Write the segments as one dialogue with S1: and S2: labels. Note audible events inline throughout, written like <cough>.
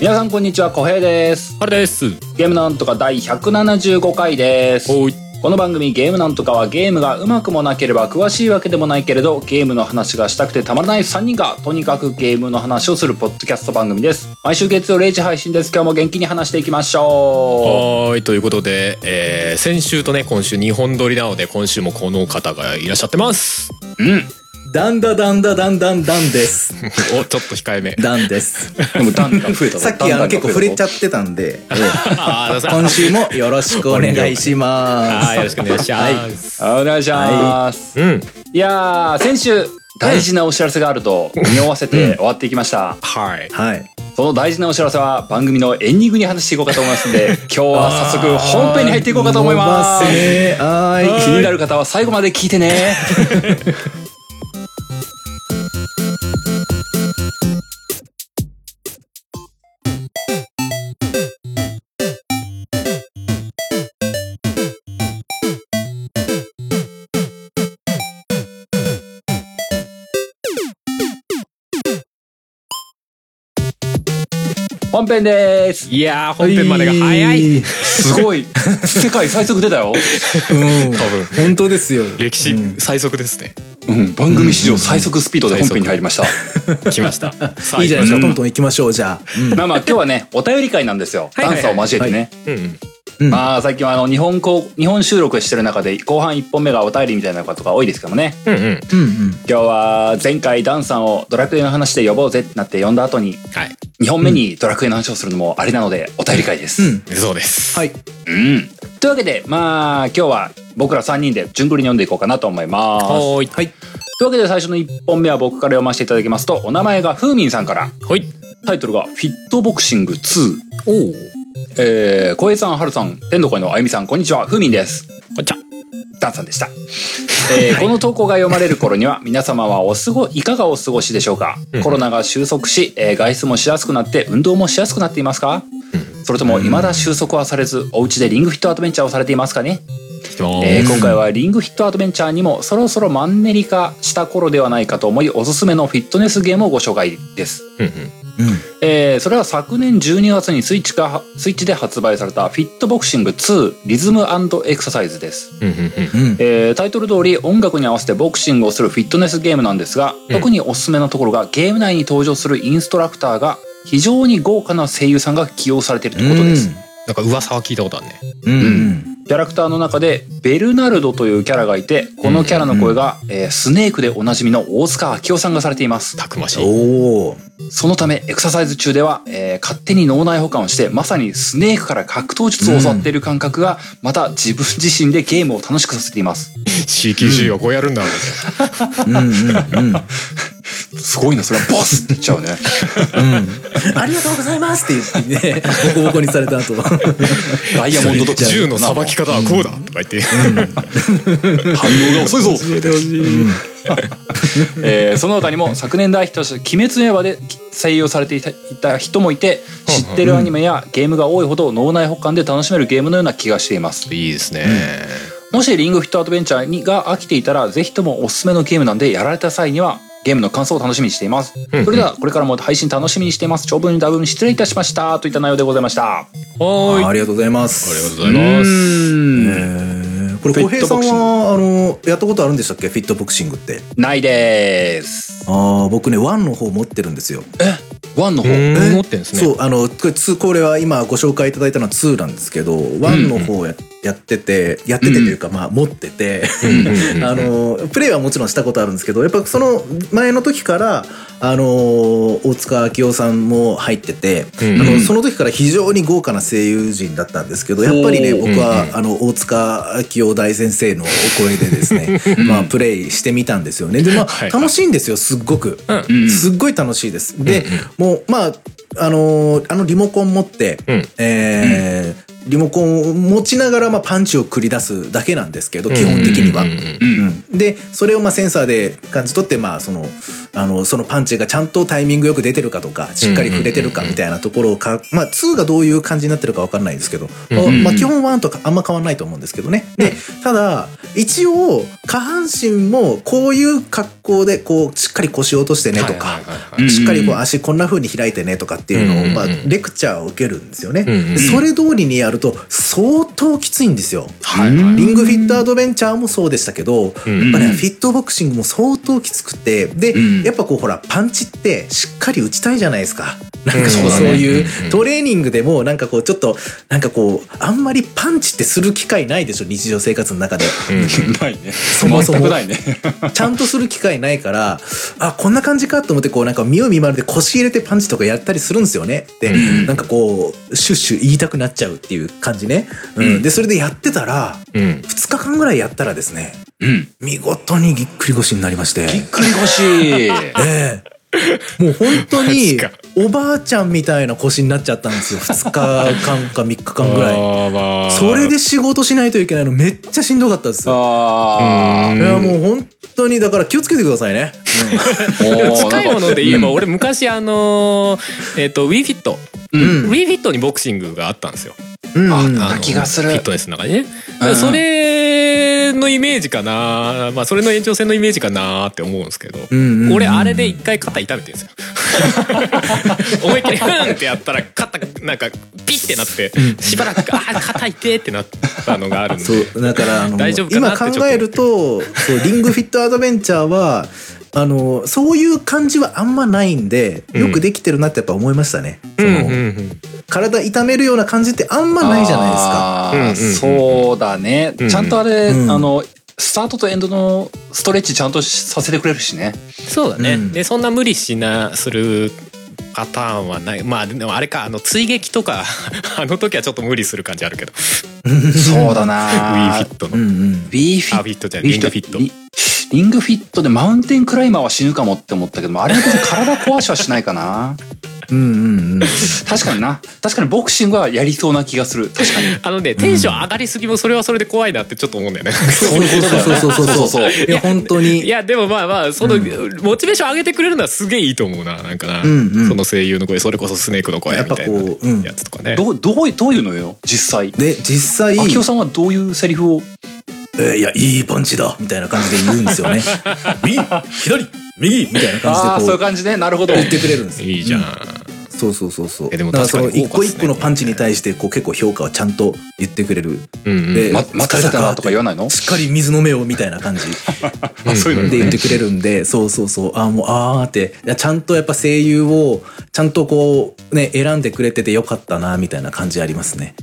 S1: 皆さんこんにちは、小平です。
S2: あれです。
S1: ゲームなんとか第175回です。
S2: おい。
S1: この番組ゲームなんとかはゲームがうまくもなければ詳しいわけでもないけれどゲームの話がしたくてたまらない3人がとにかくゲームの話をするポッドキャスト番組です毎週月曜0時配信です今日も元気に話していきましょ
S2: はーいということで、えー先週とね今週2本撮りなので今週もこの方がいらっしゃって
S3: <laughs>
S2: ます。
S1: ううん
S3: だんだだんだだんだんだんです。
S2: おちょっと控えめ。
S3: だんです。
S1: でも段が増えたぞ
S3: <laughs> さっきあ
S1: 段
S3: の
S1: が
S3: 結構
S1: 増
S3: 触
S1: え
S3: れ
S1: た
S3: ち
S1: ぞ
S3: ゃってたんで、ええ
S2: あー
S3: 今週もよろしくお願いし
S2: あ
S3: ま
S2: ー
S3: す。
S2: よろしくお願いします。
S1: お願いします、
S2: うん
S1: い、やー先週大事なお知らせがある
S3: <laughs>
S1: と匂わせて終わっていきました、
S2: はい。
S3: はい。
S1: その大事なお知らせは番組のエンディングに話していこうかと思いますんで今日は早速本編に入っていこうかと思います
S3: 伸ばせは
S1: 気
S3: い。
S1: になる方は最後まで聞いてね。本編です。
S2: いやー本編までが早い。
S3: うん。
S1: すご <laughs> い。世界最速出たよ。
S2: 多分
S3: 本当ですよ。
S2: 歴史最速ですね。
S1: うん、番組史上最速スピードで本編に入りました。
S2: 来ました。さあ
S3: <laughs> いいじゃない
S2: 行き
S3: ですか。ト
S2: ま
S3: ントン行きましょう、じゃあ。うん
S1: まあまあ今日はね、お便り会なんですよ。
S2: はいはい
S1: ダン
S2: はい
S1: サーを交えてね。
S2: しょううんうん。
S3: うん
S1: まあ最近はあの日本こう日本収録してる中で後半1本目がお便りみたいなことが多いですけどもね。
S2: うんうん。
S3: うんうん。
S1: 今日は前回ダンさんをドラクエの話で呼ぼうぜってなって呼んだ後に、
S2: はい。
S1: 2本目にドラクエの話をするのもあれなのでお便り会です。
S3: うん。
S2: そうです。
S3: はい。
S1: うんというわけで、まあ今日は僕ら3人で順繰りに読んでいこうかなと思います。
S2: はーい。
S3: は
S1: と
S3: い。
S1: いうわけで最初の1本目は僕から読ませていただきますと、お名前がふーみんさんから、
S2: はい。
S1: タイトルがフィットボクシング2。
S2: おお。
S1: えー、小江さん、はるさん、天の声のあゆみさん、こんにちは、ふみんです。
S2: こっちゃ。
S1: ダンさんでした。えーこの投稿が読まれる頃には、皆様はおすご、いかがお過ごしでしょうか
S2: うん
S1: コロナが収束し、えー外出もしやすくなって、運動もしやすくなっていますかそれとも、未だ収束はされず、お家でリングフィットアドベンチャーをされていますかね
S2: 来てまーす。
S1: えー今回はリングフィットアドベンチャーにもそろそろマンネリ化した頃ではないかと思い、おすすめのフィットネスゲームをご紹介です。
S2: うんうん。
S3: う
S1: えーそれは昨年12月にスイッチがスイッチで発売されたフィットボクシング2リズムエクササイズです、
S2: うんうんうん。
S3: ん。うん。
S1: えータイトル通り音楽に合わせてボクシングをするフィットネスゲームなんですが、
S2: うん
S1: 特におすすめのところがゲーム内に登場するインストラクターが非常に豪華な声優さんが起用されているということです、
S2: なんか噂は聞いたことあるね。
S3: うん。うん。
S1: キャラクターの中でベルナルドというキャラがいてこのキャラの声が、えースネークでおなじみの大塚明夫さんがされています
S2: たくましい。
S3: おー。
S1: そのためエクササイズ中では、えー勝手に脳内保管をしてまさにスネークから格闘術を教わっている感覚が、また自分自身でゲームを楽しくさせています
S2: CQC はこうやるんだろうね。
S3: うんうんうん。
S1: すごいなそれはボスって言っちゃ
S2: <laughs>
S1: うね
S3: うん、ありがとうございますって言ってね、ボコボコにされた後。
S1: ダイヤモンドと
S2: 銃
S1: <laughs>
S2: のさばき方はこうだとか言って、
S1: 反応が遅いぞ、えーその他にも昨年大ヒットした「鬼滅の刃」で採用されていたいた人もいて知ってるアニメやゲームが多いほど脳内保管で楽しめるゲームのような気がしています
S2: いいですね、
S1: もしリングフィットアドベンチャーにが飽きていたら、ぜひともおすすめのゲームなんで、やられた際には、ゲームの感想を楽しみにしています。
S2: うん
S1: それでは、これからも配信楽しみにしています。長文ダブル失礼いたしました。といった内容でございました。
S2: はーい
S3: ありがとうございます。
S2: ありがとうございます
S1: うん
S3: これ
S1: フィ
S3: 小
S1: ッ
S3: 平
S1: ト
S3: さん
S1: ボクシング
S3: はあのやったことあるんでしたっけフィットボクシングって
S1: ないです。
S3: ああ僕ねワンの方持ってるんですよ、
S1: ワンの方。
S2: うん持ってんですね
S3: そうあのこれツーこれは今ご紹介いただいたのは2なんですけどワンの方をや,、やっててやっててというか、まあ持ってて、あのプレイはもちろんしたことあるんですけどやっぱその前の時からあの大塚明夫さんも入ってて、
S2: うん
S3: あのその時から非常に豪華な声優陣だったんですけどやっぱりね
S1: おー
S3: 僕は、あの大塚明夫大先生のお声でですね、まあ、プレイしてみたんですよねでまあ、
S2: はい
S3: 楽しいんですよすっごく、
S1: うん
S3: すっごい楽しいですで、もうまああのあのリモコン持って、
S2: うん
S3: えーリモコンを持ちながら、まあ、パンチを繰り出すだけなんですけど、基本的には。
S2: うんうんうん
S3: うんでそれをまあセンサーで感じ取って、まあ、そのあのそのパンチがちゃんとタイミングよく出てるかとかしっかり触れてるかみたいなところをか、まあ、2がどういう感じになってるか分かんないですけど、
S2: うん
S3: まあ、基本1とかあんま変わんないと思うんですけどね。でただ一応下半身もこういう格行で、こう、しっかり腰を落としてねと
S2: はい
S3: か、
S2: はいはいはい
S1: うん
S3: しっかりこう足こんな風に開いてねとかっていうのを、
S2: うん
S3: まあ、レクチャーを受けるんですよね。
S2: うん
S3: でそれ通りにやると、相当きついんですよ。
S2: はいはい
S3: リングフィットアドベンチャーもそうでしたけど、
S2: うん
S3: やっぱね、フィットボクシングも相当きつくて、で、
S1: うん
S3: やっぱこうほら、パンチってしっかり打ちたいじゃないですか。なんか
S2: うん
S3: そ
S2: そうう
S3: そ
S2: だね
S3: う
S2: うん
S3: いううんトレーニングでもなんかこうちょっと、なんかこう、あんまりパンチってする機会ないでしょ、日常生活の中で。
S2: うん
S1: ないね。
S3: そもそも
S1: 全くないね。
S3: ちゃんとする機会ないから、あ、こんな感じかと思って、こうなんか見よう見まるで腰入れてパンチとかやったりするんですよね。で、
S2: うん
S3: なんかこう、シュッシュ言いたくなっちゃうっていう感じね。う、
S1: うんん
S3: で、それでやってたら、
S2: うん
S3: 2日間ぐらいやったらですね、
S1: うん。
S3: 見事にぎっくり腰になりまして。
S1: ぎっくり
S2: <laughs>
S1: 腰。
S3: ええもう本当に
S2: マジか
S3: おばあちゃんみたいな腰になっちゃったんですよ2日間か3日間ぐらい
S2: あーまあ
S3: それで仕事しないといけないのめっちゃしんどかったですよ
S1: あ
S2: う
S1: あ
S2: ん。
S3: いやもう本当にだから気をつけてくださいね、
S2: でも近いもので言えば、
S1: うん
S2: 俺昔あのーえっ、と WeFit、
S3: うん
S2: WeFit にボクシングがあったんですよ。
S3: うん
S1: あ
S3: うん
S1: な
S2: あの
S1: 気がする
S2: フィットネスの中にね、
S1: うん
S2: それのイメージかなまあそれの延長線のイメージかなって思うんですけど、
S3: んうんうん
S2: 俺あれで一回肩痛めてるんですよ思いっきりフンってやったら肩なんかピッてなってしばらくあー肩痛えってなったのがあるんで
S3: そうだからあの
S2: 大丈夫かな
S3: 今
S2: って
S3: 考
S2: ちょっと
S3: えるとそうリングフィットアドベンチャーはあのそういう感じはあんまないんでよくできてるなってやっぱ思いましたね、
S2: うんうん
S3: その
S2: うん
S3: 体痛めるような感じってあんまないじゃないですか
S1: あ
S2: うんうんうん
S1: ーそうだね。
S2: うんうん
S1: ちゃんとあれ、
S3: うん
S1: あの、スタートとエンドのストレッチちゃんとさせてくれるしね。
S2: そうだね、
S3: うん
S2: でそんな無理しなするパターンはないまあでもあれかあの追撃とか <laughs> あの時はちょっと無理する感じあるけど
S1: そうだ
S2: w e
S1: な
S2: f i。t の、
S3: うんうん
S1: ビーフィッ
S2: あ w e
S1: ト。
S2: f i t じゃないリングフィット
S1: リリングフィットでマウンテンクライマーは死ぬかもって思ったけども、あれは別に体壊しはしないかな。
S3: うんうんうん。
S1: 確かにな。確かにボクシングはやりそうな気がする。確かに。
S2: <laughs> あのねテンション上がりすぎもそれはそれで怖いなってちょっと思うんだよね。
S1: そういうことだよね
S3: <laughs> そうそうそうそう。
S1: そうそう
S3: いや、本当
S2: <laughs> い
S3: に。
S2: やでもまあまあその、モチベーション上げてくれるのはすげえいいと思うななんかな、
S3: うんうん
S2: その声優の声それこそスネークの声
S3: やっ
S2: み
S3: ぱ
S2: たいな
S3: こう、うん。
S2: やつとかね。
S1: どう、どう、どういうのよ、実際。
S3: で、実際、
S1: 秋夫さんはどういうセリフを
S3: えーいや、いいパンチだみたいな感じで言うんで
S2: <laughs>
S3: すよね。右左右みたいな
S1: ああ
S3: 感
S1: ー
S3: じ
S1: そういう
S3: でこう、
S1: 感じねなるほど
S3: 言ってくれるんですよ。
S2: いいじゃん。
S3: そうそうそうそう。
S2: えでも
S3: だからその
S2: 確かに
S3: 一個
S2: 豪華っす
S3: 一
S2: ね
S3: 個のパンチに対して、こう結構評価をちゃんと言ってくれる。
S2: うんうん
S3: で、
S1: ま待たせたなとか言わないの
S3: しっかり水飲めよみたいな感じ。
S1: あそういうの
S3: で
S1: ね
S3: 言ってくれるんで、そうそうそう、ああ、もう、ああって、いやちゃんとやっぱ声優を、ちゃんとこう、ね、選んでくれててよかったな、みたいな感じありますね。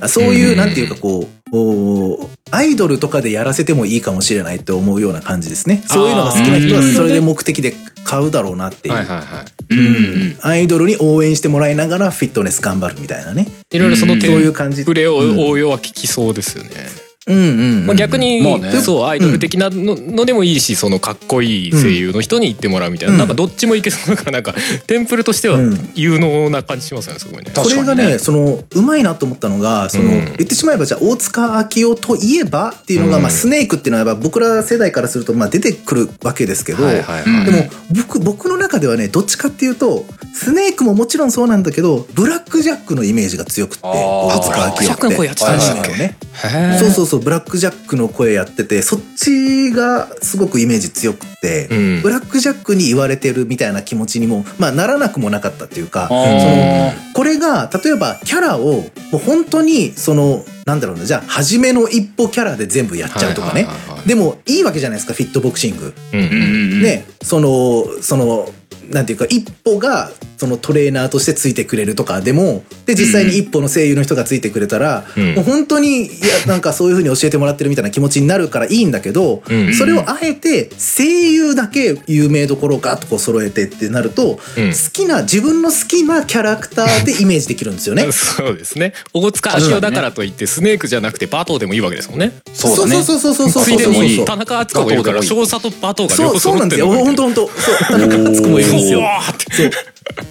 S3: あそういう、
S2: うん
S3: なんていうかこう、おアイドルとかでやらせてもいいかもしれないって思うような感じですね。そういうのが好きな人は
S2: あー
S3: それで目的で買うだろうなっていう。
S2: はいはいはい。
S1: うん
S3: アイドルに応援してもらいながらフィットネス頑張るみたいなね。
S2: いろいろその
S1: うん
S2: テ
S3: そういう感じ。
S2: ンプレを
S3: うん
S2: 応用は聞きそうですよね。
S3: うんうんうん。
S2: まあ、逆に、
S1: まあね
S2: そうアイドル的なの,、のでもいいしそのかっこいい声優の人に言ってもらうみたいな、
S3: うん
S2: なんかどっちもいけそうだからなんかテンプルとしては
S3: うん
S2: 有能な感じしますよねすごいね。
S1: 確
S3: それ
S1: か
S3: が
S1: にね
S3: ね、その、うまいなと思ったのが、その、
S2: うん
S3: 言ってしまえば、じゃあ、大塚明夫といえばっていうのが、
S2: うん
S3: まあ、スネークっていうのは、やっぱ僕ら世代からすると、まあ、出てくるわけですけど、
S2: はいはいはい
S1: うん
S3: でも、僕、僕の中ではね、どっちかっていうと、スネークももちろんそうなんだけど、ブラックジャックのイメージが強くって、
S1: あー
S3: 大塚明夫って。
S2: ブラックジャックの声やってたんだっけ
S3: アニメのね。
S2: へー
S3: そうそうそう、ブラックジャックの声やってて、そっちがすごくイメージ強くって、
S2: うん
S3: ブラックジャックに言われてるみたいな気持ちにも、まあ、ならなくもなかったっていうか、
S1: あ
S3: これが、例えばキャラを、もう本当に、その、なんだろうな、じゃあ、初めの一歩キャラで全部やっちゃうとかね
S2: はいはいはいは。い
S3: でも、いいわけじゃないですか、フィットボクシング。
S2: うんうん
S1: ーうんうん
S3: ね、その、その、なんていうか、一歩が、そのトレーナーとしてついてくれるとかでも、で、実際に一歩の声優の人がついてくれたら、
S2: うん
S3: もう本当に、いや、なんかそういう風に教えてもらってるみたいな気持ちになるからいいんだけど、
S2: うん
S3: それをあえて、声優だけ有名どころかとこう揃えてってなると、
S2: うん。
S3: 好きな、自分の好きなキャラクターでイメージできるんですよね
S2: <laughs> そうですね大塚明夫だからといってスネークじゃなくてバトーでもいいわけですもんね
S1: そうだね
S3: そうそうそうそう
S2: つ
S3: そ
S2: いうで
S3: そう
S1: もい
S2: に
S1: い
S2: 田中敦子もいるから
S1: バトーでも
S2: 少佐とバトーが両
S3: そう
S2: 方
S3: そう
S2: 揃
S3: な
S2: っ
S3: ん
S2: て
S3: です
S2: る
S3: よ。
S2: わけ
S3: 本当本当。そう。田中敦子もいるんですよ
S2: う。わーって
S3: そう。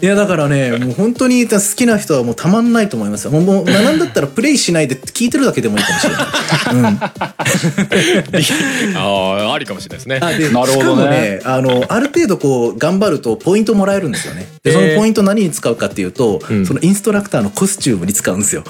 S3: いやだからねもう本当に好きな人はもうたまんないと思いますよもうもう学んだったらプレイしないで聞いてるだけでもいいかもしれない、うん、
S2: あ
S3: <laughs>
S2: ーありかもし <laughs> れないですね。
S3: あで
S1: なるほどね
S3: しかもねあのある程度こう頑張るとポイントもらえるんですよねでそ
S2: へー
S3: のポイント何に使うかっていうと、
S2: ん
S3: そのインストラクターのコスチュームに使うんですよコ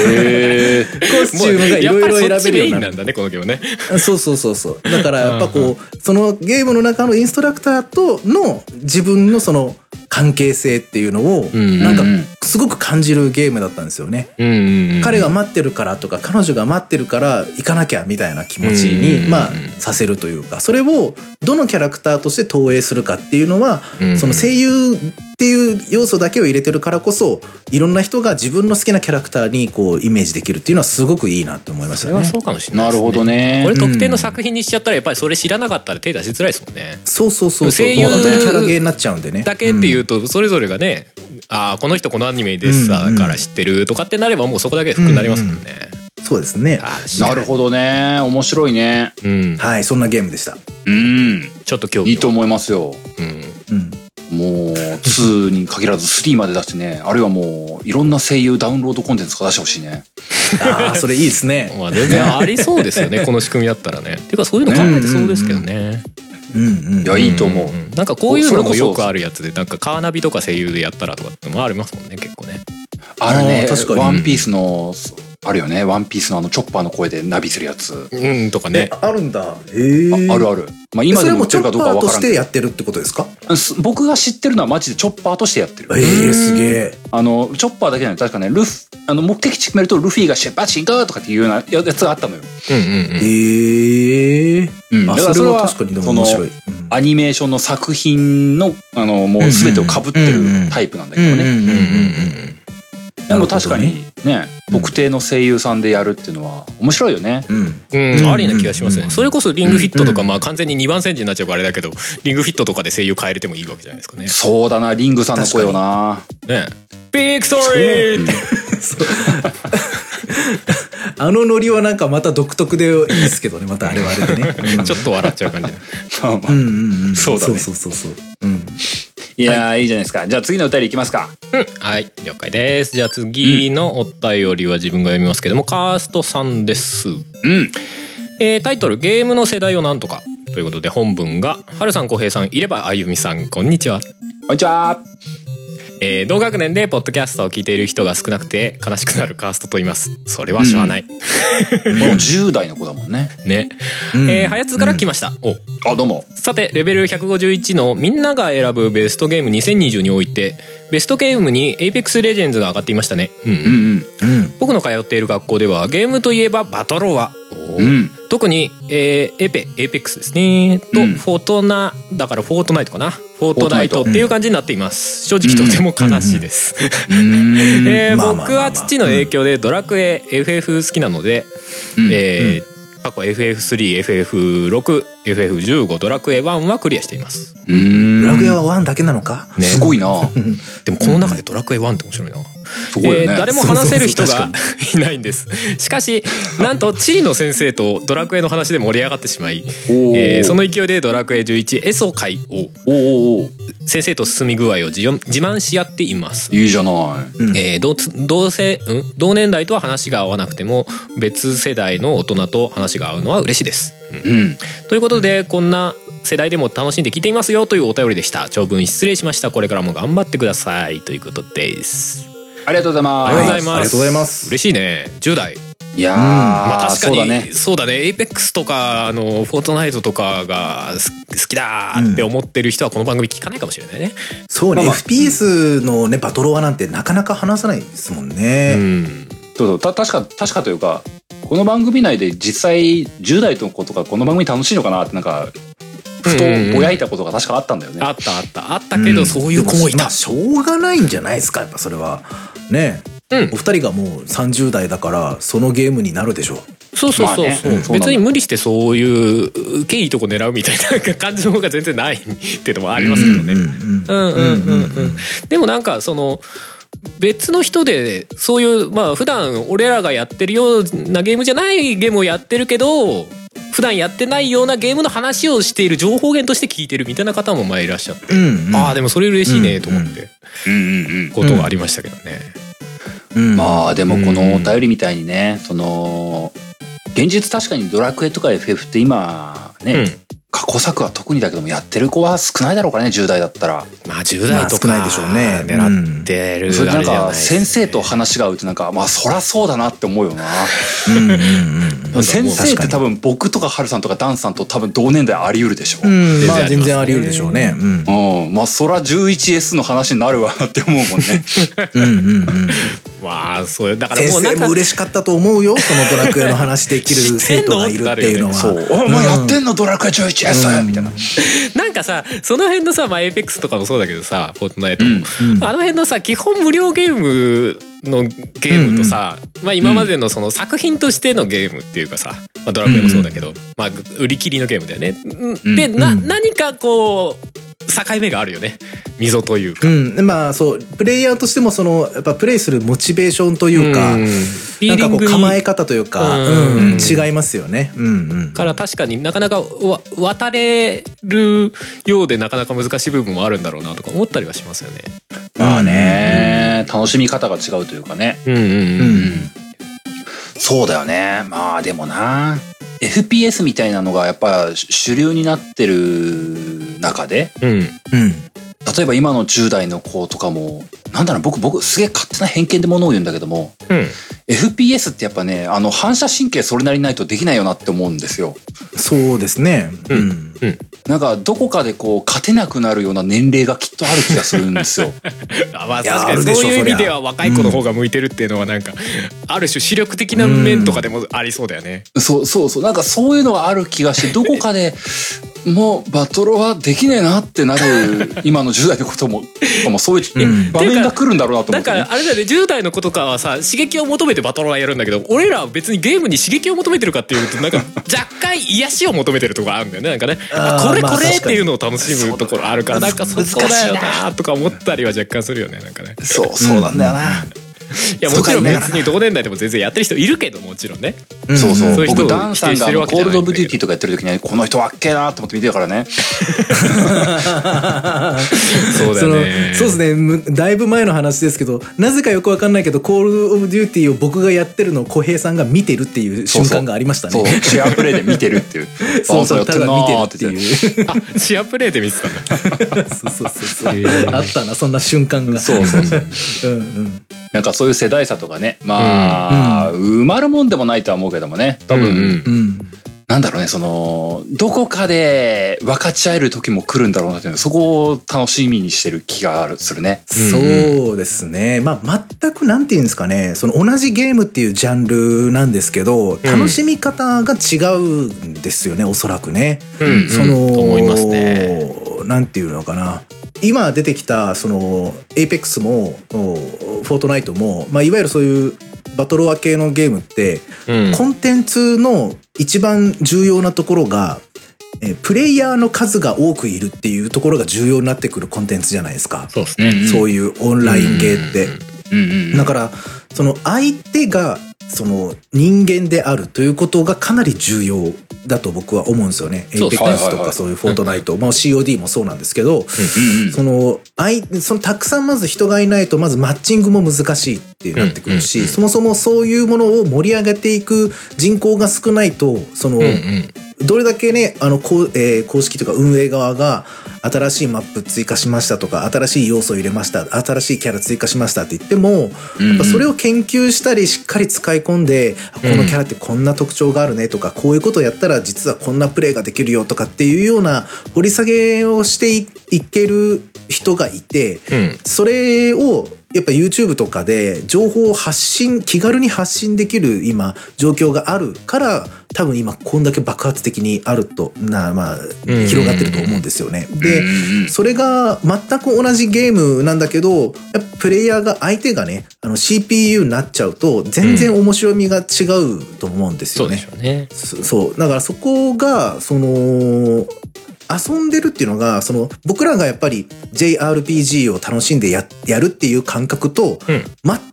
S1: へえ。
S3: スチュームがいろいろ選べるよう
S2: やっぱりそっちメイ
S3: にな
S2: ンな
S3: る
S2: んだねこのゲームね。
S3: そうそうそうそうだからやっぱ
S2: うん
S3: こうそのゲームの中のインストラクターとの自分のその関係性っていうのを
S2: うん
S3: なんかすごく感じるゲームだったんですよね。
S2: うんうんうん
S3: 彼が待ってるからとか彼女が待ってるから行かなきゃみたいな気持ち
S2: う
S3: に
S2: ん
S3: まあさせるというかそれをどのキャラクターとして投影するかっていうのは
S2: うん
S3: その声優っていう要素だけを入れてるからこそいろんな人が自分の好きなキャラクターにこうイメージできるっていうのはすごくいいなと思いまし
S2: そ
S3: た
S2: れは
S3: ね。
S2: そうかもしれない
S1: な
S2: で
S1: る
S2: すね。
S1: ほどね
S2: これ。特定の作品にしちゃったらやっぱりそれ知らなかったら手出しづらいですもんね。
S3: そうそうそうそう。
S2: 声優
S3: もう本当にキャラゲーになっちゃうんでね。
S2: だけっていうとそれぞれがね、ああこの人このアニメでさ、
S3: うんうん
S2: から知ってるとかってなればもうそこだけで服になりますもんね。
S3: うんそうですね。
S2: あー
S1: なるほどね。面白いね。
S2: うん、
S3: はい、そんなゲームでした。
S1: うん。
S2: ちょっと興味
S1: いいと思いますよ。
S2: う。うん、
S3: うん。
S1: もう、2に限らず3まで出してね。あるいはもう、いろんな声優ダウンロードコンテンツが出してほしいね。
S3: あ
S1: <laughs>
S3: あ、それいいですね。
S2: まあ全然ありそうですよ <laughs> ねこの仕組みだったらね。ていうかそういうの考えてそうですけどね。
S3: うんうん
S1: い。や、いいと思う。
S2: んんなんかこういうのもよくあるやつでなんかカーナビとか声優でやったらとかってのもありますもんね結構ね。
S1: あれね
S3: あー確かに
S1: ワンピースの、あるよね。ワンピースのあの、チョッパーの声でナビするやつ。
S2: うんとかね。
S3: あるんだ。へえ。
S1: ああるある。まあ、
S3: え
S1: 今
S3: そ
S1: で
S3: れ
S1: も売
S3: も
S1: って
S3: チョ
S1: るか
S3: ッ
S1: どうか
S3: パ
S1: は分
S3: ーと
S1: から
S3: し
S1: ん
S3: て
S1: け
S3: やってるってことですか
S1: どす僕が知ってるのはマジでチョッパーとしてやってる。
S3: ええすげえ。
S1: あの、チョッパーだけじゃない。確かね、ルフ、あの、目的地決めるとルフィがシェパチンガーとかっていうようなやつがあったのよ。
S2: うんうんうん。
S3: ええ
S1: うん
S3: あ、
S1: だから
S3: そ
S1: それ
S3: れ
S1: は
S3: は確かにでも面白い。うん
S1: アニメーションの作品の、あの、もう全てを被ってるタイプなんだけどね。
S2: う
S3: ん
S2: んうんうん
S1: でも確か
S3: なる
S1: にね、特定の声優さんでやるっていうのは面白いよね。
S3: うん。 <laughs> うん
S2: うん、ありな気がします
S3: う
S2: ね。
S3: ん
S2: それこそリングフィットとか、まあ完全に2番戦時になっちゃうからあれだけど、リングフィットとかで声優変えれてもいいわけじゃないですかね。
S1: そうだな、リングさんの声よな。
S2: ねビッグストーリー
S3: あのノリはなんかまた独特でいいですけどね、またあれはあれでね。う
S1: <laughs>
S3: ん
S2: ちょっと笑っちゃう感じ。
S3: うんうんうん。
S2: そうだね
S3: そうそうそうそう。うん。
S1: いやー、いいじゃないですか。じゃあ次の歌いでいきますか。
S2: はい、了解です。じゃあ次のお便りは自分が読みますけども、カーストさんです。
S1: うん。
S2: えータイトル、ゲームの世代をなんとか。ということで本文が、はるさん、こうへいさん、いればあゆみさん、こんにちは。
S1: こんにちは。
S2: えー同学年でポッドキャストを聞いている人が少なくて悲しくなるカーストと言います。それはしょうがない。
S1: もう10代の子だもんね。
S2: ね。
S3: うん
S2: えー、はやつから来ました。お
S1: あ、どうも。
S2: さて、レベル151のみんなが選ぶベストゲーム2020において、ベストゲームに Apex Legends が上がっていましたね。うんう
S1: う
S2: ん
S1: ん
S3: うん。
S2: 僕の通っている学校では、ゲームといえばバトロワ。
S1: うん。
S2: 特に、えーエペ、エーペックスですね。と、
S1: うん
S2: フォートナ、だからフォートナイトかな。フォー
S1: ト
S2: ト
S1: ナ
S2: ナ
S1: イ
S2: イ
S1: ト
S2: トっていう感じになっています。正直とても悲しいです。
S1: うん。
S2: <laughs> えー
S3: まあまあまあ
S2: 僕は父の影響でドラクエ、FF 好きなので、
S1: うん
S2: えー過去 FF3、FF6、FF15、ドラクエ1はクリアしています。
S1: うん。
S3: ラグエはワンだけなのか
S2: ね
S1: すごいな。
S2: でもこの中でドラクエ1って面白いな。
S1: すごいよね
S2: えー誰も話せる人
S3: そうそ
S2: がいないんです。しかし、なんと地理の先生とドラクエの話で盛り上がってしまい、
S1: おー
S2: えーその勢いでドラクエ11エソ会を
S1: おおお
S2: 先生と進み具合を自自慢し合っています。
S1: いいじゃない。
S3: うん
S2: えー同つ同せん同年代とは話が合わなくても別世代の大人と話が合うのは嬉しいです。うん
S1: うん。
S2: ということで、こんな世代でも楽しんで聞いていますよというお便りでした。長文失礼しました。これからも頑張ってくださいということです。
S1: ありがとうございま
S2: あ
S1: す。
S2: りがとうございます。
S3: ありがとうございます
S2: 嬉しいね。10代。
S1: いやー、
S2: まあ確かに
S1: そうだね。
S2: そうだね。エイペックスとかあのフォートナイトとかがす好きだーって思ってる人はこの番組聞かないかもしれないね。
S3: そう
S1: ま
S3: ね、
S1: あまあ
S3: FPS のね、バトロワなんてなかなか話さないですもん
S2: う
S3: ね。
S2: ん。
S1: そうそう。た、確か、確かというか、この番組内で実際10代の子とかこの番組楽しいのかなってなんか、ふとぼやいたことが確かあったんだよね。
S2: あったあったあったけど、そういう子もい
S3: でま
S2: た
S3: あ。しょうがないんじゃないですか、やっぱそれは。ねえ
S2: うん
S3: お二人がもう30代だから、そのゲームになるでしょう。
S2: そうそうそうそ
S1: ま
S2: う。
S1: あねうんそうなんだ
S2: 別に無理してそういう受けいいとこ狙うみたいな感じの方が全然ないっていうのもありますけどね。
S3: うんうん
S2: うんうんうんうん。でもなんかその別の人でそういうまあ普段俺らがやってるようなゲームじゃないゲームをやってるけど。普段やってないようなゲームの話をしている情報源として聞いてるみたいな方も前いらっしゃって、
S3: うんうん
S2: ああでもそれ嬉しいねと思って、
S1: うんうん
S2: ことがありましたけどね、
S3: うん
S1: まあでもこのお便りみたいにね、その現実確かにドラクエとか FF って今ね、
S2: うん
S1: 過去作は特にだけどもやってる子は少ないだろうからね10代だったら
S2: まあ10代とか
S3: まあ少ないでしょうね
S2: 狙ってる
S1: それで
S2: あ
S1: なん
S2: れじゃない
S1: か
S2: ですね
S1: 先生と話が合うってなんかまあそらそうだなって思うよな
S3: うんうんうん
S2: なんかも
S1: 先
S2: う
S1: 生って多分僕とかハルさんとかダンさんと多分同年代あり得るでしょ、
S3: うん、まあ
S2: 全
S3: 全
S2: 然
S3: 然
S2: あ
S3: あ
S2: り得る
S3: り得る
S2: で
S3: で
S2: し
S3: し
S2: ょ
S3: ょ
S2: う
S3: うね。うん。
S1: うん、まあそら 11S の話になるわなって思うもんね
S3: うんうんうん。
S2: まあそうだから
S3: 先
S2: もうな
S3: 生
S2: ん
S3: も
S2: か
S3: 嬉しかったと思うよ。そのドラクエの話でき
S2: 知
S3: る
S2: って
S3: 生
S2: んの
S3: 徒がいるっていうのは。
S1: そう「お前やってんのドラクエ 11S」みたいな
S2: なんかさその辺のさまあエイペックスとかもそうだけどさフォートナイト
S1: うん
S2: も、あの辺のさ基本無料ゲームのゲームとさ、まあ、今までのその作品としてのゲームっていうかさ、まあ、ドラクエもそうだけど、まあ、売り切りのゲームだよね。
S1: ん
S2: で、な
S3: うん
S2: 何かこう境目があるよね溝というか。
S3: うん。うん。まあそう、プレイヤーとしてもその、やっぱプレイするモチベーションというか、
S2: ん
S3: なんかこう構
S2: フィーリ
S3: え
S2: ング
S3: 方というか、
S2: うん
S3: うん、違いますよね。うんうん。
S2: から確かになかなかわ渡れるようでなかなか難しい部分もあるんだろうなとか思ったりはしますよね。
S1: まあね、楽しみ方が違うというかね
S2: うんうん
S3: う
S2: うん。
S3: ん。
S1: そうだよね。まあでもな。FPS みたいなのがやっぱ主流になってる中で、
S2: うん
S3: うん。
S1: 例えば今の10代の子とかも、なんだろう、僕、僕、すげえ勝手な偏見で物を言うんだけども、
S2: うん、
S1: FPS ってやっぱね、あの、反射神経それなりないとできないよなって思うんですよ。
S3: そうですね。
S2: う
S3: うんん。
S1: なんか、どこかでこう、勝てなくなるような年齢がきっとある気がするんですよ。 <laughs>
S2: <laughs> あまあ
S3: いや
S2: 確か
S3: あ
S2: に
S3: るでしょ
S2: そういう意
S3: そり
S2: 味
S3: ゃ
S2: では若い子の方が向いてるっていうのはなんか、ある種視力的な面とかでもありそうだよね。
S1: そうそうそう。なんかそういうのはある気がして、どこかで、もうバトルはできねえなってなる、今の10代のことも、とかもそういう、
S3: うん
S1: 場面が来るんだろうなと思
S2: だ
S1: って、
S2: か
S1: ね。
S2: らあれだよね10代の子とかはさ刺激を求めてバトロワやるんだけど俺らは別にゲームに刺激を求めてるかっていうとなんか <laughs> 若干癒しを求めてるとこあるんだよねなんかね
S3: あ
S2: あ
S3: ー
S2: これ
S3: まあ
S2: これっ
S3: 確か
S2: て
S3: に
S2: いうのを楽しむところあるからなんかそ
S1: そう
S2: こだよ
S1: 難しい
S2: なとか思ったりは若干するよねなんか <laughs> ね
S1: そう、そうなんだよな。
S2: いやもちろん
S1: そうだよね
S2: 別に同年代でも全然やってる人いるけどもちろんね
S3: ん
S1: そうそう。
S2: そういう人
S1: 僕、
S2: を
S1: ダンさん
S2: 否定し
S1: があ
S2: てるわ
S1: の
S2: け
S1: コー
S2: じゃな
S1: ル
S2: いんだけど
S1: ドオブデューティーとかやってる時に、この人わっけえなと思って見てるからね。
S2: そうだ
S3: そ
S2: よ
S3: の
S2: ね
S3: そうですねむだいぶ前の話ですけどなぜかよくわかんないけど「コール・オブ・デューティー」を僕がやってるのを小平さんが見てるっていう瞬間がありましたね
S1: そう、シェアプレイで見てるっていう。
S3: そうそう
S1: あんた
S3: ただ
S1: や
S3: 見て
S1: な
S3: る
S1: ー
S3: っていう
S1: 言
S2: あシェアプレイで見てたんだ
S3: そう <laughs> そうそうそう
S2: へー
S3: あったなそんな瞬間が
S1: そうそうそう。
S3: うんうん
S1: なんかそういう世代差とかね。まあ、埋まるもんでもないとは思うけどもね。多分、
S2: うんうん
S3: うん
S1: なんだろうね、その、どこかで分かち合える時も来るんだろうなっていうのそこを楽しみにしてる気がある、するね。
S3: そうですね。まあ、全くなんていうんですかね。その同じゲームっていうジャンルなんですけど、楽しみ方が違うんですよね、おそらくね。
S2: うん
S3: その、
S2: うん思いますね
S3: なんていうのかな。今出てきた、その、エイペックスも、おフォートナイトも、まあ、いわゆるそういうバトロワ系のゲームって、
S2: うん
S3: コンテンツの一番重要なところが、えープレイヤーの数が多くいるっていうところが重要になってくるコンテンツじゃないですか。
S2: そうです
S1: うんうん
S3: そういうオンラインゲーって。
S1: うんうんうん
S3: だから、その相手が、その人間であるということがかなり重要だと僕は思うんですよね。エイ
S2: そう
S3: ペッ
S1: はい
S3: ク
S1: はい
S3: スと
S1: はい
S3: かそういうフォートナイト、まあ COD もそうなんですけ
S1: う
S3: ど、
S1: んうん
S3: その、相そのたくさんまず人がいないと、まずマッチングも難しいってなってくる
S2: うん
S3: し、
S2: うんうん
S3: そもそもそういうものを盛り上げていく人口が少ないと、その、
S2: うんうん
S3: どれだけね、あの、こうえー公式とか運営側が、新しいマップ追加しましたとか、新しい要素入れました、新しいキャラ追加しましたって言っても、
S1: うん
S3: やっぱそれを研究したり、しっかり使い込んで、あこのキャラってこんな特徴があるねとか、こういうことをやったら実はこんなプレイができるよとかっていうような掘り下げをしていいける人がいて、
S2: うん
S3: それをやっぱ YouTube とかで情報を発信気軽に発信できる今状況があるから多分今こんだけ爆発的にあるとなまあ
S2: ん
S3: 広がってると思うんですよね。で
S1: うんうん
S3: それが全く同じゲームなんだけどやっぱプレイヤーが相手がねあの CPU になっちゃうと全然面白みが違うと思うんです
S2: そ
S3: よ
S2: うで
S3: ね。
S2: しょうね。
S3: そそうだからそこがその遊んでるっていうのが、その、僕らがやっぱり JRPG を楽しんでや、やるっていう感覚と、
S2: うん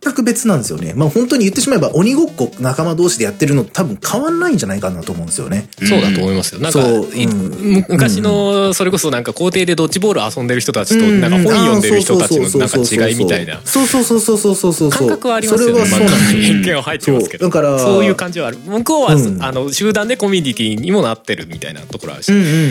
S3: 全く別なんですよね。まあ本当に言ってしまえば鬼ごっこ仲間同士でやってるのと多分変わんないんじゃないかなと思うんですよね。
S2: そうだと思いますよ。なんか、
S3: そう
S2: い
S3: うん
S2: む昔の、それこそなんか校庭でドッジボール遊んでる人たちと、なんか本読んでる人たちのなんか違いみたいな
S3: そうそうそうそうそうそうそう。
S2: 感覚はありますよね。
S3: そ
S2: まあ
S3: れはそうなんですよ
S2: 偏見は入ってますけど。
S3: そうだから
S2: そういう感じはある。向こうは、
S3: うん
S2: あの、集団でコミュニティにもなってるみたいなところあるし、
S3: うんうんうんうんう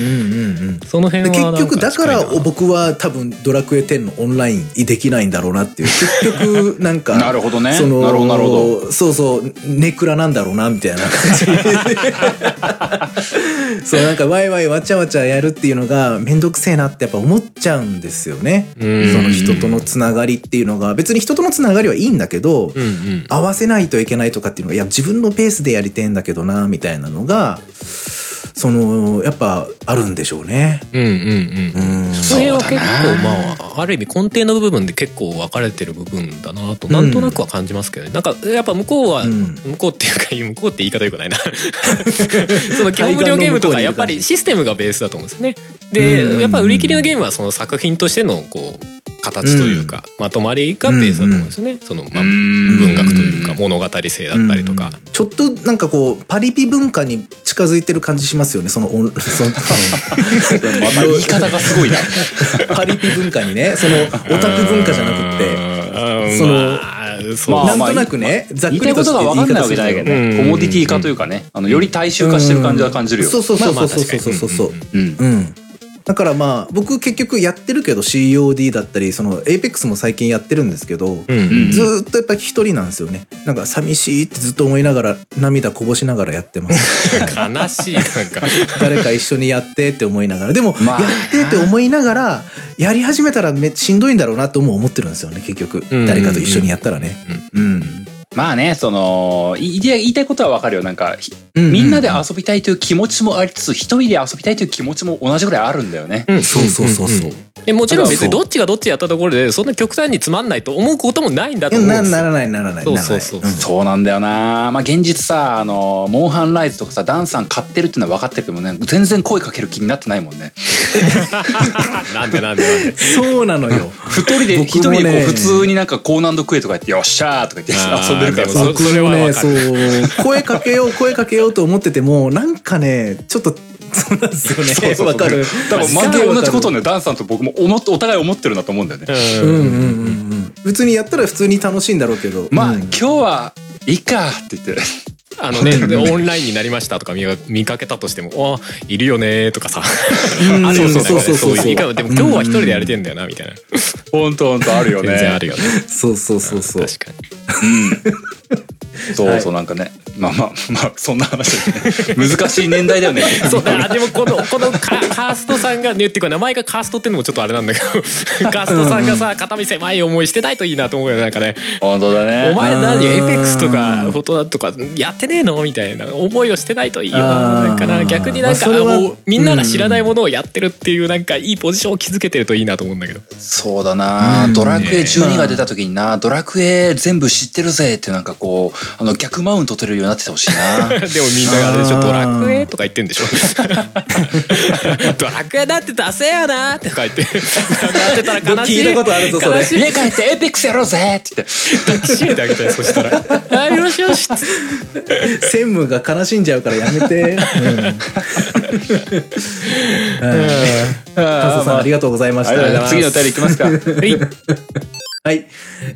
S3: ん。
S2: その辺
S3: で
S2: はなん
S3: 結局だから
S2: 近いな
S3: 僕は多分「ドラクエ10」のオンラインできないんだろうなっていう結局なん
S1: <laughs>
S3: か
S1: なるほどね
S3: その
S1: なるほどなるほ
S3: そうそうネクラなんだろうなみたいな
S2: <laughs>
S3: 感じそうなんかワイワイわちゃわちゃやるっていうのがめんどくせえなってやっぱ思っちゃうんですよねそ
S2: うん
S3: の人とのつながりっていうのが別に人とのつながりはいいんだけ
S2: う
S3: ど、
S2: んうん。
S3: 合わせないといけないとかっていうのがいや自分のペースでやりてえんだけどなみたいなのがそのやっぱあるんでしょうね。
S2: うんうんうん。
S3: うん
S2: それは結構
S1: そうだな
S2: まあある意味根底の部分で結構分かれてる部分だなとなんとなくは感じますけどね、なんかやっぱ向こうは、
S3: うん
S2: 向こうっていうか向こうって言い方よくない
S3: <laughs>
S2: なその基本無料ゲームとかやっぱりシステムがベースだと思うんですねで、
S3: うん
S2: やっぱ売り切りのゲームはその作品としてのこう形というか、まとまりがベースだと思うんですよね、その、まあ、文
S1: 文
S2: 学というか物語性だったりとか、
S3: ちょっとなんかこうパリピ文化に近づいてる感じしますよね <laughs> そのオンその
S1: また言い方がすごいな。
S3: パリピ文化にねそのオタク文化じゃなくって
S2: て
S3: その
S2: その
S1: まあ
S3: な
S1: まあ
S3: んとなくねざっ
S1: 言い
S3: く
S1: たい
S3: り
S1: こととが分
S3: して言い
S1: かんない
S3: 方
S1: わ
S3: す
S1: け
S3: る
S1: じゃないけど
S3: ど
S1: ね、
S2: うん
S1: コモディティ化というかね、あのより大衆化してる感じは感じるよ。
S3: そうそうそう
S2: まあま
S3: そう
S2: あ
S3: そうそうそうそう
S2: 確かに
S1: うん
S3: うんだからまあ僕結局やってるけど COD だったりその APEX も最近やってるんですけど、
S2: うんうん
S3: ずーっとやっぱり一人なんですよねなんか寂しいってずっと思いながら涙こぼしながらやってますはい
S2: <laughs>
S3: <laughs>
S2: 悲しいなんか
S3: 誰か一緒にやってって思いながらでも、
S1: まあ
S3: やってって思いながらやり始めたらめしんどいんだろうなとも思ってるんですよね結局
S2: うん
S3: 誰かと一緒にやったらねうん
S1: まあね、その、いい言いたいことは分かるよ。なんか、ひ
S3: う
S1: みんなで遊びたいという気持ちもありつつ、一人で遊びたいという気持ちも同じぐらいあるんだよね。
S2: うん
S3: そうそうそうそう
S2: えもちろん別に
S3: そう
S2: どっちがどっちやったところでそんな極端につまんないと思うこともないんだと
S3: いや
S2: 思うん
S3: な
S2: です
S3: な
S2: よ。
S3: らないならない
S2: そう
S3: ならない
S2: そうそう
S1: そうなんだよなまあ現実さ、あの、モンハンライズとかさ、ダンさん買ってるっていうのは分かってるけどもね、全然声かける気になってないもんね。
S2: <laughs> なんでなんでなんで。
S3: うんそうなのよ
S1: 一人で、一
S3: 僕
S1: 人
S3: もね
S1: でこう普通になんか高難度クエとか言って、よっしゃーとか言って
S2: あー
S1: 遊んでるから
S2: でも
S1: さ。
S2: そ
S3: 僕
S2: それは
S3: もね
S2: わか
S3: そ
S2: る
S3: う声かけよう声かけようと思っててもなんかねちょっとそうなんですよね
S1: そうそう
S3: わかる
S1: 多分全く同じことをね、ダンさんと僕も思っお互い思ってるなと思うんだよね。
S3: う
S2: う
S3: んうんんうんうん普通にやったら普通に楽しいんだろうけど
S1: まあ、
S3: うん
S1: 今日はいいかって言って。 <laughs>
S2: あのねでオンラインになりましたとか見か見かけたとしても「あいるよね」とかさ
S3: ん
S2: <laughs> あるよね
S3: そうそうそうそう
S2: なんかねいいかでも今日は一人でやれてんだよなみたいな
S1: ほんとほんとあるよね。
S2: 全然あるよね
S3: そうそうそうそう
S2: 確かに
S1: そうそう、なんかね。まあまあ、まあ、そんな話だね。難しい年代だよね。
S2: そうだあでもこのこのカカーストさんがねっていうか名前がカーストってのもちょっとあれなんだけど <laughs> カーストさんがさ肩身狭い思いしてないといいなと思うよねなんかね
S1: 本当だね。
S2: お前何
S3: うん
S2: エイペックスとかフォトナとかやってねえのみたいな思いをしてないといいよな
S3: あー
S2: なんかな逆になんか
S3: まあそれは
S2: もうみんなが知らないものをやってるっていうなんかいいポジションを築けてるといいなと思うんだけど
S1: そうだな、
S3: うん
S1: ドラクエ
S3: ね
S1: 12が出た時にな、ドラクエ全部知ってるぜってなんかこう、あの逆マウント取れるようになっててほしい
S2: で
S1: <laughs> な。
S2: もみんながあれでしょ「
S3: あー
S2: ドラクエ」とか言ってんでしょ「ドラクエだって出せよな」とか言ってなってたら悲しい
S3: 聞いたことあるぞそれ
S2: 悲しい
S1: 家帰ってエイペックスやろうぜって言って。
S2: 抱きしめてあげたいそしたら「あよしよし」
S3: 専務が悲しんじゃうからやめて。カズさんありがとうございまし
S1: ありがとうござい
S3: た。
S1: ます次のお便りいきますか。
S2: はい
S3: はい。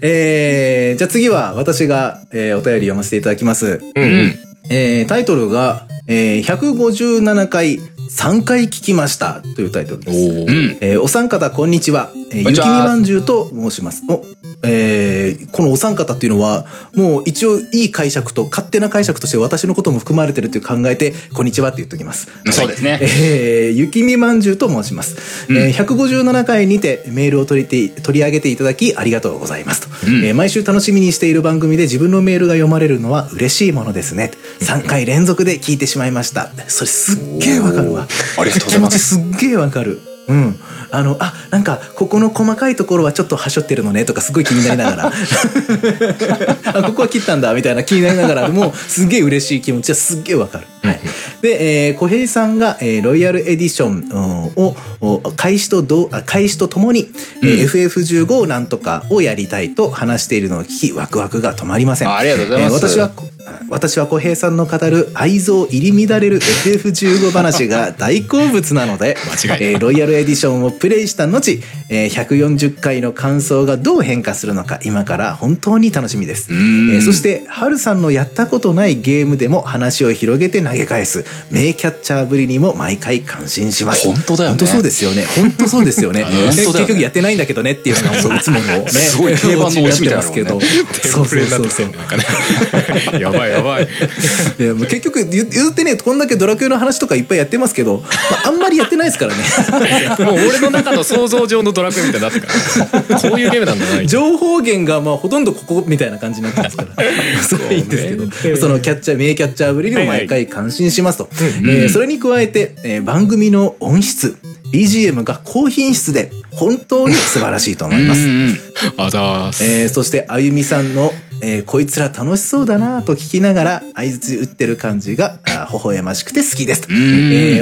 S3: えー、じゃあ次は私が、えーお便り読ませていただきます。
S2: うん
S3: えー、タイトルが、えー、157回3回聞きましたというタイトルです。
S2: お
S1: うん。
S3: えーお三方こんにちは。えー、
S1: こんに
S3: ゆき
S1: ち
S3: み
S1: は
S3: まんじゅうと申します。おえーこのお三方っていうのは、もう一応いい解釈と勝手な解釈として私のことも含まれてるという考えて、こんにちはって言っときます。
S1: そうですね。
S3: えー、ゆきみまんじゅうと申します、えー157回にてメールを取りて取り上げていただきありがとうございますと、えー毎週楽しみにしている番組で自分のメールが読まれるのは嬉しいものですね3回連続で聞いてしまいましたそれすっげえわかるわ
S1: ありがとうご
S3: 気
S1: ざい
S3: 持
S1: ま
S3: ち
S1: す。
S3: すっげえわかるうん、あのあなんかここの細かいところはちょっとはしょってるのねとかすごい気になりながら <laughs> あここは切ったんだみたいな気になりながらもすげえ嬉しい気持ちはすっげえわかる。はい、で、えー、小平さんが、えーロイヤルエディションうんをお開始とどうあ開始とともに、えー FF15 をなんとかをやりたいと話しているのを聞きワクワクが止まりません。
S1: ありがとうございます
S3: えー私はこ私は小平さんの語る愛憎入り乱れる FF15 話が大好物な
S1: <laughs>
S3: ので
S2: 間違いない
S3: えーロイヤルエディションをプレイした後、えー140回の感想がどう変化するのか今から本当に楽しみです、えーそしてハルさんのやったことないゲームでも話を広げて投げ返す名キャッチャーぶりにも毎回感心します
S1: 本当だよね
S3: 本当そうですよね本当そうですよね
S1: <laughs> 本当だよね
S3: 結局やってないんだけどねっていうのがそういつももうね
S1: すごい定番のオチみたいなの
S3: す
S1: ね
S3: け
S1: <laughs>
S3: ど
S2: テ
S3: そ
S2: ー
S3: う
S2: ブ
S3: そう
S2: ルにな
S3: そ
S2: っ
S3: う
S2: て
S3: そう
S2: るなんかねやばいやばい
S3: いやもう結局言言ってねこんだけドラクエの話とかいっぱいやってますけど、まあ、あんまりやってないですからね
S2: もう俺の中の想像上のドラクエみたいになってからこういうゲームなんだなみたいな
S3: 情報源がまあほとんどここみたいな感じになってますからす <laughs> ごいいいんですけどそのキャッチャー名キャッチャーぶりにも毎回感心しますと、えーそれに加えて、えー番組の音質 BGM が高品質で本当に素晴らしいと思います
S2: あざーす
S3: えーそしてあゆみさんの、えーこいつら楽しそうだな」と聞きながら相槌打ってる感じがあー微笑ましくて好きですと、え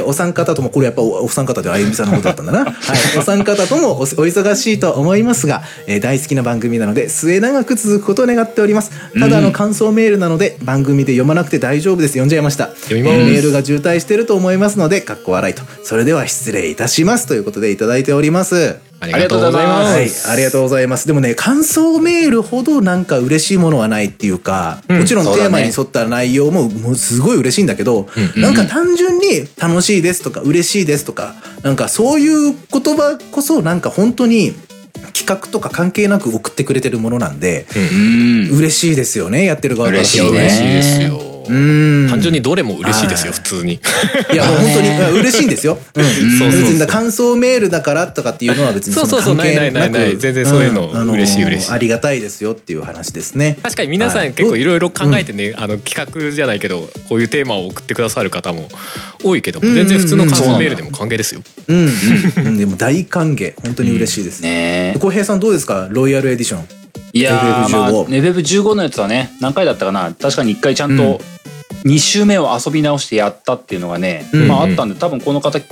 S3: ーお三方ともこれやっぱおお三方ではあゆみさんのことだったん
S2: <laughs>
S3: だな、はい、お三方ともおお忙しいと思いますが、えー大好きな番組なので末永く続くことを願っておりますただあの感想メールなので番組で読まなくて大丈夫です読んじゃいました
S2: 読みます
S3: えーメールが渋滞してると思いますのでかっこ笑いとそれでは失礼いたしますということでいただいております
S2: ありがとうござい
S1: ありがとうございます
S2: ま
S3: は
S2: す
S3: い、ありがとうございます。でもね、感想メールほどなんか嬉しいものはないっていうか、もちろん
S1: そう
S3: テ
S1: だ
S3: ーマ
S1: ね
S3: に沿った内容ももうすごい嬉しいんだけど、なんか単純に楽しいですとか嬉しいですとか、なんかそういう言葉こそなんか本当に企画とか関係なく送ってくれてるものなんで、嬉しいですよね、やってる側から
S1: 嬉
S3: す
S1: し
S3: る
S1: い
S3: と
S1: ね
S2: 嬉しいですよ
S3: うん。
S2: 単純にどれも嬉しいですよ
S3: は
S2: 普通に
S3: いや、もう本当
S2: <laughs>
S3: にうん嬉しいんですよ。うん
S2: そうそうそう
S3: 別にだから感想メールだからとかっていうのは別に
S2: そうそうそう
S3: の関係
S2: ないないないない
S3: く
S2: 全然そういうの
S3: んあのー
S2: 嬉しい嬉しい
S3: ありがたいですよっていう話ですね。
S2: 確かに皆さ
S3: は
S2: ん
S3: い
S2: 結構いろいろ考えてね、あの企画じゃないけどこういうテーマを送ってくださる方も多いけども
S3: うんうんうん
S2: 全然普通の感想メールでも歓迎ですよ。
S3: うんうんうんでも大歓迎本当に嬉しいですね。
S1: ねえ
S3: 小平さんどうですかロイヤルエディション。
S1: いやー
S3: FF15
S1: まあ FF15 のやつはね何回だったかな確かに1回ちゃん
S3: うん
S1: と2周目を遊び直してやったっていうのがね、
S3: うん
S1: まああったんで多分この方聞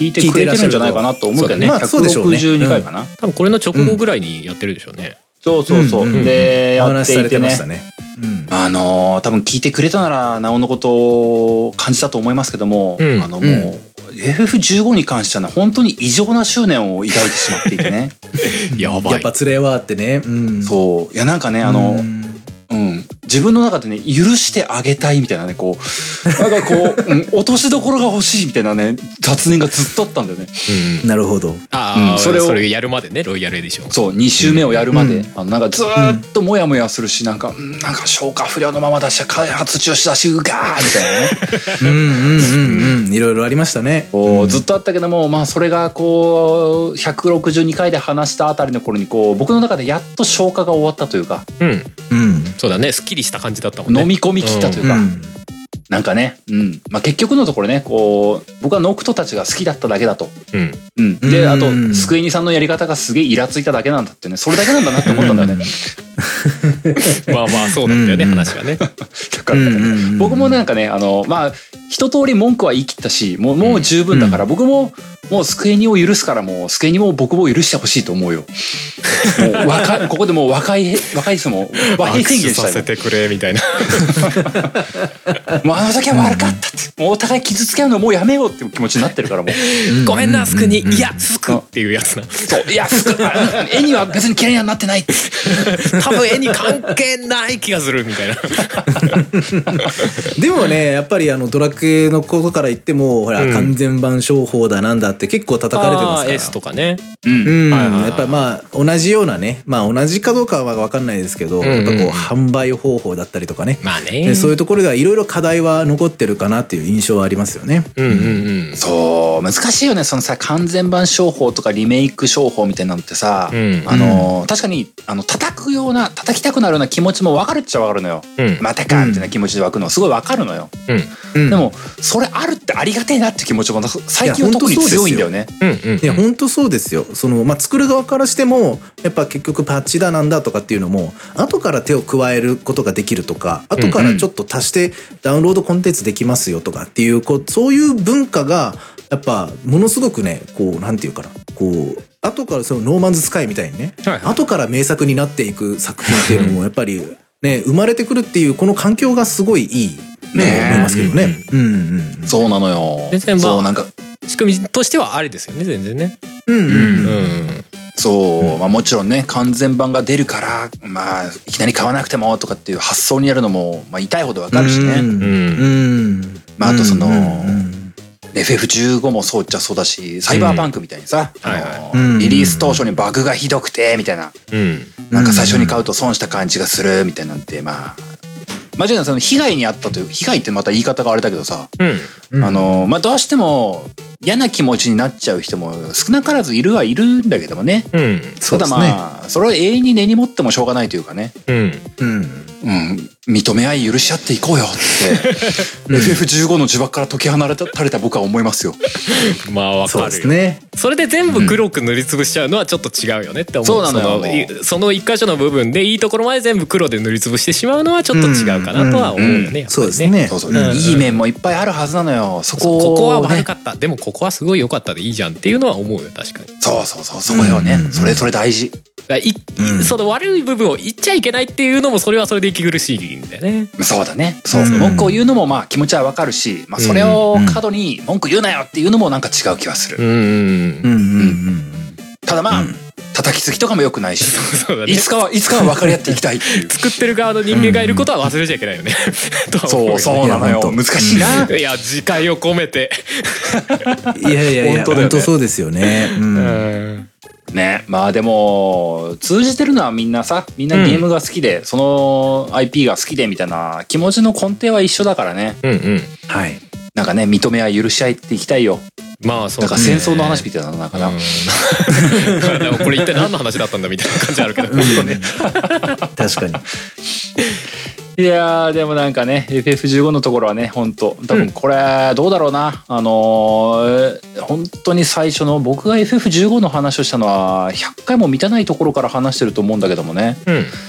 S1: いてくれてるんじゃないかなと思うけどね
S3: まあそうでしょうね
S1: 162回かな、
S2: 多分これの直後ぐらいにやってるでしょうね。
S1: そうそうそう、
S3: うんうん
S1: で
S3: お
S1: やっ
S3: 話してさ
S1: い
S3: れ
S1: て
S3: てま
S1: ね
S3: したね。うん
S1: あのー多分聞いてくれたならなおのことを感じたと思いますけども、
S2: うん
S1: あの
S3: う
S1: も
S3: ん
S1: う、FF15 に関してはね本当に異常な執念を抱いてしまっていてね
S2: やば
S3: やっ
S2: い。
S3: ぱ連れはあってね。うん
S1: そういやなんかねあの、
S3: うん
S1: うん、自分の中でね許してあげたいみたいなねこうなんかこ
S3: <laughs>
S1: う、うん落としどころが欲しいみたいなね雑念がずっとあったんだよね
S2: うん
S3: なるほど。
S2: ああ、
S1: うん
S2: そ
S1: そ
S2: れ
S1: れ
S2: を
S1: を
S2: やるまでねロイヤルエディション。
S1: そう2周目をやるまで、
S3: うん
S1: あのなんかずーっとモヤモヤするしなんか、うん、なんか消化不良のまま出した開発中止だしうがーみたいなね
S3: うんうんうんうんいろいろありましたね。
S1: こうずっとあったけども、まあ、それがこう162回で話したあたりの頃にこう僕の中でやっと消化が終わったというか
S2: うん、
S3: うん。
S2: そうだね。すっきりした感じだったもんね。
S1: 飲み込みきったという
S3: う
S1: か、
S3: ん
S1: なんかね、うんまあ、結局のところねこう僕はノクトたちが好きだっただけだと、
S2: うん、
S1: うん、
S3: う
S1: で
S3: ん
S1: あとスクエニさんのやり方がすげえイラついただけなんだってねそれだけなんだなって思ったんだよね
S2: まあまあそうなんだよね
S3: うん
S2: 話がね。
S1: だから、
S3: うんうんうん
S1: 僕もなんかねあのまあ一通り文句は言い切ったしもうもう十分だから、僕ももうスクエニを許すからもうスクエニも僕も許してほしいと思うよ。もう若い <laughs> ここでもう若い若い人も和
S2: 握
S1: 平
S2: 手
S1: 宣言
S2: さ
S1: した
S2: せ
S1: い
S2: てくれみたいな。
S1: もうあの時は悪かったってもうお互い傷つけ合うのもうやめようっていう気持ちになってるからもう。
S2: ごめんなスクにいやスクっていうやつ <laughs> な。
S1: そういやすごいあ絵には別に嫌いにはなってないって
S2: 多分絵に関係ない気がするみたいな。
S3: でもねやっぱりあのドラクエのことから言ってもほら、
S2: うん
S3: 完全版商法だなんだって結構叩かれてます
S2: あ
S3: か
S2: ー
S3: ら。
S2: エースとかね。
S3: うん、
S2: はいはいはい
S3: やっぱりまあ同じようなねまあ同じかどうかは分かんないですけど、
S2: んうん
S3: やっぱこう販売方法だったりとかね、
S2: まあね。
S3: でそういうところではいろいろ課題は残ってるかなっていう印象はありますよね。
S2: うんうんうん。
S1: そう難しいよねそのさ完全版商法とかリメイク商法みたいなのってさ、
S2: うん
S1: あのー確かにあの叩くような叩きたくなるような気持ちも分かるっちゃ分かるのよ、
S2: うん
S1: またかみたいな気持ちで湧くのすごい分かるのよ、
S2: うん
S3: うん
S1: でもそれあるってありがてえなって気持ちも最近は特に強いんだよね
S2: うんうん
S3: いや本当そうですよその、まあ、作る側からしてもやっぱ結局パッチだなんだとかっていうのも後から手を加えることができるとか後からちょっと足してダウンロードコンテンツできますよとかっていうこうそういう文化がやっぱものすごくねこうなんていうかなこう後からそのノーマンズスカイみたいにね、
S2: はいはい
S3: 後から名作になっていく作品っていうのもやっぱりね生まれてくるっていうこの環境がすごいいいと思
S1: ねえ
S3: いますけどね。うんうん
S1: そうなのよ
S2: 全然まあ
S1: そうなんか
S2: 仕組みとしてはありですよね全然ね。
S3: うんうん
S2: うん
S1: そう、まあもちろんね完全版が出るからまあいきなり買わなくてもとかっていう発想になるのも、まあ、痛いほどわかるしね、
S3: うん
S2: うん
S3: うん
S1: まああとその
S3: うんうん、
S1: FF15 もそうっちゃそうだしサイバーパンクみたいにさ、
S2: うんはい
S1: あ
S2: は
S1: の
S3: うん
S1: リリース当初にバグがひどくてみたいな
S2: うん
S1: なんか最初に買うと損した感じがするみたいなんてまあ間違いないその被害に遭ったという被害ってまた言い方があれだけどさ、
S2: うん
S3: うん
S1: あのまあどうしても嫌な気持ちになっちゃう人も少なからずいるはいるんだけどもね
S2: うん
S3: そうですね
S1: ただまあそれを永遠に根に持ってもしょうがないというかね、
S2: うん
S3: うん、
S1: うん、認め合い許し合っていこうよって FF15 の呪縛から解き放たれた僕は思いますよ。
S2: まあわ
S3: そう
S2: か
S3: で
S2: る
S3: す
S2: よ。
S3: ね。
S2: それで全部黒く塗りつぶしちゃうのはちょっと違うよねって思う
S1: そうなのよ
S2: そのいその一箇所の部分でいいところまで全部黒で塗りつぶしてしまうのはちょっと違うかなとは思うよね、や
S3: んん
S2: っぱり
S3: そうですね。
S1: そうそう
S3: うん
S2: ん
S1: いい面もいっぱいあるはずなのよ。そこを、ね、
S2: ここは悪かった、でもここはすごい良かったでいいじゃんっていうのは思うよ確かにだか
S1: そうそうそう、そこよね。
S3: うんうんうん
S1: それそれ大事。
S2: らい、
S3: うん
S2: その悪い部分を言っちゃいけないっていうのもそれはそれで息苦しいんだよね
S1: そうだね。そう。
S3: うん
S1: 文句を言うのもまあ気持ちはわかるし、まあそれを過度に文句言うなよっていうのもなんか違う気はする。
S2: うんうん
S3: うんうんうん。
S1: ただまあ、叩きすぎとかも良くないし、
S2: そうだね。
S1: いつかは、いつかは分かり合っていきたいっていう
S2: 作ってる側の人間がいることは忘れちゃいけないよね、 <laughs> とは思
S1: そう、そうなの
S3: いや
S1: よ。
S3: 本
S1: 難
S3: 当
S1: しいな。
S2: いや自戒を込めて
S3: いやいやいや、
S1: 本当だよね
S3: 本当そうですよね。うん
S2: うん
S1: ね。まあでも、通じてるのはみんなさ、みんなゲームが好きで、その IP が好きでみたいな気持ちの根底は一緒だからね。
S2: うんうん
S3: はい。
S1: なんかね、認め合い許し合いっていきたいよ。
S2: まあそう
S1: だ
S2: だ
S1: か
S2: ね
S1: ら戦争の話みたいなのかな。
S2: うんでもこれ一体何の話だったんだみたいな感じあるけど、
S3: 確かに。
S1: いやーでもなんかね FF15 のところはね本当多分これどうだろうな、あのー本当に最初の僕が FF15 の話をしたのは100回も満たないところから話してると思うんだけどもね、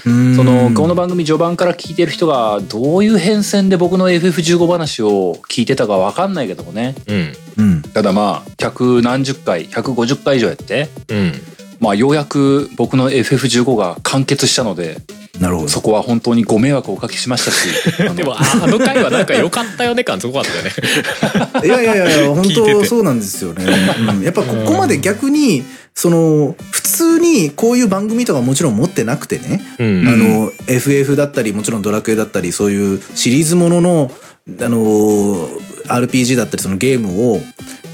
S2: うん
S1: そ
S3: <laughs> そ
S1: のこの番組序盤から聞いてる人がどういう変遷で僕の FF15 話を聞いてたか分かんないけどもね
S2: うん
S3: うん。
S1: ただまあ100何十回150回以上やって
S2: うん
S1: まあようやく僕の FF15 が完結したので
S3: なるほ
S1: そ
S3: ど。
S1: こは本当にご迷惑をおかけしましたしあの
S2: でもああの回はなんか良かったよね感すごかったよね。
S3: いやいやいやいや、本
S2: 聞いて
S3: 当
S2: て
S3: そうなんですよね。うんやっぱここまで逆に、その、普通にこういう番組とかもちろん持ってなくてね、
S2: うん
S3: あの、FF だったり、もちろんドラクエだったり、そういうシリーズものの、あのー、RPG だったり、そのゲームを、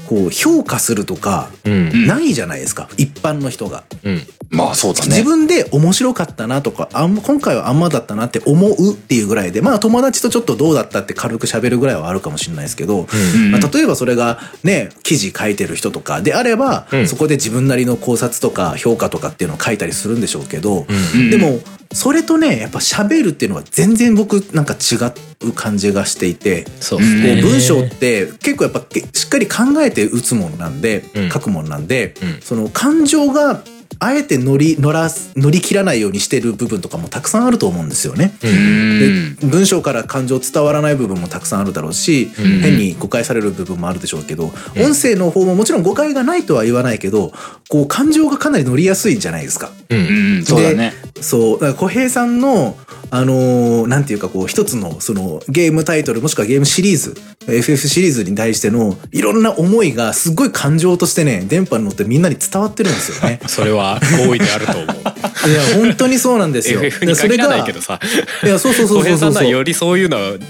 S3: こう、評価するとか、
S2: うん
S3: ないじゃないですか、一般の人が。
S2: うん
S1: <laughs> まあそうだね
S3: 自分で面白かったなとかあん今回はあんまだったなって思うっていうぐらいでまあ友達とちょっとどうだったって軽く喋るぐらいはあるかもしれないですけど、
S1: うん
S3: まあ、例えばそれがね記事書いてる人とかであれば、
S2: うん
S3: そこで自分なりの考察とか評価とかっていうのを書いたりするんでしょうけど、
S2: うん
S3: でもそれとねやっぱ喋るっていうのは全然僕なんか違う感じがしていて。
S2: そう
S1: です
S3: こ
S1: ね
S3: う文章って結構やっぱけしっかり考えて打つもんなんで、
S2: うん
S3: 書くもんなんで、
S2: うん
S3: その感情があえて乗り乗らす乗り切らないようにしてる部分とかもたくさんあると思うんですよね。
S1: うん
S3: で文章から感情伝わらない部分もたくさんあるだろうし、
S2: うん
S3: 変に誤解される部分もあるでしょうけど、音声の方ももちろん誤解がないとは言わないけどこう感情がかなり乗りやすいじゃないですか。
S2: うん。
S1: うんそうだね。
S3: そう、だから小平さんの、あのーなんていうかこう、一つの、その、ゲームタイトル、もしくはゲームシリーズ、FF シリーズに対しての、いろんな思いが、すごい感情としてね、電波に乗ってみんなに伝わってるんですよね
S2: <laughs> それは大いである <laughs> と思う。
S3: いや、本当にそうなんですよ。
S2: FF
S3: で
S2: に
S3: そ
S2: 限
S3: れ
S2: らない
S3: が、
S2: けどさ、
S3: いや、そうそうそ
S2: 小
S3: うそ
S2: 平
S3: うそ
S2: さなら
S3: うんそう。
S2: よりそういうのはう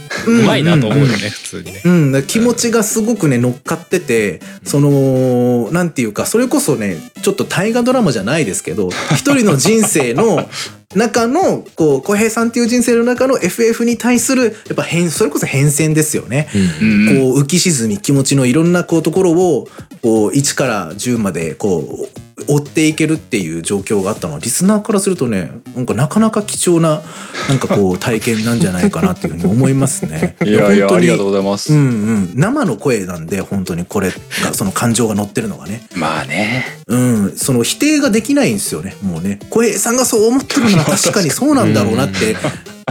S2: まいなと思うよね普通にね。
S3: うん、だから気持ちがすごくね、乗っかってて、その、なんていうか、それこそね、ちょっと大河ドラマじゃないです
S1: <laughs>
S3: けど、一人の人生の中の、こう、小平さんっていう人生の中の FF に対する、やっぱ変、それこそ変遷ですよね。
S1: うん
S3: こう浮き沈み気持ちのいろんなこうところをこう1から10までこう追っていけるっていう状況があったのは、リスナーからするとね、なんかなかなか貴重な、なんかこう、体験なんじゃないかなっていうふうに思いますね。
S1: <laughs> いやいや、ありがとう
S3: う。
S1: ございま
S3: う
S1: す。
S3: んうん。生の声なんで、本当にこれが、その感情が乗ってるのがね。
S1: まあね。
S3: うん、その否定ができないんですよね。もうね。小平さんがそう思ってるなら確かにそうなんだろうなって、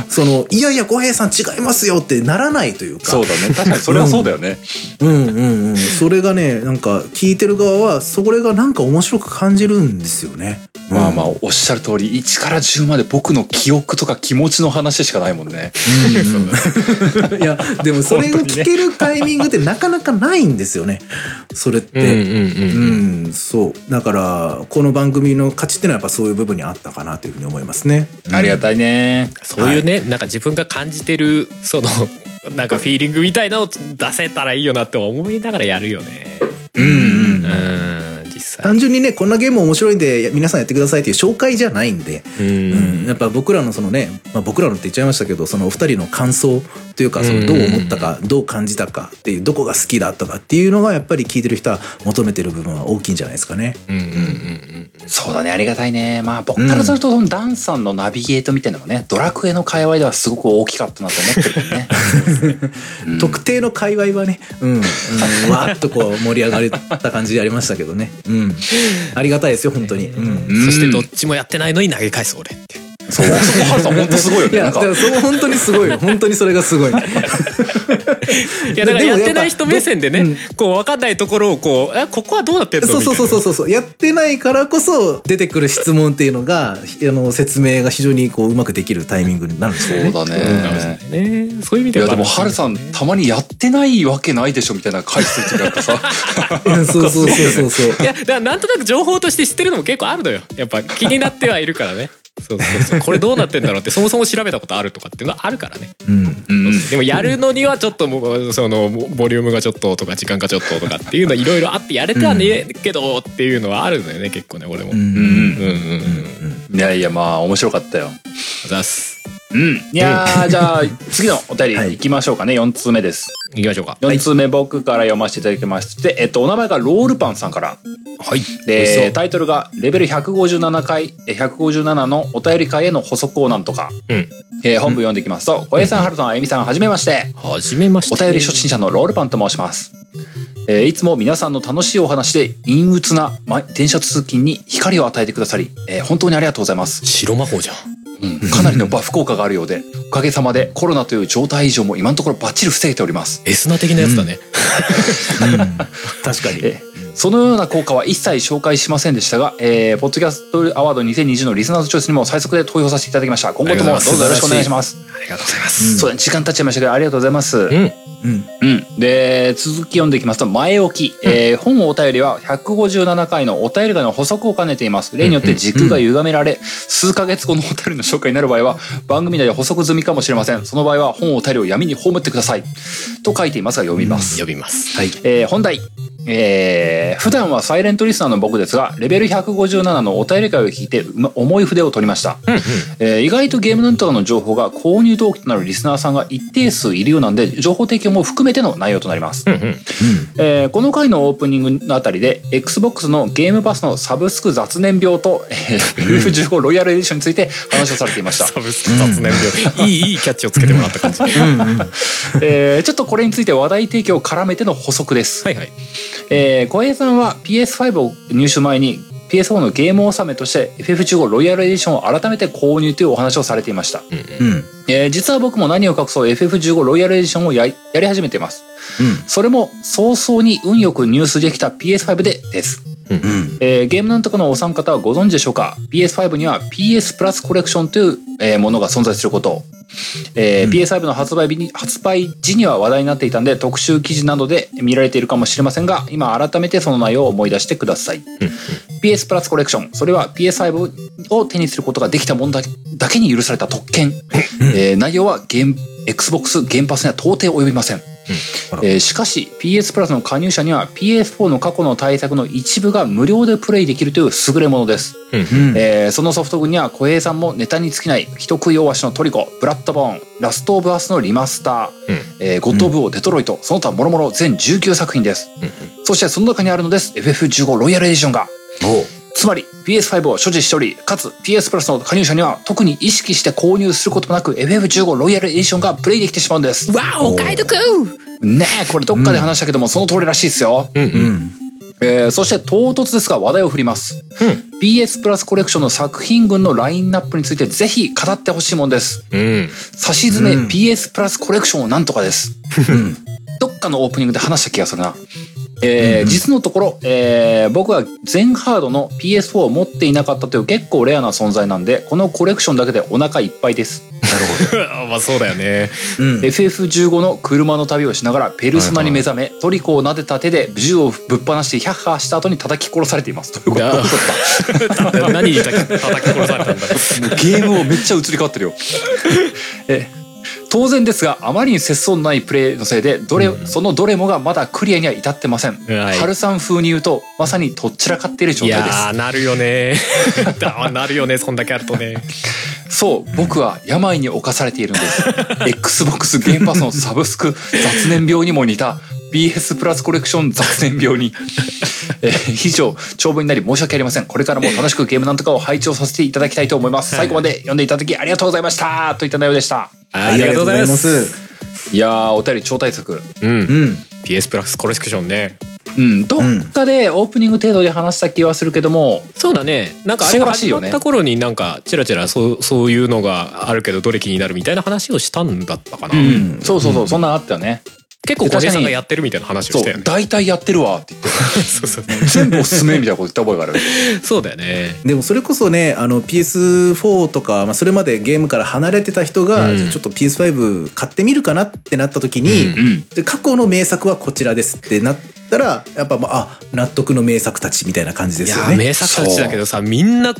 S3: その、いやいや小平さん違いますよってならないというか。
S1: そうだね。確かにそれはそうだよね。
S3: うんうんうん。それがね、なんか聞いてる側は、それがなんか面白く感じるんですよね。うん
S1: まあまあ、おっしゃる通り、1から10まで僕の記憶とか気持ちの話しかないもんね。
S3: いや、でもそれを聞けるタイミングってなかなかないんですよね。それっ
S2: うん
S3: て。
S2: うんうん
S3: うん、そう。だから、この番組の価値ってのはやっぱそういう部分にあったかなというふうに思いますね。
S1: ありがたいね。
S2: そういうね、なんか自分が感じてるそのなんかフィーリングみたいなのを出せたらいいよなって思いながらやるよね。
S3: うんうん
S2: うん実際。
S3: 単純にね、こんなゲーム面白いんで、皆さんやってくださいっていう紹介じゃないんで、
S2: うん
S3: うんやっぱ僕らのそのね、まあ、僕らのって言っちゃいましたけど、そのお二人の感想というか、そのどう思ったか、どう感じたかっていう、どこが好きだったかっていうのが、やっぱり聞いてる人は求めてる部分は大きいんじゃないですかね。
S2: うんうんうん
S1: そうだね、ありがたいね。まあ、僕からすると、そのダンさんのナビゲートみたいなのもね、ドラクエの界隈ではすごく大きかったなと思ってるもんね。うん
S3: 特定の界隈はね、うん、うん、わーっとこう盛り上がった感じでありましたけどね。うん。ありがたいですよ、本当に。うん。
S2: うんそしてどっちもやってないのに投げ返す俺って。
S1: <laughs> そう、そこハルさん本当すごいよ
S3: い
S1: ね。
S3: や、
S1: な
S3: だ
S1: んか
S3: か、らそう本当にすごいよ。本当にそれがすごい。
S2: いやだから
S3: で
S2: や
S3: もやっ
S2: っ
S3: ぱ
S2: てない人目線でね、
S3: うん
S2: こう分かんないところをこうえここはどうなってんの
S3: そうそうそうそううそうそうやってないからこそ出てくる質問っていうのがあの説明が非常にこううまくできるタイミングになるんです
S1: <laughs>
S3: よ
S1: そう
S3: ね。
S1: だね。
S2: ねそういう意味
S1: い
S2: で
S1: や
S2: は
S1: でも、ハルさん、たまにやってないわけないでしょみたいな回数ってやっぱさ、
S3: うんそうそうそうそうそう。
S2: <laughs> いやだからなんとなく情報として知ってるのも結構あるのよやっぱ気になってはいるからねそうそうそうこれどうなってんだろう
S3: <laughs>
S2: ってそもそも調べたことあるとかっていうのはあるからね
S3: うん。
S2: でもやるのにはちょっともうそのボリュームがちょっととか時間がちょっととかっていうのいろいろあってやれてはねえけどっていうのはあるんだよね結構ね俺も。
S3: う。
S2: うん
S1: うん
S2: うん
S1: ん。
S2: うんう
S1: い
S2: ん。
S1: やいや、まあ、面白かったよ。
S2: ざっす。
S1: うん。いやー、じゃあ、次のお便
S3: は
S1: り
S3: い
S1: 行きましょうかね。4通目です。
S2: 行きましょうか。
S1: 4通目、僕から読ませていただきまして、えっと、お名前がロールパンさんから。
S2: はい。美味しそ
S1: で
S2: う、
S1: タイトルが、レベル157回、え157のお便り会への補足をなんとか。
S2: うん。
S1: えー本部読んでいきますと、小平さん、春さん、あゆみさん、はじめまして。
S2: はじめまして。
S1: お便り初心者のロールパンと申します。えーいつも皆さんの楽しいお話で陰鬱なま電車通勤に光を与えてくださり、えー本当にありがとうございます。
S2: 白魔法じゃん。
S1: うんかなりのバフ効果があるようで、おかげさまでコロナという状態以上も今のところバッチリ防げております。
S2: エスナ的なやつだね。
S3: 確かに。
S1: えそのような効果は一切紹介しませんでしたが、えーポッドキャストアワード2020のリスナーズチョイスにも最速で投票させていただきました。今後ともどうぞよろしくお願いします。
S2: ありがとうございま
S3: う
S2: す。
S3: ん
S1: そうだね時間経っちゃいましたけど、ありがとうございます。
S2: うん。
S3: うん。
S1: うん、で続き読んでいきますと「前置き」えー本お便りは157回のお便りがの補足を兼ねています例によって時空が歪められ、数ヶ月後のお便りの紹介になる場合は番組内で補足済みかもしれませんその場合は本お便りを闇に葬ってくださいと書いていますが読みます、
S2: 呼びます。
S3: はい。
S1: えー本題えー普段はサイレントリスナーの僕ですがレベル157のお便り会を聞いてうま重い筆を取りました
S2: うんうん。
S1: えー意外とゲームなんとかの情報が購入動機となるリスナーさんが一定数いるようなんで情報提供も含めての内容となります、
S2: うんうん。
S1: えーこの回のオープニングのあたりで XBOX のゲームパスのサブスク雑念病と、えー、F15 ロイヤルエディションについて話をされていま
S2: <laughs>
S1: した
S2: サブスク雑念病。いい、いいキャッチをつけてもらった感じ。はい
S1: えーちょっとこれについて話題提供を絡めての補足です、
S2: はい。
S1: えー小平さんは PS5 を入手前に PS4 のゲーム納めとして FF15 ロイヤルエディションを改めて購入というお話をされていました
S3: うん。うん。
S1: えー実は僕も何を隠そう FF15 ロイヤルエディションをやりやり始めています。それも早々に運よく入手できた PS5 でです。
S3: うん。
S1: えーゲームなんとかのお三方はご存知でしょうか ?PS5 には PS プラスコレクションという、えーものが存在することを。えー PS5 の発売日に、発売時には話題になっていたんで、特集記事などで見られているかもしれませんが、今改めてその内容を思い出してください。PS プラスコレクション、それは PS5 を手にすることができたものだだけに許された特権。えー内容はゲーム Xbox 原発には到底及びません。えーしかし PS プラスの加入者には PS4 の過去の対策の一部が無料でプレイできるという優れものです、
S3: うん。
S1: えーそのソフト群には小平さんもネタに尽きない人食い弱しのトリコブラッドボーンラストオブアスのリマスター、えーゴッド・オブ・オーデトロイトその他もろもろ全19作品です、そしてその中にあるのです FF15 ロイヤルエディションがつまり PS5 を所持しており、かつ PS プラスの加入者には特に意識して購入することなく FF15 ロイヤルエディションがプレイできてしまうんです。
S2: わお買い得
S1: ねえ、これどっかで話したけども、その通りらしいですよ。えーそして唐突ですが話題を振ります。PS プラスコレクションの作品群のラインナップについてぜひ語ってほしいもんです。
S2: うん
S1: 差し詰め PS プラスコレクションをなんとかです。どっかのオープニングで話した気がするな。えー実のところ、えー僕は全ハードの PS4 を持っていなかったという結構レアな存在なんで、このコレクションだけでお腹いっぱいです。
S2: まあそうだよね
S3: うん。
S1: FF15 の車の旅をしながらペルソナに目覚め、トリコを撫でた手で銃をぶっ放してヒャッハーした後に叩き殺されています。ということ
S2: だ <laughs> 何に叩き叩き殺された
S1: もう
S2: んだろう
S1: ゲームをめっちゃ移り変わってる <laughs> よ。え当然ですがあまりに節操のないプレイのせいでどれ、そのどれもがまだクリアには至ってません、
S2: はい
S1: 春さん風に言うとまさにとっちらかっている状
S2: い
S1: 態
S2: や
S1: です
S2: ーなるよね <laughs> だなるよねそんだけあるとね
S1: そう僕は病に侵されているんです <laughs> XBOX ゲームパスのサブスク雑念病にも似た BS プラスコレクション雑念病に、えー以上長文になり申し訳ありませんこれからも楽しくゲームなんとかを拝聴させていただきたいと思います最後まで読んでいただきありがとうございましたといった内容でした
S2: ありがとうございます
S3: ありがとうございます。
S1: いやーお便り超大作
S2: うん
S3: うん。
S2: PS プラスコレクションね
S1: うんどっかでオープニング程度で話した気はするけども、
S2: そうだねなんかあれが始まった頃になんかチラチラそうそういうのがあるけどどれ気になるみたいな話をしたんだったかな、
S1: うんそうそうそう、そんなのあったよね
S2: 結構小林さんがやってるみたいな話を
S1: そ
S2: したよ
S1: う
S2: ね
S1: 大体やってるわって言って
S2: <laughs> そうそう
S1: 全部おすすめみたいなこと言った覚えがある
S2: そうだよね
S3: でもそれこそね、あの PS4 とか、まあ、それまでゲームから離れてた人が、
S2: うん
S3: じゃあちょっと PS5 買ってみるかなってなった時に、
S2: うん
S3: で過去の名作はこちらですってなったら、やっぱまあ、あ納得の名作たちみたいな感じで
S2: いや
S3: すよ
S2: ー
S3: ね。
S2: 名作たちだけどさみんな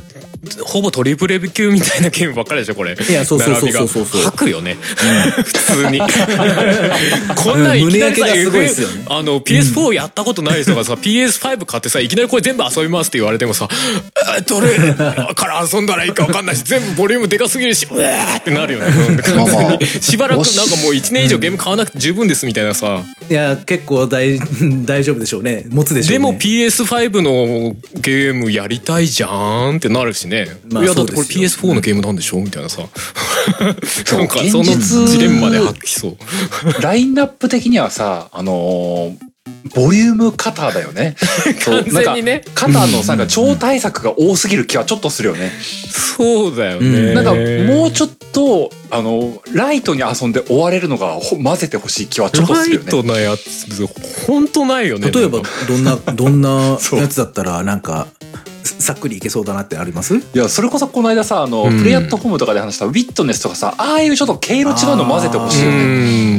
S2: ほぼトリプル級みたいなゲームばっかりでしょこれい
S3: やそうそうそうそうそうそう
S2: 吐くよね、普通
S3: <laughs>
S2: にこんなんいきなりさ、
S3: 胸焼けがすごいっすよね
S2: FF あの PS4 やったことない人がさ、PS5 買ってさいきなりこれ全部遊びますって言われてもさあどれから遊んだらいいか分かんないし全部ボリュームでかすぎるしうわーってなるよね完全
S1: <laughs>
S2: に
S1: まあまあ
S2: <laughs> しばらくなんかもう1年以上ゲーム買わなくて十分ですみたいなさ
S3: いや、結構大 <laughs> 大丈夫でしょうね。持つでしょ
S2: で
S3: うね。
S2: も PS5 のゲームやりたいじゃんってなるしね、
S3: まあ
S2: いやだってこれ
S3: そうです
S2: PS4 のゲームなんでしょみたいなさ
S1: そう
S2: なんかその
S1: 現実
S2: ジレンマで発揮そう
S1: ラインナップ的にはさあのーボリュームカターだよね。そう
S2: <laughs> 完全にね
S1: なんかカターのさなんか超大作が多すぎる気はちょっとするよね。
S2: そうだよね、
S3: うん
S1: なんかもうちょっとあのライトに遊んで終われるのがほ混ぜてほしい気はちょっと
S2: ラ
S1: する
S2: イ
S1: よね。
S2: トなやつほんとないよね
S3: 例えば
S2: なんか、
S3: どんな、どん
S2: <laughs>
S3: な
S1: そう
S3: やつだったら、なんか、ささっくりいけそうだなってあります
S1: いやそれこそこの間さあの、
S2: うん
S1: プレイアットホームとかで話したウィットネスとかさああいうちょっと毛色違うの混ぜてほし
S2: う
S1: いよね。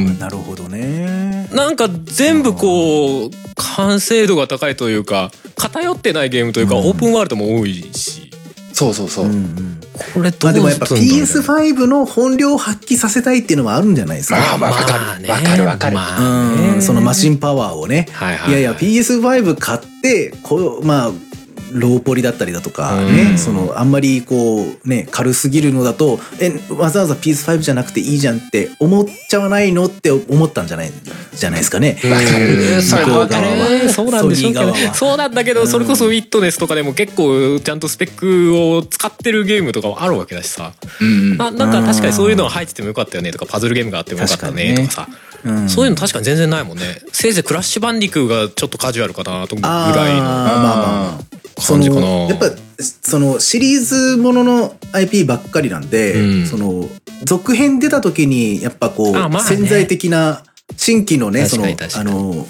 S2: ん
S3: なるほどね。
S2: なんか全部こう完成度が高いというか偏ってないゲームというか、
S3: うん
S2: オープンワールドも多いし
S1: そうそうそう。
S3: うんうん
S2: これど
S3: まあ
S2: う
S3: でもやっぱ
S2: すんだろうね
S3: PS5 の本領を発揮させたいっていうのはあるんじゃないです
S1: ま
S3: か。
S1: あまあわかる
S2: ね
S1: わかるわかる。
S2: まあね
S3: うん、そのマシンパワーをね。
S2: はいはいい
S3: や
S2: はい
S3: いや、PS5 買って、こう、まあ、ローポリだったりだとか
S2: うん
S3: ね、そのあんまりこうね軽すぎるのだとえわざわざ PS5 じゃなくていいじゃんって思っちゃわないのって思ったんじゃないじゃないですか
S1: わ
S3: ね。
S1: かる。それ
S3: 向こ
S1: わ
S3: う
S1: か
S3: 側
S1: る。
S3: は
S2: そうなんでしょうけど
S3: ソニー側は
S2: そうなんだけど、それこそウィットネスとかでも結構ちゃんとスペックを使ってるゲームとかもあるわけだしさ、
S1: うんうん
S2: あなんか確かにそういうのが入っててもよかったよねとかパズルゲームがあってもよかったねとかさ
S3: うん
S2: そういうの確かに全然ないもんねせいぜいクラッシュバンディクーがちょっとカジュアルかなとぐ
S3: あー
S2: らいの
S3: まあまあまあそ
S2: 感じかな
S3: のやっぱそのシリーズものの IP ばっかりなんで、
S2: うん
S3: その続編出た時にやっぱこう、
S2: あまあね
S3: 潜在的な新規のねそ
S2: 確
S3: の
S2: かに確か
S3: あ
S2: に
S3: の、ね、フ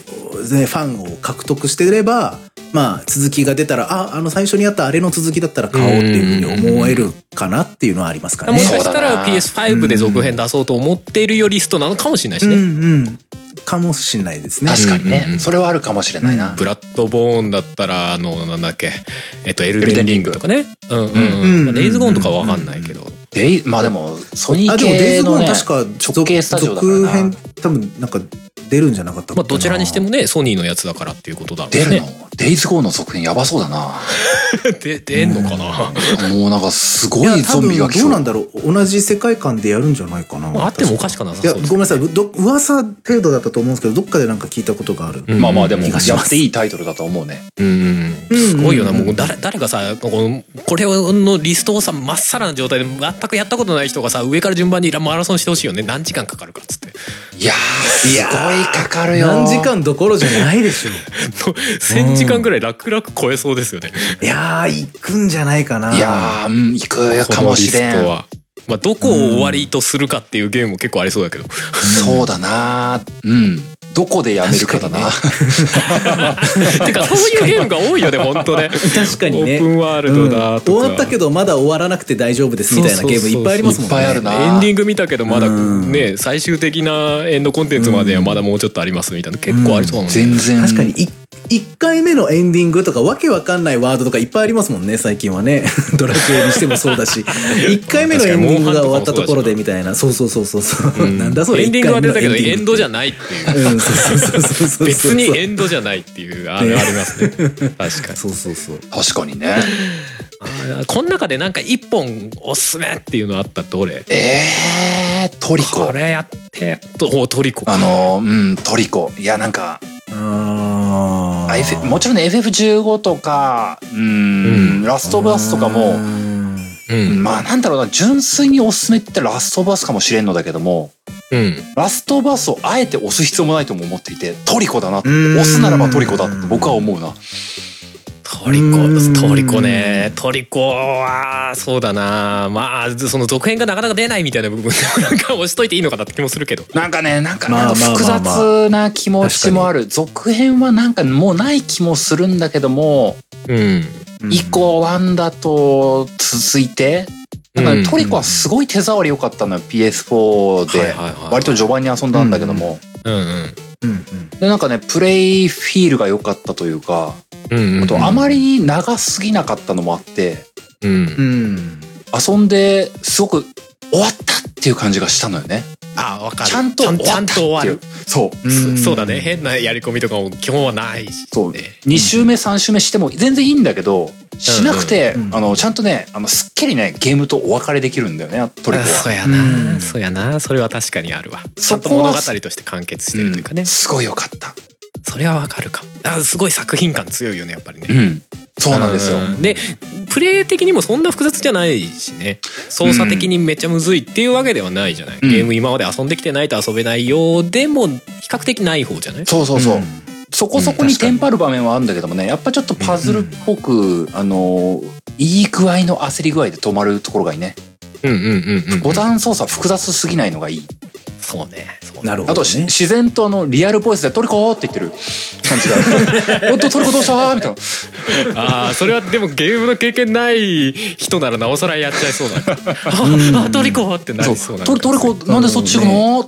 S3: ァンを獲得してればまあ続きが出たらああの最初にやったあれの続きだったら買おうっていうふうに思えるかなっていうのはありますか
S2: も
S3: ね
S2: し。かした
S1: そうだな
S2: ら PS5 で続編出そうと思っているよリストなのかもしれないし
S3: うん
S2: ね、
S3: うんかもしれないですね。
S1: 確かに
S2: うんうんう
S1: ね。
S2: ん
S1: それはあるかもしれないな。
S2: ブラッドボーンだったらあのなんだっけえっとエルデンリングとかねうんうん
S1: ン
S2: うん
S3: グ
S2: まあ
S3: うん
S2: レイズゴーンとかはわかんないけど
S1: デイまあでもソニー
S3: あでもデ
S1: 系
S3: イズゴ
S1: の
S3: ーン
S1: ね
S3: 確か
S1: 直
S3: 続
S1: 系スタジオだから
S3: 続
S1: な
S3: 編多分なんか出るんじゃなかったかな
S2: まあどちらにしてもねソニーのやつだからっていうことだろう
S1: 出る
S2: ね
S1: のデイズゴーの続編やばそうだな。
S2: <laughs> で出んのかな、
S1: もうなんかすご
S3: いや
S1: いゾ
S3: 多
S1: ン
S3: 分
S1: ビ
S3: ど
S1: が来そうう。
S3: なんだろう同じ世界観でやるんじゃないかな、
S2: まあ、あってもおかしくなさ
S3: いや
S2: そう
S3: ご
S2: です
S3: めんなさいど噂程度だったと思うんですけどどっかでなんか聞いたことがある、
S2: うん
S1: まあまあでも、
S3: 気
S1: や
S3: がします
S1: っていいタイトルだと思うね。
S2: うんすごいよな、
S3: うん
S2: もう誰誰がさこのこれのリストをさまっさらな状態で全くやったことない人がさ上から順番にマラソンしてほしいよね何時間かかるかっつって
S1: い
S2: <laughs>
S1: やー、
S3: い
S1: す
S3: や
S1: ごいかかるよ。
S3: <laughs> 何時間どころじゃないでしょう
S2: 1,000時間ぐらい楽々超えそうですよね、
S3: いやー行くんじゃないかない
S1: やー、うん、行くかもしれ
S2: このリスト
S1: ん。
S2: はまあ、どこを終わりとするかっていうゲームも結構ありそう
S3: <laughs>
S2: だけど、
S1: そうだなうん。どこでやめるかだな。
S2: てかそういうゲームが多いよね本当ね
S3: 確か
S2: オ
S3: に
S2: ー
S3: ね
S2: プンワールドだと
S3: うん
S2: か、
S3: 終わったけどまだ終わらなくて大丈夫ですみたいなゲームいっぱいありますもんね
S1: いっぱいあるな
S2: エンディング見たけどまだ
S3: うん
S2: ね最終的なエンドコンテンツまではまだもうちょっとありますみたいな結構ありそうなの
S1: 全然。
S3: 確かに。い1回目のエンディングとかわけわかんないワードとかいっぱいありますもんね最近はね <laughs> ドラクエにしてもそうだ <laughs> し1回目のエンディングが終わったところでみたいなそうそうそうそうそう、なんだそれ
S2: エンディングは出たけどエンドじ
S3: ゃ
S2: ゃないっていう
S3: うんそうそうそうそうそう
S2: 別にエンドじゃないっていうあれありますね確かに
S3: そうそうそう
S1: 確かにね。
S2: この中でなんか一本おすすめっていうのあったらどれ
S1: えー、トリ
S2: こ
S1: コ。
S2: れやってとおトリコ
S1: あのー、うん、トリコ。いや、なんか、
S3: あー
S1: FF もちろんね FF15 とか、うん、
S2: うん
S1: ラストバスとか
S3: う
S1: も、
S3: ん
S2: うん
S1: まあなんだろうな、純粋におすすめって言ったらラストバスかもしれんのだけども、
S2: うん
S1: ラストバスをあえて押す必要もないとも思っていて、トリコだなって、
S3: うん
S1: 押すならばトリコだって僕は思うな。
S2: トリコ
S3: うん
S2: トリコねトリコはそうだなまあその続編がなかなか出ないみたいな部分なんか押しといていいのかなって気もするけど
S1: なんかね、なんか、
S3: ま
S1: な
S3: あ
S1: んか
S3: まあ
S1: 複
S3: まあまあ
S1: 雑な気持ちもある。続編はなんかもうない気もするんだけども、
S2: うん
S1: 以降1だと続いて、なんかねトリコはすごい手触り良かったのよ、PS4
S2: はい
S1: で
S2: はい。はい
S1: 割と序盤に遊んだんだけども。
S2: うんうん
S3: うんうん
S1: で、なんかね、プレイフィールが良かったというか、
S2: うんうん
S1: あとあまりに長すぎなかったのもあって、
S2: うん
S3: うん
S1: 遊んですごく終わったっていう感じがしたのよね。
S2: あわかる
S1: ちゃんと終わ
S2: ちゃんと終わ
S1: っていう
S2: る。
S1: そう。
S3: うん
S2: そそうだね変なやり込みとかも基本はないし
S1: そう
S2: ね
S1: 2周目3周目しても全然いいんだけどしなくて、
S3: うんうん
S1: あのちゃんとねあのすっきりねゲームとお別れできるんだよねトリコ
S2: あそう
S1: は。
S2: や
S3: う
S2: なんそうやなそれは確かにあるわちゃ
S1: そ
S2: んと
S1: こ
S2: 物
S1: は
S2: 語として完結してるというか
S1: う
S2: ね、
S1: んすごいよかった。
S2: それはわかるかもあすごい作品感強いよねやっぱりね、
S1: ん、そうなんですよ。
S2: うんでプレイ的にもそんな複雑じゃないしね操作的にめっちゃむずいっていうわけではないじゃない、
S1: うん
S2: ゲーム今まで遊んできてないと遊べないようでも比較的ない方じゃない
S1: そうそうそう、
S3: ん
S1: そこそこ
S3: うん
S1: に
S3: 確か
S1: テ
S3: に
S1: ンパる場面はあるんだけどもねやっぱちょっとパズルっぽく、あのいい具合の焦り具合で止まるところがいいね
S2: うんうんうんうん
S1: ボタン操作複雑すぎないのがいい
S2: そうねそうね
S3: なるほ
S1: あ
S3: ど
S1: と、
S3: ね
S1: 自然とあのリアルボイスで「トリコ!」って言ってる感じが「おっとトリコどうした?」みたいな
S2: ああそれはでもゲームの経験ない人ならなおさらやっちゃいそうだなああトリコってなりそうな
S1: トリトリコなんでそっち行く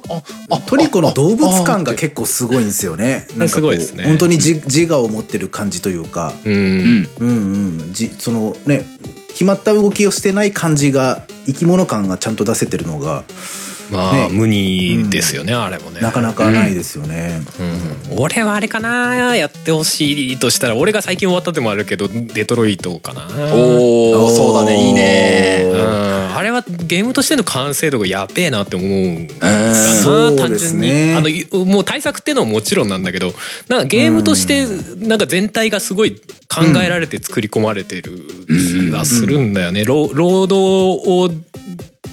S1: の、ああ
S3: トリコの動物感が
S1: ああ
S3: 結構すごいんですよね。なんか
S2: す
S3: こ
S2: ご
S3: う
S2: いですね
S3: 本当に自自我を持ってる感じというか、
S2: う
S1: うんん
S3: うんうん、じそのね決まった動きをしてない感じが生き物感がちゃんと出せてるのが
S2: まあ、
S3: ね
S2: 無二ですよね、あれもね
S3: なかなかないですよね。
S2: うん俺はあれかなやってほしいとしたら俺が最近終わったでもあるけどデトロイトかな
S1: お
S3: お
S1: お
S3: ー
S1: そうだねいいね
S2: うんあれはゲームとしての完成度がやべえなって思う。
S1: うん
S3: そう
S2: 単
S3: です
S2: 純
S3: ね
S2: にあのもう対策ってのはもちろんなんだけどなんかゲームとしてなんか全体がすごい考えられて作り込まれてる気がするんだよね。労労働を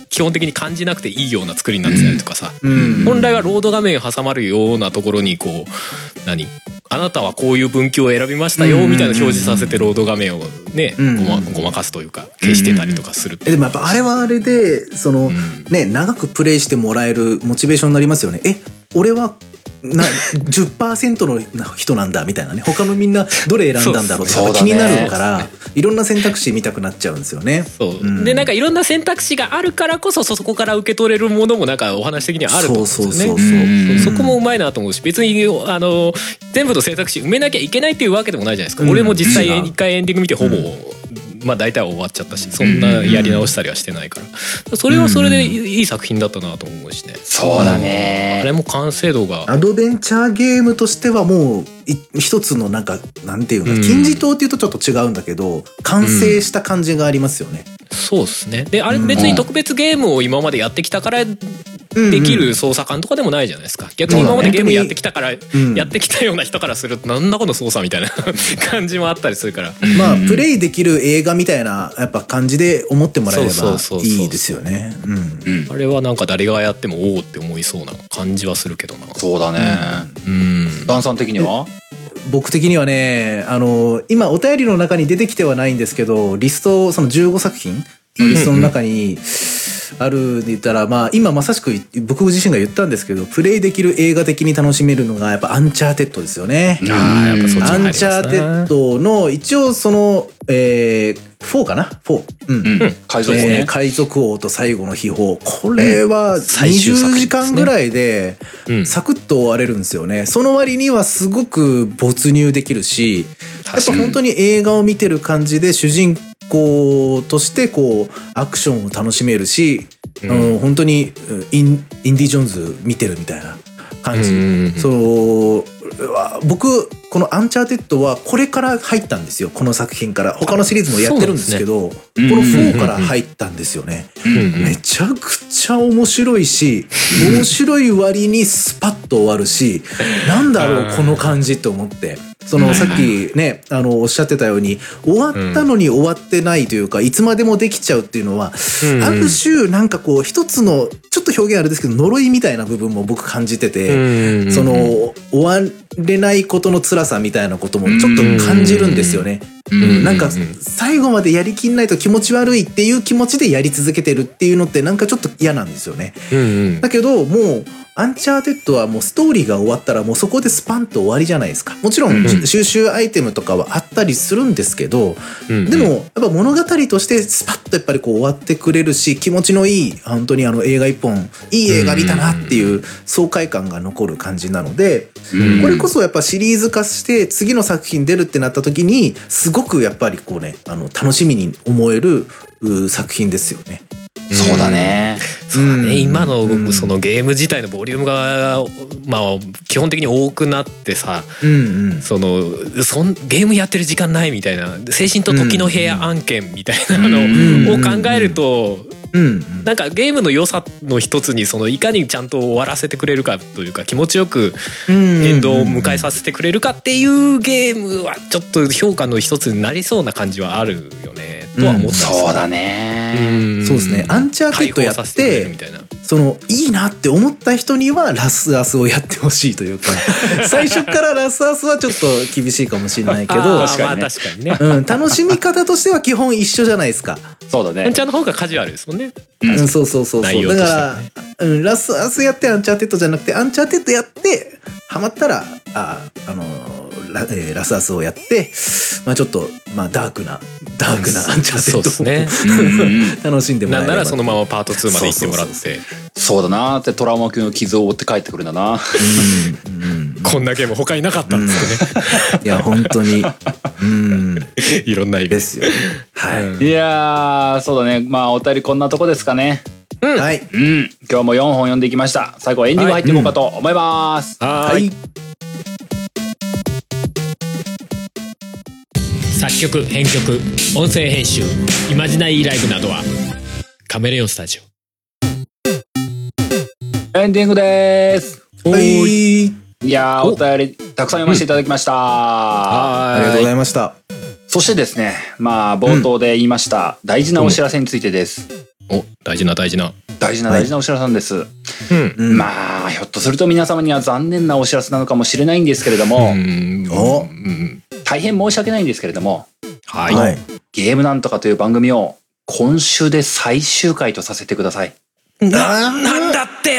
S2: 基本的に感じなくていいような作りになってたりとかさ、
S3: うん
S2: 本来はロード画面挟まるようなところにこう何あなたはこういう文球を選びましたよみたいな表示させてロード画面をねご
S3: うん
S2: まごまかすというか消してたりとかするって
S3: えでもやっぱあれはあれでその、ね長くプレイしてもらえるモチベーションになりますよね。え俺はな <laughs> 10%の人なんだみたいなね他のみんなどれ選んだんだろうと
S1: そう
S3: か
S1: そう
S3: 気
S1: だね
S3: になるから、いろんな選択肢見たくなっちゃうんですよね。
S2: そう、
S3: ん
S2: でなんかいろんな選択肢があるからこそそそこから受け取れるものもなんかお話的にはあると思うんですよね。
S3: そうそうそうそう
S1: うん
S2: そこもうまいなと思うし別にあの全部の選択肢埋めなきゃいけないっていうわけでもないじゃないですか、
S3: うん
S2: 俺も実際
S3: 違う
S2: 一回エンディング見てほぼ、まあ大体は終わっちゃったしそんなやり直したりはしてないからそれはそれでいい作品だったなと思うしね
S1: そうだ
S2: あ
S1: ね。
S2: れも完成度が
S3: アドベンチャーゲームとしてはもうい一つのなんかなんていうの
S2: うん
S3: 金字塔っていうとちょっと違うんだけど完成した感じがありますよね。
S2: そうですねであれ
S3: うん
S2: 別に特別ゲームを今までやってきたからで
S3: で
S2: きる操作感とかでもないじゃないですか逆に今までゲームやってきたから
S3: うん
S2: やってきたような人からするとなんだこの操作みたいな <laughs> 感じもあったりするから
S3: まあ、プレイできる映画みたいな、やっぱ感じで思ってもらえれ
S2: そ
S3: ば
S2: うそうそうそう
S3: いいですよね。うん。
S2: あれはなんか誰がやってもおおって思いそうな感じはするけどな
S1: そうだね。
S2: うん
S1: ダンさん的には
S3: 僕的にはね、あの、今お便りの中に出てきてはないんですけど、リスト、その15作品のリストの中に、あるで言ったら、まあ、今まさしく僕自身が言ったんですけど、プレイできる映画的に楽しめるのが、やっぱアンチャーテッドですよね。
S2: あーやっぱそっちも
S3: ア
S2: 入り
S3: ン
S2: ます
S3: チ
S2: ね
S3: ャーテッドの、一応その、えー、4かな ?4。うん
S1: う。ん。改造
S3: えー
S1: ね。
S3: 海賊王と最後の秘宝これは
S2: 最終作
S3: 20
S2: 品
S3: 時間ぐらいで
S2: うん
S3: サクッと終われるんですよね、その割にはすごく没入できるしやっぱ本当に映画を見てる感じで主人公としてこうアクションを楽しめるし、
S2: うん
S3: あの本当にうんインインディ・ジョーンズ見てるみたいな感じ、
S2: うんうんうん
S3: そのうわ僕この「アンチャーテッド」はこれから入ったんですよこの作品から他のシリーズもやってるんですけど
S1: んですね
S3: この4から入ったんですよね。
S2: うんうん
S3: めちゃくちゃ面白いし、面白い割にスパッと終わるし、なんだろ
S2: うん
S3: う、この感じと思って。その、さっきね、あの、おっしゃってたように、終わったのに終わってないというか、いつまでもできちゃうっていうのは、
S2: うん
S3: ある種、なんかこう、一つの、ちょっと表現あれですけど、呪いみたいな部分も僕感じてて、
S2: うん
S3: その、終われないことの辛さみたいなこともちょっと感じるんですよね。
S2: ん
S3: なん
S2: う
S3: か
S2: んうん、
S3: 最後までやりきんないと気持ち悪いっていう気持ちでやり続けてるっていうのってなんかちょっと嫌なんですよね。
S2: うんうん
S3: だけど、もう、アンチャーテッドはもうストーリーが終わったらもうそこでスパンと終わりじゃないですか。もちろん
S2: うん
S3: 収集アイテムとかはあったりするんですけど、
S2: うん
S3: でもやっぱ物語としてスパッとやっぱりこう終わってくれるし、気持ちのいい、本当にあの映画一本、いい映画見たなっていう爽快感が残る感じなので、
S1: うん
S3: これこそやっぱシリーズ化して次の作品出るってなった時に、すごくやっぱりこうね、あの楽しみに思えるう作品ですよね。
S1: そうだね。
S2: そうだね、
S3: うん
S2: 今
S3: う
S2: の
S3: ん
S2: そのゲーム自体のボリュームが、まあ、基本的に多くなってさ
S3: うんうん。
S2: そのそんゲームやってる時間ないみたいな「精神と時の部屋案件」みたいなの
S1: ん
S2: を考えると
S3: うんうん。
S2: なんかゲームの良さの一つにそのいかにちゃんと終わらせてくれるかというか気持ちよくエンドを迎えさせてくれるかっていうゲームはちょっと評価の一つになりそうな感じはあるよねとは思ったんですよ
S1: そうだね。
S2: ん
S3: そうですねアンチャーテッドや
S2: 解放
S3: って
S2: させくれるみたいな
S3: そのいいなって思った人にはラスアスをやってほしいと
S2: <laughs>
S3: いうか最初からラスアスはちょっと厳しいかもしれないけ
S2: あ
S3: ど
S2: ー、まあ
S1: ね
S2: 確かにね
S3: うん、楽しみ方としては基本一緒じゃないですか、
S1: そうだ
S2: アン
S1: ね
S2: チ。ャーの方がカジュアルですもんね。
S3: うん、そうそうそうそ
S2: 内
S3: う
S2: 容
S3: だ
S2: として
S3: から
S2: はね、
S3: うん、ラスアスやってアンチャーテッドじゃなくてアンチャーテッドやってハマったらあーあのーラえーラスアスをやって、まあ、ちょっと、まあ、ダークなダークなアンチャー
S2: そう
S3: テ
S2: です
S3: ッドを、
S2: ね。
S3: 楽しんでもら
S2: な
S3: え
S2: ん
S3: れば
S2: ならそのままパート2まで行ってもらっ
S3: そうそう
S2: て、
S1: そうだなってトラウマ級の傷を負って帰ってくるんだな。
S2: こんなゲーム他になかったんですよね。
S3: いや本当にうん
S2: いろんな意味
S3: で
S2: で。 <laughs>
S3: すよねはい、
S2: うん
S1: いやー、そうだね。まあ、お便りこんなとこですかね。
S3: はい
S1: うん。今日も4本読んでいきました。最後はエンディング入っていこうかと思います。
S2: は
S3: は
S2: ーい
S3: い。
S2: 作曲編曲音声編集イマジナイーライブなどはカメレオンスタジ
S1: エンディングです。
S2: オ
S3: はい
S1: いやー、
S2: お
S1: お便りたくさん読ませていただきました。
S3: ありがとうございました。
S1: そしてですね、まあ、冒頭で言いました、大事なお知らせについてです。
S2: お大事な大事な
S1: 大事な
S3: はい
S1: 大事なお知らせなんです。
S2: うん
S3: うん
S1: まあ、ひょっとすると皆様には残念なお知らせなのかもしれないんですけれど
S2: う
S1: も、
S2: ん
S3: お
S2: うん
S1: 大変申し訳ないんですけれども、
S2: はい、
S3: はい。
S1: ゲームなんとかという番組を今週で最終回とさせてください。
S3: な
S2: なんだって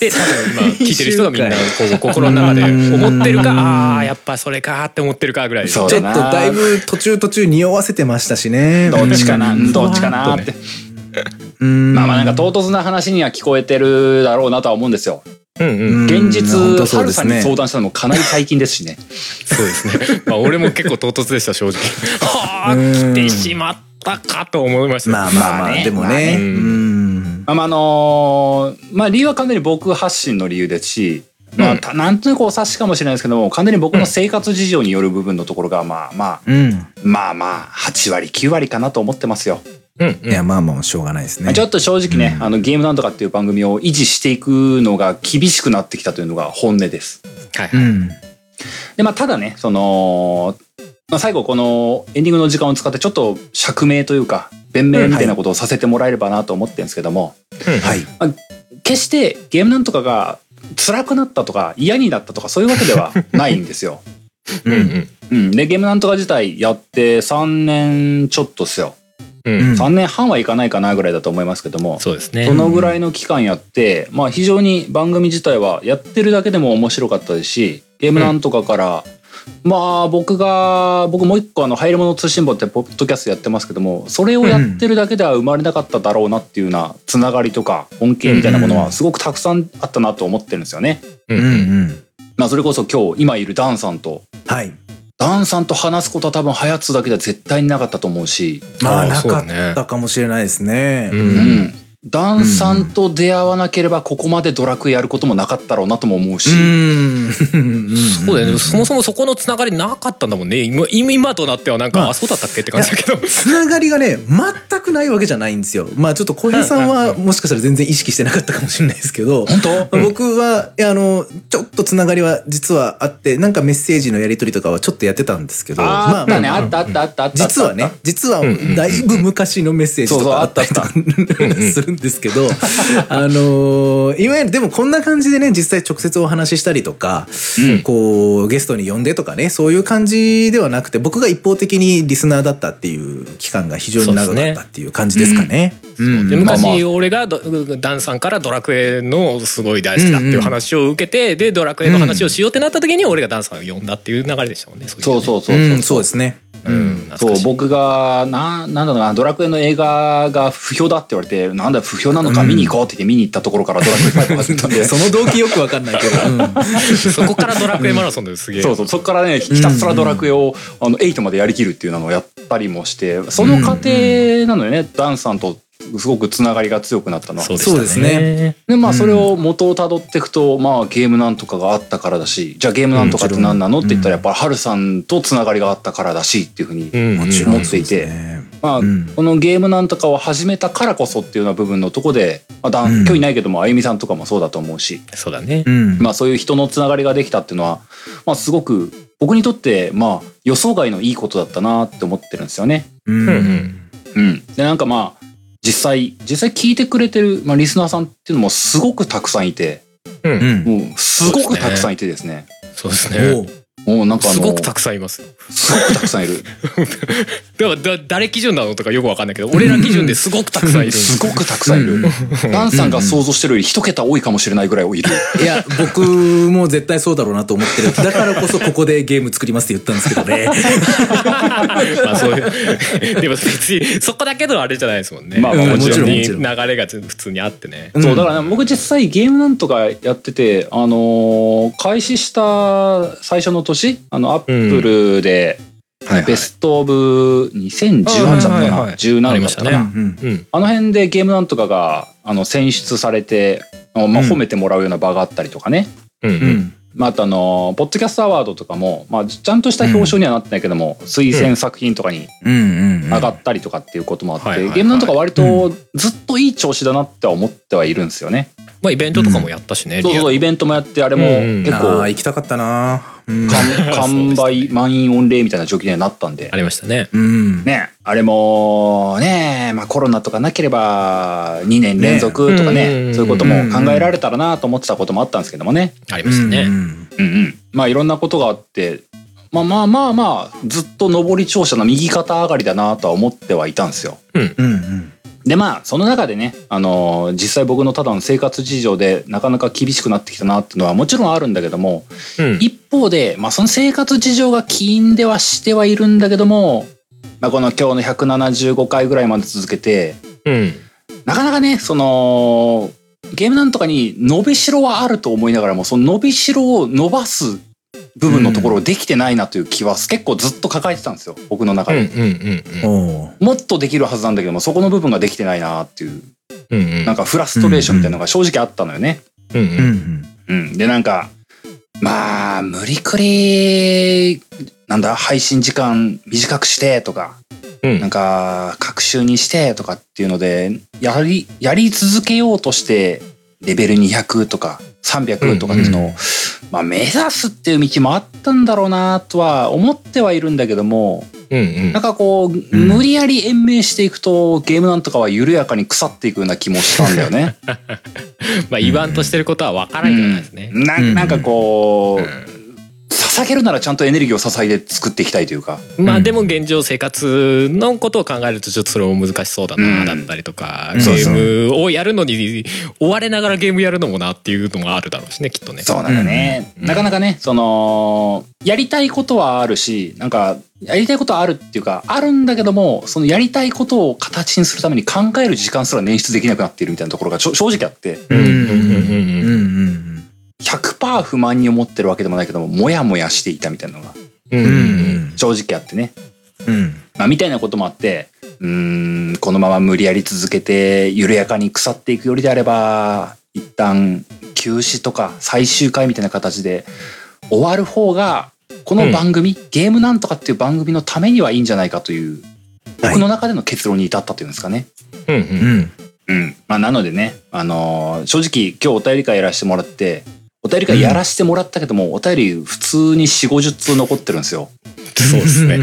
S2: で多分今聞いてる人がみんなこう心の中で思ってる
S3: うん
S2: かあーやっぱそれかって思ってるかぐらい
S1: そう
S3: ちょっとだいぶ途中途中匂わせてましたしね。
S1: どっちかな、
S3: うん
S1: どっちかなって。
S3: うん
S1: まあまあなんか唐突な話には聞こえてるだろうなとは思うんですよ。
S2: うんうん
S3: うん
S1: 現実、
S3: 本当そ
S1: ハ
S3: う
S1: ル
S3: で
S1: さ
S3: す
S1: ん
S3: ね
S1: に相談したのもかなり最近ですしね。
S2: そうですね。まあ俺も結構唐突でした正直。はあ
S3: う
S2: 来
S3: ん
S2: てしまったかと思いました。
S3: まあまあま
S1: まあ
S3: あ、
S1: ね
S3: でも
S1: まあ
S3: ね。
S1: ね
S3: うん。
S1: まあ、あのーまあ、理由は完全に僕発信の理由ですし、ま
S2: う
S1: あ、
S2: ん
S1: たなんとなくお察しかもしれないですけども、完全に僕の生活事情による部分のところが、まあまあ、
S3: うん。
S1: まあまあ、8割、9割かなと思ってますよ。
S2: うん
S3: いや、まあまあ、しょうがないですね
S1: ち。ょっと正直ね、
S3: うん
S1: あの、ゲームなんとかっていう番組を維持していくのが厳しくなってきたというのが本音です。
S2: はいうはい。
S3: ん。
S1: で、まあ、ただね、その、まあ、最後このエンディングの時間を使ってちょっと釈明というか、弁明みたいなことをさせてもらえればなと思ってるんですけども、
S3: はい。
S1: 決してゲームなんとかが辛くなったとか嫌になったとかそういうわけで
S3: <laughs>
S1: はないんですよ。
S2: うんうん
S1: うん、でゲームなんとか自体やって3年ちょっとっすよ。
S2: うん
S3: うん
S1: 3年半はいかないかなぐらいだと思いますけども、
S2: そうですね。
S1: そのぐらいの期間やって、まあ非常に番組自体はやってるだけでも面白かったですし、ゲームなんとかから、まあ僕が、僕もう一個あの、入り物通信簿ってポッドキャストやってますけども、それをやってるだけでは生まれなかっただろうなっていうようなつながりとか恩恵みたいなものはすごくたくさんあったなと思ってるんですよね。
S2: う
S3: うんん
S2: うん
S3: うん。
S1: まあそれこそ今日今いるダンさんと、
S3: はい。
S1: ダンさんと話すことは多分ハヤツだけでは絶対になかったと思うし、
S3: まあ、
S2: ああ
S3: な
S2: そうだ
S3: かっ
S2: ね
S3: たかもしれないですね。
S2: うん
S1: うんダンさんと出会わなければここまでドラクエやることもなかったろうなとも思うし、
S3: うん。
S2: そうだよね。そもそもそこのつながりなかったんだもんね。今今今となってはなんか、
S3: まあ
S2: あ、そうだったっけって感じだけど。
S3: つながりがね、全くないわけじゃないんですよ。まあちょっと小平さんはもしかしたら全然意識してなかったかもしれないですけど、
S1: 本当
S3: 僕は、いやあの、ちょっとつながりは実はあって、なんかメッセージのやり取りとかはちょっとやってたんですけど、
S1: あーあったね、
S3: ま
S1: あったあったあったあった。
S3: 実はね、実はだいぶ昔のメッセージとかあったりとかするんですけど、 <laughs> あのーいわゆるでもこんな感じでね、実際直接お話ししたりとか、こう、ゲストに呼んでとかね、そういう感じではなくて、僕が一方的にリスナーだったっていう期間が非常に長かったっていう感じですかね。う
S2: <laughs>
S3: ん
S2: で
S1: まあ
S2: 昔、
S1: まあ
S2: 俺がドダンさんからドラクエのすごい大好きだっていう話を受けて、でドラクエの話をしようってなった時に俺がダンさんを呼んだっていう流れでしたもんね
S1: そうそうそうう。
S3: んそうですね。
S2: ういう時はね、うん、
S1: そう、
S2: 僕
S1: 僕が、な、なんだろうな、ドラクエの映画が不評だって言われて、なんだ不評なのか見に行こうって言って見に行ったところからドラクエ5が始めたんで、
S3: <laughs> そ
S1: そ
S3: の動機よくわかんないけど。うん <laughs>
S2: そこからドラクエマラソンですげえ
S1: うそう、そこからね、ひたすらドラクエを、あの、8までやりきるっていうのをやったりもして、その過程なのよね、ダンさんとすごくつながりが強くなったのは。
S2: そうでした
S3: そうですね
S1: でまあそれを元をたどっていくと、まあゲームなんとかがあったからだしじゃあゲームなんとかって何なのって言ったらやっぱりハルさんとつながりがあったからだしっていうふうに、
S2: うん、
S3: もちろんそうですね。
S1: まあ、
S3: うん
S1: このゲームなんとかを始めたからこそっていうような部分のとこで、まあ、だ
S3: うん
S1: ん距離ないけどもあゆみさんとかもそうだと思うし、
S2: そうだね
S3: うん。
S1: まあそういう人のつながりができたっていうのは、まあ、すごく僕にとってまあ予想外のいいことだったなって思ってるんですよね。
S3: うん
S2: うんうん
S1: うん、でなんかまあ実際実際聞いてくれてる、まあ、リスナーさんっていうのもすごくたくさんいて。
S2: うん、
S3: うん。
S1: もうすごくたくさんいてですね。
S2: そうです
S3: お
S2: ね
S3: う
S1: もうなんかあの
S2: すごくたくさんいます
S1: すごくたくさんいる。
S2: だからだ誰基準なのとかよくわかんないけど俺ら基準ですごくたくさんい
S1: <laughs>
S2: る
S1: すごくたくさんいる。ダンさんが想像してるより一桁多いかもしれないぐらいいる。
S3: いや、僕も絶対そうだろうなと思ってる。だからこそここでゲーム作りますって言ったんですけどね。
S2: <laughs> まあそういうで <laughs> も別にそこだけのあれじゃないですもんね、
S1: まあまあ
S2: もちろん
S3: も
S2: に
S3: ちろ
S2: 流
S3: んも
S2: れが普通にあってね
S1: そうだからね僕実際ゲームなんとかやってて、あのー開始した最初の年あのアップルで、
S3: はい
S1: ベストオブ2018だったかな、
S2: はいはいはいあり
S1: 17
S2: ま
S1: だ
S2: し
S1: ったた
S2: ね
S1: かな。
S3: うんうん
S2: うん
S1: あの辺でゲームなんとかがあの選出されて、あのまあ、
S3: うん
S1: 褒めてもらうような場があったりとかね。
S2: うんうん
S3: うん
S1: まあ、あとあのポッドキャストアワードとかも、まあ、ちゃんとした表彰にはなってないけども、推薦作品とかに
S3: うんうん。
S1: 上がったりとかっていうこともあって、
S2: はいはいはい
S1: ゲームなんとか割とずっといい調子だなっては思ってはいるんですよね。
S2: まあイベントとかもやったしね、
S1: そうそうそうイベントもやってあれも
S2: うん
S1: 結
S3: あ
S1: 構
S3: あ、行きたかったなうん
S1: 完完
S2: そうです
S1: 売満員御礼みたいな状況にはなったんで
S2: あ。りましたね
S3: うん。
S1: ね、あれもね、まあ、コロナとかなければ2年連続とか
S2: ねうんうんう
S1: ね
S2: ん
S1: そういうことも考えられたらなと思ってたこともあったんですけどもね、
S2: あり
S3: う
S2: ました
S3: ん
S2: ね、
S1: うんうん、まあいろんなことがあって、まあまあまあまあ、ずっと上り調子の右肩上がりだなとは思ってはいたんですよ。
S3: うんうん。
S1: でまあ、その中でね、あのー実際僕のただの生活事情でなかなか厳しくなってきたなっていうのはもちろんあるんだけども、
S2: うん
S1: 一方で、まあその生活事情が起因ではしてはいるんだけども、まあこの今日の175回ぐらいまで続けて、
S2: うん
S1: なかなかね、その、ゲームなんとかに伸びしろはあると思いながらもその伸びしろを伸ばす部分のところをできてないなという気は結構ずっと抱えてたんですよ僕の中
S2: うんう
S1: で、
S2: ん
S3: おう
S1: もっとできるはずなんだけどもそこの部分ができてないなっていう
S2: うんうんうん
S1: なんかフラストレーションみたいなのが正直あったのよね。
S2: うんう
S3: う
S2: ん
S3: ん
S1: うん、でなんかまあ無理くりなんだ配信時間短くしてとか
S2: うん
S1: なんか、各週にしてとかっていうので、やり、やり続けようとして、レベル200とか300とかっていうのを、まあ目指すっていう道もあったんだろうなとは思ってはいるんだけども、
S2: うん
S1: なんかこう、
S3: ん
S1: 無理やり延命していくと、ゲームなんとかは緩やかに腐っていくような気もしたんだよ
S2: <laughs>
S1: ね。
S2: まあ言わんとしてることは分からんじゃないですね。
S1: ななんかこ
S2: う
S1: う、捧げるならちゃんとエネルギーを支えて作っていきたいというか。
S2: まあでも現状生活のことを考えるとちょっとそれも難しそうだ
S1: うん
S2: なだったりとか、
S3: そう
S2: ゲ
S3: そう
S2: ームをやるのに追われながらゲームやるのもなっていうのもあるだろうしねきっとね。
S1: そうなんだね、
S2: うん
S1: なかなかねそのやりたいことはあるしなんかやりたいことはあるっていうかあるんだけどもそのやりたいことを形にするために考える時間すら捻出できなくなっているみたいなところがちょ正直あって
S3: うん
S2: うん
S3: う
S2: う
S3: ん
S2: ん
S3: うんう
S2: う
S3: ん
S2: ん
S3: うん
S1: 100%不満に思ってるわけでもないけどもモヤモヤしていたみたいなのが
S2: うん
S3: う
S2: うん
S3: ん
S1: 正直あってね、
S3: うん
S1: まあ、みたいなこともあってうーんこのまま無理やり続けて緩やかに腐っていくよりであれば一旦休止とか最終回みたいな形で終わる方がこの番組、ゲームなんとかっていう番組のためにはいいんじゃないかという
S3: はい
S1: 僕の中での結論に至ったというんですかね。
S2: うんう
S3: うんん
S1: うんまあ、なのでね、あのー正直今日お便り会やらせてもらってお便り会やらせてもらったけども、お便り普通に4 5 0通残ってるんですよ。
S2: そうですね。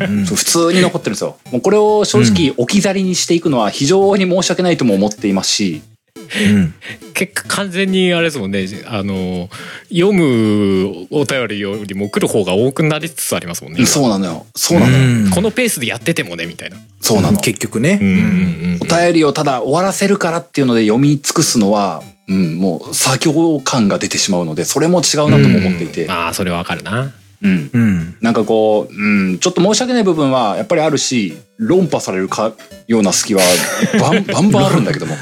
S1: うん普通に残ってるんですよ。もうこれを正直置き去りにしていくのは非常に申し訳ないとも思っていますし、
S3: うん
S2: 結果完全にあれですもんねあの読むお便りよりも来る方が多くなりつつありますもんね。
S1: そうなのよ。そうなのよ。
S2: このペースでやっててもねみたいな。
S1: そうなの。
S3: 結局ね
S2: うんうんうん
S1: お便りをただ終わらせるからっていうので読み尽くすのは、うん、もう作業感が出てしまうので、それも違うなとも思っていて、
S2: ああそれはわかるな。
S1: うん。
S3: うん
S1: なんかこう、うん、ちょっと申し訳ない部分はやっぱりあるし、論破されるかような隙はバンバンバンあるんだけども。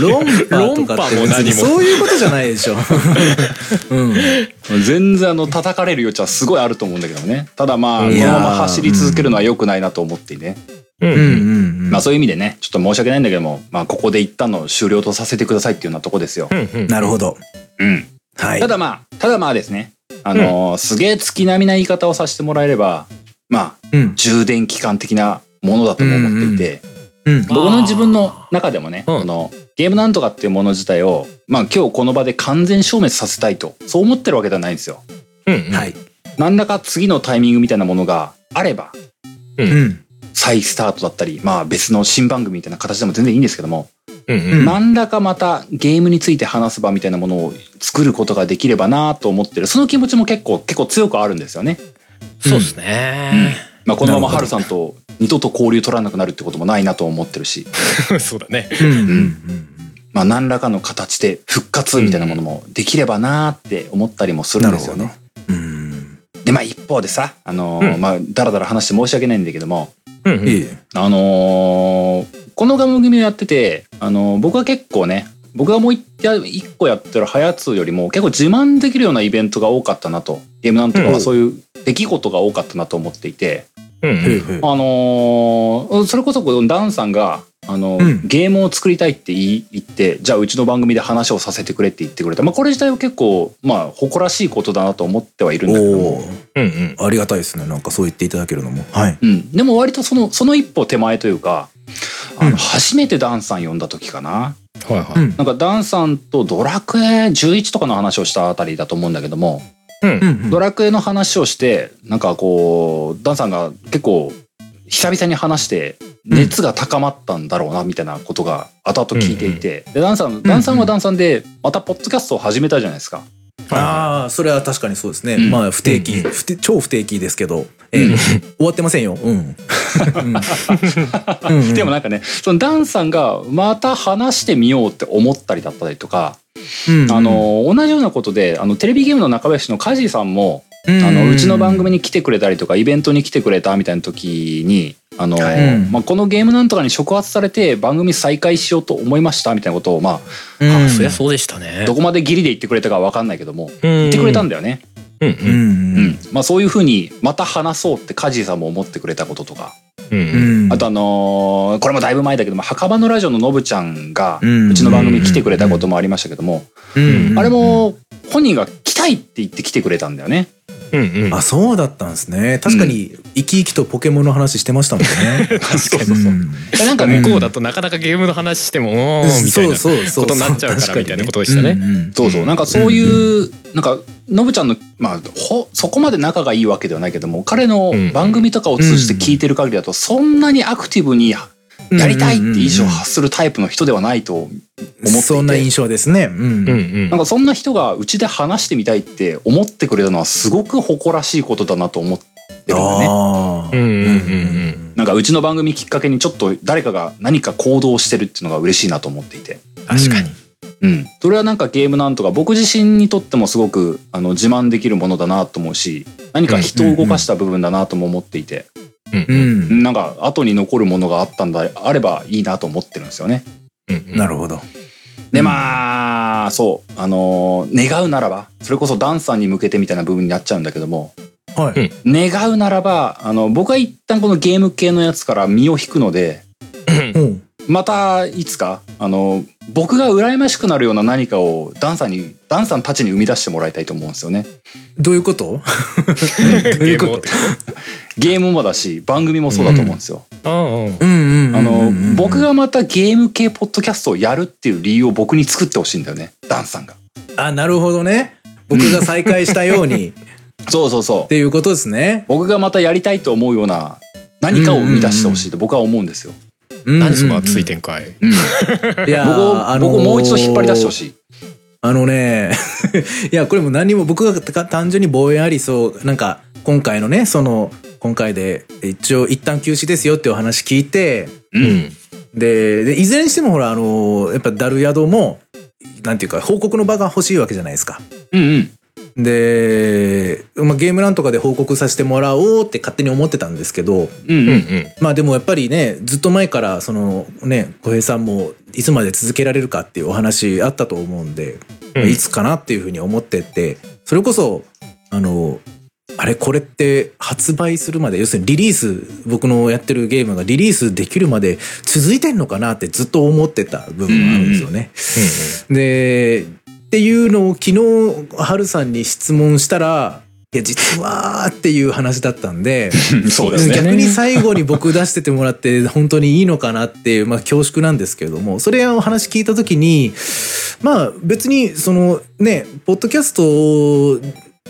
S3: 論破とかって
S2: 論破も何も
S3: そういうことじゃないでしょうん
S1: 全然あの叩かれる余地はすごいあると思うんだけどね。ただまあ、この
S2: いやー
S1: まま走り続けるのは良くないなと思っていね。
S2: うん
S3: うんうん
S1: まあそういう意味でね、ちょっと申し訳ないんだけども、まあここで一旦の終了とさせてくださいっていうようなとこですよ
S2: う。んうん
S3: なるほど
S1: うん。
S3: はい
S1: ただまあ、ただまあですね、あのーすげえ月並みな言い方をさせてもらえれば、まあ、
S3: うん
S1: 充電期間的なものだとも思っていて、
S3: うん
S2: うん
S1: 僕の自分の中でもね、
S2: うん
S1: あの、ゲームなんとかっていうもの自体を、まあ今日この場で完全消滅させたいと、そう思ってるわけではないんですよ。
S2: うんうん
S3: はい
S1: なんだか次のタイミングみたいなものがあれば、
S3: うん
S1: 再スタートだったり、まあ別の新番組みたいな形でも全然いいんですけども、
S2: うんうん
S1: 何らかまたゲームについて話す場みたいなものを作ることができればなと思ってるその気持ちも結構結構強くあるんですよね、
S2: そうですね。
S1: まあ、このまま
S3: なる
S1: ハ
S3: ほ
S1: ルさ
S3: ど
S1: んと二度と交流取らなくなるってこともないなと思ってるし、
S2: そうだね。
S3: うんうん
S1: まあ、何らかの形で復活みたいなものもできればなって思ったりもするんですよ
S3: な
S1: ね
S3: るうん
S1: でまあ一方でさあのー
S2: うん
S1: まあだらだら話して申し訳ないんだけども
S2: うんうん
S3: いいえ
S1: あのーこのガム組をやってて、あのー僕は結構ね、僕がもう一や一個やってるハヤツーよりも結構自慢できるようなイベントが多かったなと。ゲームなんとか
S3: う
S1: は
S3: ん
S1: そういう出来事が多かったなと思っていて、
S2: うんうん
S1: あのーそれこそこのダンさんが、あのー
S3: うん
S1: ゲームを作りたいって言い言って、じゃあうちの番組で話をさせてくれって言ってくれた。まあこれ自体は結構、まあ誇らしいことだなと思ってはいるんだけども
S3: お。お
S2: うんうん
S3: ありがたいですねなんかそう言っていただけるのもはい
S1: うん、でも割とそのその一歩手前というかあの、
S3: うん
S1: 初めてダンさん呼んだ時かな
S2: はいはい。
S1: なんかダンさんとドラクエ11とかの話をしたあたりだと思うんだけども、
S2: うん
S1: ドラクエの話をしてなんかこうダンさんが結構久々に話して熱が高まったんだろうなみたいなことが後々聞いていて、でダンさんダンさんはダンさんでまたポッドキャストを始めたじゃないですか。
S3: ああそれは確かにそうですね
S1: うん
S3: まあ不定期不定超不定期ですけどええ終わってませんようんうん
S1: でもなんかねそのダンさんがまた話してみようって思ったりだったりとか、
S3: うん
S1: あの同じようなことであのテレビゲームの中林のカジーさんも、
S3: ん
S1: あのうちの番組に来てくれたりとかイベントに来てくれたみたいな時にあの、
S2: はい
S3: うん
S1: まあ、このゲームなんとかに触発されて番組再開しようと思いましたみたいなことを、ま
S3: うん
S2: あそりゃそうでしたね
S1: あ、どこまでギリで言ってくれたかわかんないけども、
S2: 言
S1: 言ってくれたん
S2: だ
S1: だよね。
S2: うんう
S3: うん
S1: うん
S3: ん
S1: まあ、そういうふうにまた話そうってカジーさんも思ってくれたこととか、
S2: う
S3: うんん
S1: あとあのーこれもだいぶ前だけども墓場のラジオののぶちゃんが
S3: うん
S1: うちの番組来てくれたこともありましたけども、
S3: うんうん
S1: あれも本人が来たいって言って来てくれたんだよね。
S2: うんうんうん
S3: あそうだったんですね確かに生き生きとポケモンの話してましたもんね
S2: 確か
S3: う
S2: に
S3: ん
S1: なんかね、
S2: 向こうだとなかなかゲームの話してもおーみたい
S3: そう
S2: な
S3: そうそう
S2: ことになっちゃうから
S3: 確にね
S2: みたいなことでしたね
S3: うんうん
S1: そうそうなんかそういう、なんかのぶちゃんのまあほそこまで仲がいいわけではないけども彼の
S2: うん
S1: 番組とかを通じて聞いてる限りだと、そんなにアクティブにやりたいって意思を発するタイプの人ではないと思っていて、
S3: そんな印象ですねうん
S2: うんうん
S1: なんかそんな人がうちで話してみたいって思ってくれたのはすごく誇らしいことだなと思ってるんだよね。
S3: あ
S2: う
S3: ー
S2: んうんうん
S1: なんかうちの番組きっかけにちょっと誰かが何か行動してるっていうのが嬉しいなと思っていて。
S2: 確かに
S1: うん。それはなんかゲームなんとか僕自身にとってもすごくあの自慢できるものだなと思うし、何か人を動かした部分だなとも思っていて、
S2: うん
S3: う
S2: うん
S3: ん
S1: なんか後に残るものがあったんだあればいいなと思ってるんですよね。
S2: うん
S3: なるほど
S1: でまあそうあのー願うならばそれこそダンサーに向けてみたいな部分になっちゃうんだけども
S3: は
S2: うん
S3: い
S1: 願うならばあの僕は一旦このゲーム系のやつから身を引くので
S3: うん
S1: またいつかあの僕が羨ましくなるような何かをダンサーにダンサーたちに生み出してもらいたいと思うんですよね。
S3: どういうことどうい
S2: ゲ
S3: う
S2: ー
S3: こ
S2: ムを
S3: と
S1: ゲームもだし番組もそうだと思うんですよ。
S2: うんうん
S3: うんうんうんうん
S1: あの、
S3: うん
S1: 僕がまたゲーム系ポッドキャストをやるっていう理由を僕に作ってほしいんだよねダンさんが。
S3: あなるほどね僕が再会したようにっ
S1: そうそうそう。
S3: ていうことですね
S1: 僕がまたやりたいと思うような何かを生み出してほしいと僕は思うんですよ。
S2: 何その熱
S3: つ
S2: い
S3: いて
S2: 展開
S3: いや
S1: 僕を、
S3: ー
S1: 僕をもう一度引っ張り出してほ
S3: い
S1: しい。
S3: あのね <laughs> いやこれも何も僕がた単純に防衛ありそうなんか今回のねその今回で一応一旦休止ですよっていうお話聞いて
S1: う
S2: うんん
S3: ででいずれにしてもほらあのやっぱダルヤドもなんていうか報告の場が欲しいわけじゃないですか。
S1: うんうん
S3: で、まあ、ゲームランとかで報告させてもらおうって勝手に思ってたんですけど
S1: うん
S2: う
S1: うんん
S3: まあでもやっぱりねずっと前からそのね小平さんもいつまで続けられるかっていうお話あったと思うんで、
S2: うん
S3: いつかなっていうふうに思っててそれこそあのあれこれって発売するまで要するにリリース僕のやってるゲームがリリースできるまで続いてんのかなってずっと思ってた部分があるんですよね。でっていうのを昨日ハルさんに質問したら「いや実は」っていう話だったんで。
S1: うん。そうですね。
S3: 逆に最後に僕出しててもらって <laughs> 本当にいいのかなっていう、まあ、恐縮なんですけれどもそれをお話聞いた時にまあ別にそのねポッドキャスト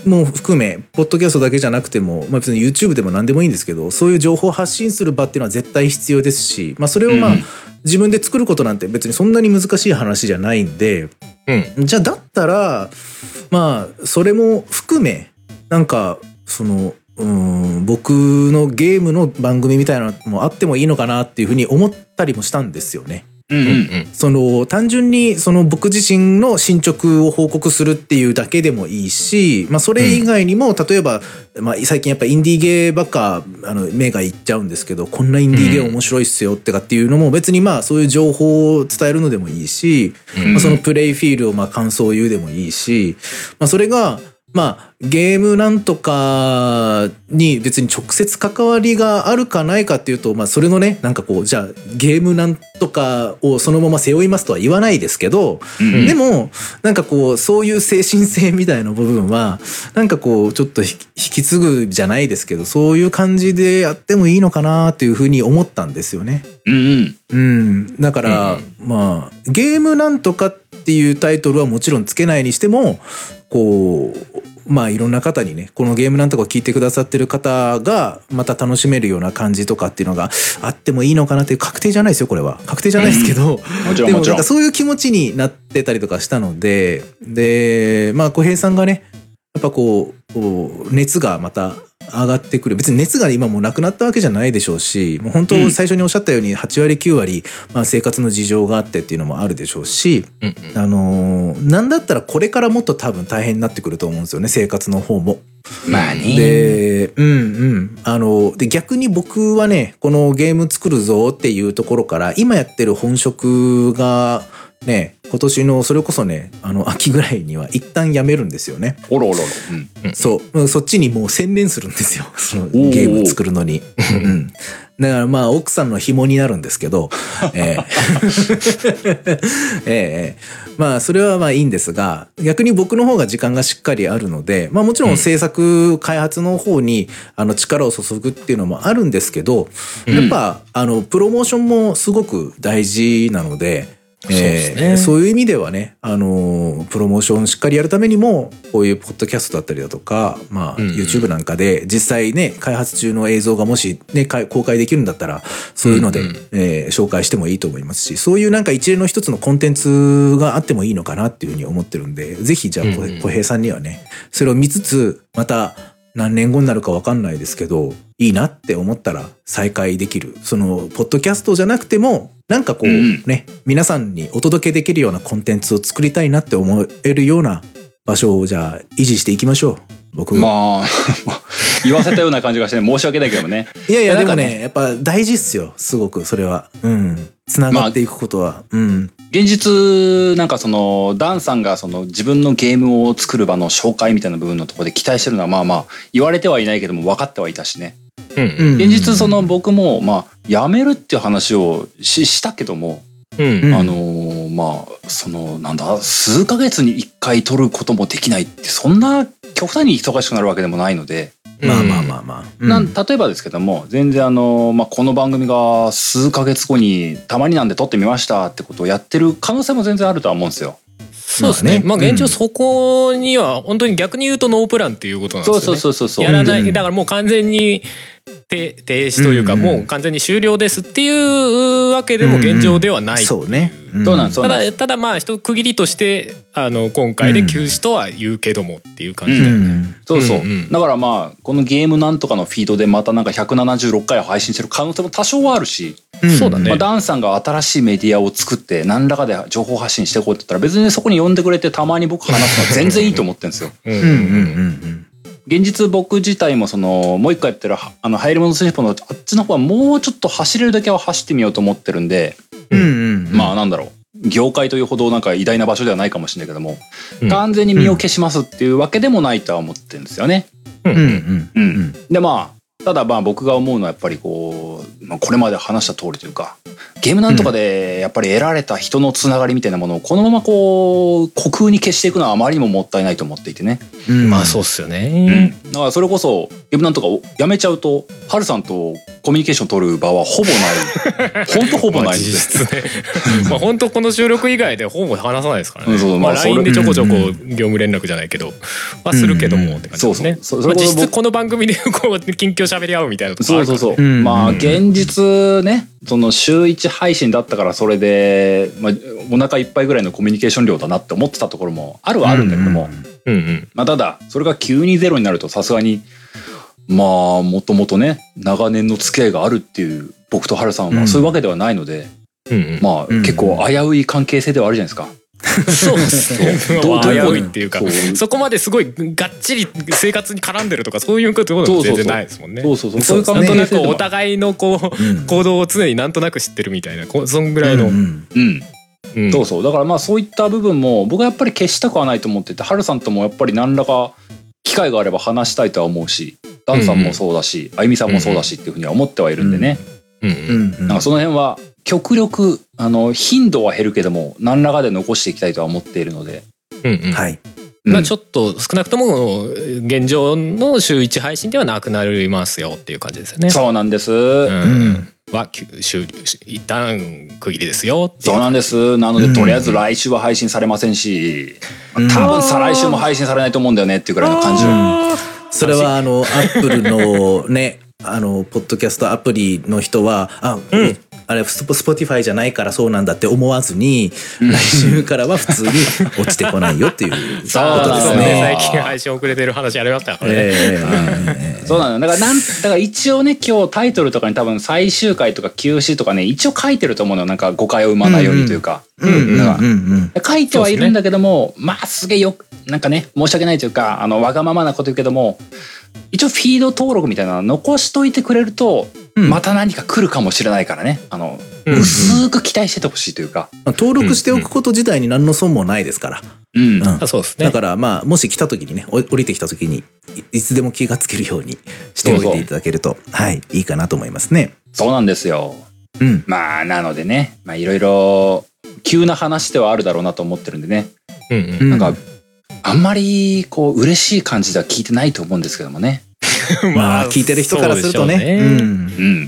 S3: も含めポッドキャストだけじゃなくても、まあ、別に YouTube でも何でもいいんですけどそういう情報を発信する場っていうのは絶対必要ですし、まあ、それをまあ、
S1: うん
S3: 自分で作ることなんて別にそんなに難しい話じゃないんで、
S2: うん
S3: じゃあだったらまあそれも含めなんかそのうーん僕のゲームの番組みたいなのもあってもいいのかなっていうふうに思ったりもしたんですよね。
S1: うん
S2: う
S1: うんん
S2: うん
S3: その単純にその僕自身の進捗を報告するっていうだけでもいいし、まあ、それ以外にも例えば、まあ、最近やっぱインディーゲーばっかあの目がいっちゃうんですけどこんなインディーゲー面白いっすよってかっていうのも別にまあそういう情報を伝えるのでもいいし、
S2: うん
S3: まあ、そのプレイフィールをまあ感想を言うでもいいし、まあ、それが、まあ、ゲームなんとかに別に直接関わりがあるかないかっていうと、まあ、それのね、なんかこう、じゃあ、ゲームなんとかをそのまま背負いますとは言わないですけど、
S1: うん
S3: でも、なんかこう、そういう精神性みたいな部分は、なんかこう、ちょっと引き引き継ぐじゃないですけど、そういう感じでやってもいいのかなっていうふうに思ったんですよね。
S1: うんうん
S3: うん、だから、
S2: うん
S3: まあゲームなんとかっていうタイトルはもちろんつけないにしてもこうまあいろんな方にねこのゲームなんとか聞いてくださってる方がまた楽しめるような感じとかっていうのがあってもいいのかなっていう確定じゃないですよこれは確定じゃないですけ
S1: も
S3: ど、
S1: ちろん
S3: で
S1: も
S3: も
S1: ちろ
S3: なん
S1: ん
S3: か。そういう気持ちになってたりとかしたのででまあ小平さんがねやっぱこうこう熱がまた上がってくる別に熱が今もうなくなったわけじゃないでしょうしもう本
S1: う
S3: 当
S1: ん
S3: 最初におっしゃったように8割9割、まあ、生活の事情があってっていうのもあるでしょうし、
S2: うん
S3: あのーなんだったらこれからもっと多分大変になってくると思うんですよね生活の方も。
S1: まあね。
S3: で、うんうん。あの、で、逆に僕はね、このゲーム作るぞっていうところから、今やってる本職が、ね、今年のそれこそね、あの、秋ぐらいには一旦やめるんですよね。
S1: おろおろおろ。うん
S3: そううん。そっちにもう専念するんですよ。 <laughs> そのゲーム作るのに。うん。だからまあ、奥さんの紐になるんですけど、ええ <laughs> ええええまあ、それはまあいいんですが、逆に僕の方が時間がしっかりあるので、まあもちろん制作、開発の方に、あの、力を注ぐっていうのもあるんですけど、やっぱ、あの、プロモーションもすごく大事なので、
S2: そうですね
S3: ええそういう意味ではね、あのープロモーションをしっかりやるためにも、こういうポッドキャストだったりだとか、まあ、
S2: うんうん
S3: YouTube なんかで、実際ね、開発中の映像がもし、ね、かい公開できるんだったら、そういうので、
S2: うんうん
S3: えー紹介してもいいと思いますし、そういうなんか一連の一つのコンテンツがあってもいいのかなっていうふうに思ってるんで、ぜひじゃあ、こ
S2: うんうん
S3: 小平さんにはね、それを見つつ、また、何年後になるかわかんないですけど、いいなって思ったら再開できる。その、ポッドキャストじゃなくても、なんかこう、
S1: うん
S3: ね、皆さんにお届けできるようなコンテンツを作りたいなって思えるような場所を、じゃあ、維持していきましょう。僕も。
S1: まあ、 <laughs> 言わせたような感じがして、申し訳ないけどね。
S3: いやい
S1: い
S3: や、
S1: や
S3: でも
S1: なんか
S3: ね、やっぱ大事っすよ。すごく、それは。うん。つながっていくことは。うん。
S1: 現実、なんかその、ダンさんがその自分のゲームを作る場の紹介みたいな部分のところで期待してるのは、まあまあ、言われてはいないけども分かってはいたしね。
S2: うん
S1: 現実、その、僕も、まあ、辞めるっていう話をししたけども、
S2: うん
S1: あのーまあそのなんだ数ヶ月に1回取ることもできないってそんな極端に忙しくなるわけでもないので、
S3: まあまあまあまあ。うん
S1: なん例えばですけども全然あのー、まあ、この番組が数ヶ月後にたまになんで撮ってみましたってことをやってる可能性も全然あるとは思うんですよ。
S2: そうですね。ま
S3: まあ
S2: あ
S3: ね
S2: 現
S3: う
S2: 状
S3: ん
S2: そこには本当に逆に言うとノープランっていうことなん
S1: そ
S2: ですよ
S1: う
S2: ね。
S1: そうそうそうそう。
S2: やらな
S3: うん
S2: い。だからもう完全に停停止というか、
S3: うんうん
S2: もう完全に終了ですっていうわけでも現状ではない。
S3: そうね。
S1: そうなんですそう
S2: た
S1: なんです
S2: だ、ただまあ一区切りとして、あの、今回で休止とは言うけどもっていう感じ
S3: う
S2: で。
S3: ん。
S1: そうそう、
S2: うんうん
S1: だからまあこのゲームなんとかのフィードでまたなんか176回を配信してる可能性も多少はあるし。
S2: そうだね
S1: まあ、ダンさんが新しいメディアを作って何らかで情報発信していこうって言ったら別にそこに呼んでくれてたまに僕話すのは全然いいと思ってるんですよ。
S2: うん
S3: うんうんうん
S1: 現実僕自体もそのもう一個やってるはあの入り物スリッポのあっちの方はもうちょっと走れるだけは走ってみようと思ってるんで、
S3: うん。うんうん。
S1: まあなんだろう業界というほどなんか偉大な場所ではないかもしれないけども、
S2: うん
S1: 完全に身を消しますっていうわけでもないとは思ってるんですよね。
S2: うん
S3: うんうん。
S1: うん
S3: ん
S1: でまあただまあ僕が思うのはやっぱりこう、まあ、これまで話した通りというかゲームなんとかでやっぱり得られた人のつながりみたいなものをこのままこう虚空に消していくのはあまりにももったいないと思っていてね、
S3: うん
S2: まあそうっすよね。
S1: だからそれこそゲームなんとかをやめちゃうとハルさんとコミュニケーション取る場はほぼない
S3: <laughs>
S1: ほんとほぼ
S2: ま
S1: な
S2: あ
S1: いんで
S2: 実質ね。 <laughs> まあ本当この収録以外でほぼ話さないですから
S1: うんそう
S2: ね。
S1: ま
S2: ま
S1: あ
S2: あ
S1: それ
S2: LINE でちょこちょこ業務連絡じゃないけど、はするけどもって感じですね。
S1: そうそうそ
S2: ま
S1: れ
S2: あ
S1: こそ
S2: 実
S1: 僕
S2: 質この番組でこう近況喋り合うみたいなとこあ
S1: そう
S2: るか
S1: そ
S2: ら
S1: うそう、
S3: うん
S1: まあ
S2: うん
S1: 現実ねその週1配信だったからそれで、まあ、お腹いっぱいぐらいのコミュニケーション量だなって思ってたところもあるはあるんだけども、
S3: うんうん
S2: うんうん。
S1: まあ、ただ、それが急にゼロになると、さすがに、まあ、もともとね、長年の付き合いがあるっていう、僕とハルさん
S3: う
S1: は
S3: ん
S1: そういうわけではないので、<laughs>
S2: うんうん
S1: まあ、
S3: うん
S1: 結構危うい関係性ではあるじゃないですか。
S2: そうです <laughs> ね。
S1: どう
S2: ど
S1: ど
S2: う
S1: ういうこと
S2: 危ういっていうか
S1: そう、
S2: そこまですごいがっちり生活に絡んでるとかそういうことでも全然ないですもんね。
S1: そうそうそう。
S3: そうですね
S1: そう
S2: ないん
S1: う関係
S2: とな
S1: 性
S2: く
S1: で
S2: お
S1: は
S2: 互いのこう、
S3: うん
S2: 行動を常になんとなく知ってるみたいな、こそんぐらいの。
S3: うん
S1: うん。
S2: うん
S1: そうそう。だからまあ、そういった部分も、僕はやっぱり消したくはないと思ってて、ハルさんともやっぱり何らか、機会があれば話したいとは思うし、ダンさんもそうだし、あゆみさんもそうだしっていうふうには思ってはいるんでね。
S2: うんう
S3: う
S2: ん
S3: んうん。
S1: なんかその辺は極力あの頻度は減るけども何らかで残していきたいとは思っているので、
S2: うんうん
S3: はい。
S2: まあ、
S1: ょ
S2: ちょっと少なくとも現状の週1配信ではなくなりますよっていう感じですよね。
S1: そうなんです、
S2: うん
S3: うん
S2: はきゅ終了し一旦区切りですよってい
S1: そう
S2: う。
S1: なんですなので、
S3: うん
S1: とりあえず来週は配信されませんし、
S3: うん
S1: 多分再来週も配信されないと思うんだよねっていうぐらいの感じ
S3: それはあ <laughs> の、アップルのね、あの、ポッドキャストアプリの人は、あ、
S2: うん
S3: あれ、スポスポティファイじゃないからそうなんだって思わずに、来週からは普通に落ちてこないよ <laughs> っていうことです
S1: そうなんです
S3: ね。
S2: 最近配信遅れてる話ありましたからね、
S3: ええ
S1: そうなのよだからなんだから一応ね今日タイトルとかに多分最終回とか休止とかね一応書いてると思うのよなんか誤解を生まないようにというか。
S3: うんうん
S1: だから
S3: うん
S1: 書いてはいるんだけども、まあすげえよなんかね申し訳ないというかあのわがままなこと言うけども一応フィード登録みたいなの残しといてくれると、
S3: うん
S1: また何か来るかもしれないからねあの、
S2: うんうん
S1: 薄く期待しててほしいというか、
S3: まあ登録しておくこと自体に何の損もないですから。
S1: うん
S3: うん
S2: あそうですね
S3: だからまあ、もし来た時にね、お降りてきた時に、いいつでも気がつけるようにしておいていただけると、はい、いいかなと思いますね。
S1: そうなんですよ
S3: うん。
S1: まあなのでねまあいろいろ急な話ではあるだろうなと思ってるんでね
S2: うんうん
S1: なんかあんまりこう嬉しい感じでは聞いてないと思うんですけどもね、
S3: まあ、聞いてる人からするとね。
S2: そうでしょうね
S3: うん
S1: う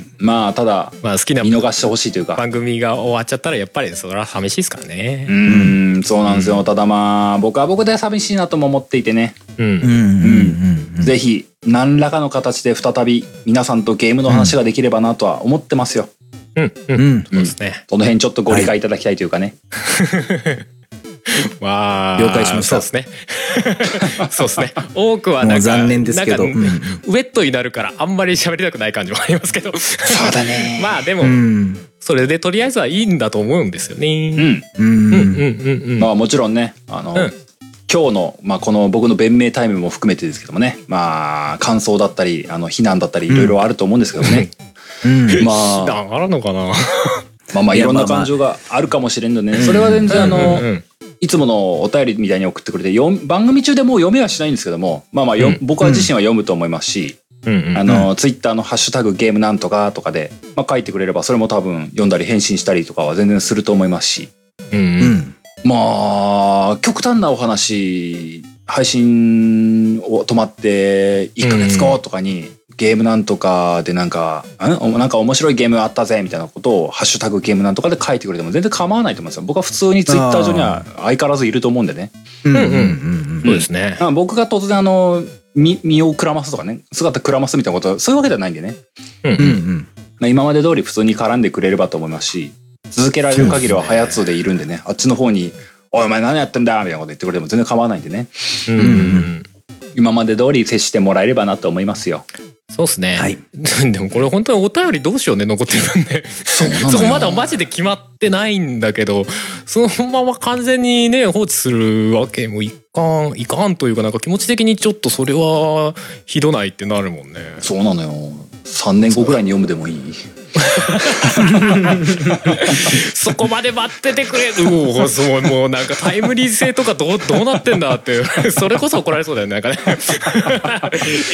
S1: ん、まあただ
S2: まあ好きな
S1: 見逃してほしいというか
S2: 番組が終わっちゃったらやっぱりそれは寂しいですから
S1: う
S2: ね。
S1: ーん、そうなんですよ。ただまあ、僕は僕で寂しいなとも思っていてね、
S2: うん
S3: うんうんうん。
S1: ぜひ、何らかの形で再び、皆さんとゲームの話ができればなとは思ってますよ。
S2: うんう
S3: うんん。
S2: そうですね。
S1: その辺ちょっとご理解いただきたいというかね。
S2: わあ
S3: 了解しました
S2: そうですね。 <laughs> そうですね。多くはなん
S3: も
S2: か
S3: う残念ですけど。
S2: なんかウェットになるからあんまり喋りたくない感じもありますけど。
S1: そうだね
S2: まあでも、
S3: うん。
S2: それでとりあえずはいいんだと思うんですよ
S1: う
S2: ね。
S1: ん。
S3: う。
S2: うんんうんうん
S1: まあもちろんね、あの、
S2: うん
S1: 今日の、まあ、この僕の弁明タイムも含めてですけどもね、まあ、感想だったり、あの、非難だったり、いろいろあると思うんですけどもね。
S3: うん。
S1: ま
S2: うん。
S1: あ、
S2: あるのかな。
S1: まあまあ、
S3: い
S1: い
S3: や
S1: ろん
S3: ま
S1: な
S3: あまあ
S1: 感情があるかもしれんのでね、それは全然あの、
S2: うんうん
S1: いつものお便りみたいに送ってくれて読ん番組中でもう読めはしないんですけどもまあまあ、よ
S2: うん
S1: 僕は自身は読むと思いますし、
S2: うんうん
S1: あのツイッターの「ハッシュタグゲームなんとか」とかで、まあ、書いてくれればそれも多分読んだり返信したりとかは全然すると思いますし
S2: うん
S3: う
S2: うん
S3: ん。
S1: まあ極端なお話配信を止まって1ヶ月後とかに、ゲームなんとかでなんか、んおなんか面白いゲームあったぜみたいなことを、ハッシュタグゲームなんとかで書いてくれても全然構わないと思いますよ。僕は普通にツイッター上には相変わらずいると思うんでね。
S3: うんうん
S2: うん
S3: うん
S2: そうですね。
S1: あ僕が突然あの身身をくらますとかね姿くらますみたいなことそういうわけではないんでね、
S2: うんう
S3: うん
S2: ん
S3: うん。
S1: まあ今まで通り普通に絡んでくれればと思いますし続けられる限りは早通でいるんでねあっちの方に「おいお前何やってんだ」みたいなこと言ってくれても全然構わないんでね
S2: うんうん。
S1: 今まで通り接してもらえればなと思いますよ
S2: そうですね。
S3: はい
S2: <laughs> でもこれ本当にお便りどうしようね残ってるんで。
S1: そうな
S2: そこまだマジで決まってないんだけど、そのまま完全にね、放置するわけもいかん、いかんというか、なんか気持ち的にちょっとそれは、ひどないってなるもんね。
S1: そうなのよ3年後ぐらいに読むでもいい
S2: そこまで待っててくれる。 <laughs> もう、そう、もうなんかタイムリー性とかどう、どうなってんだっていう。 <laughs> それこそ怒られそうだよね、なんかね。 <laughs>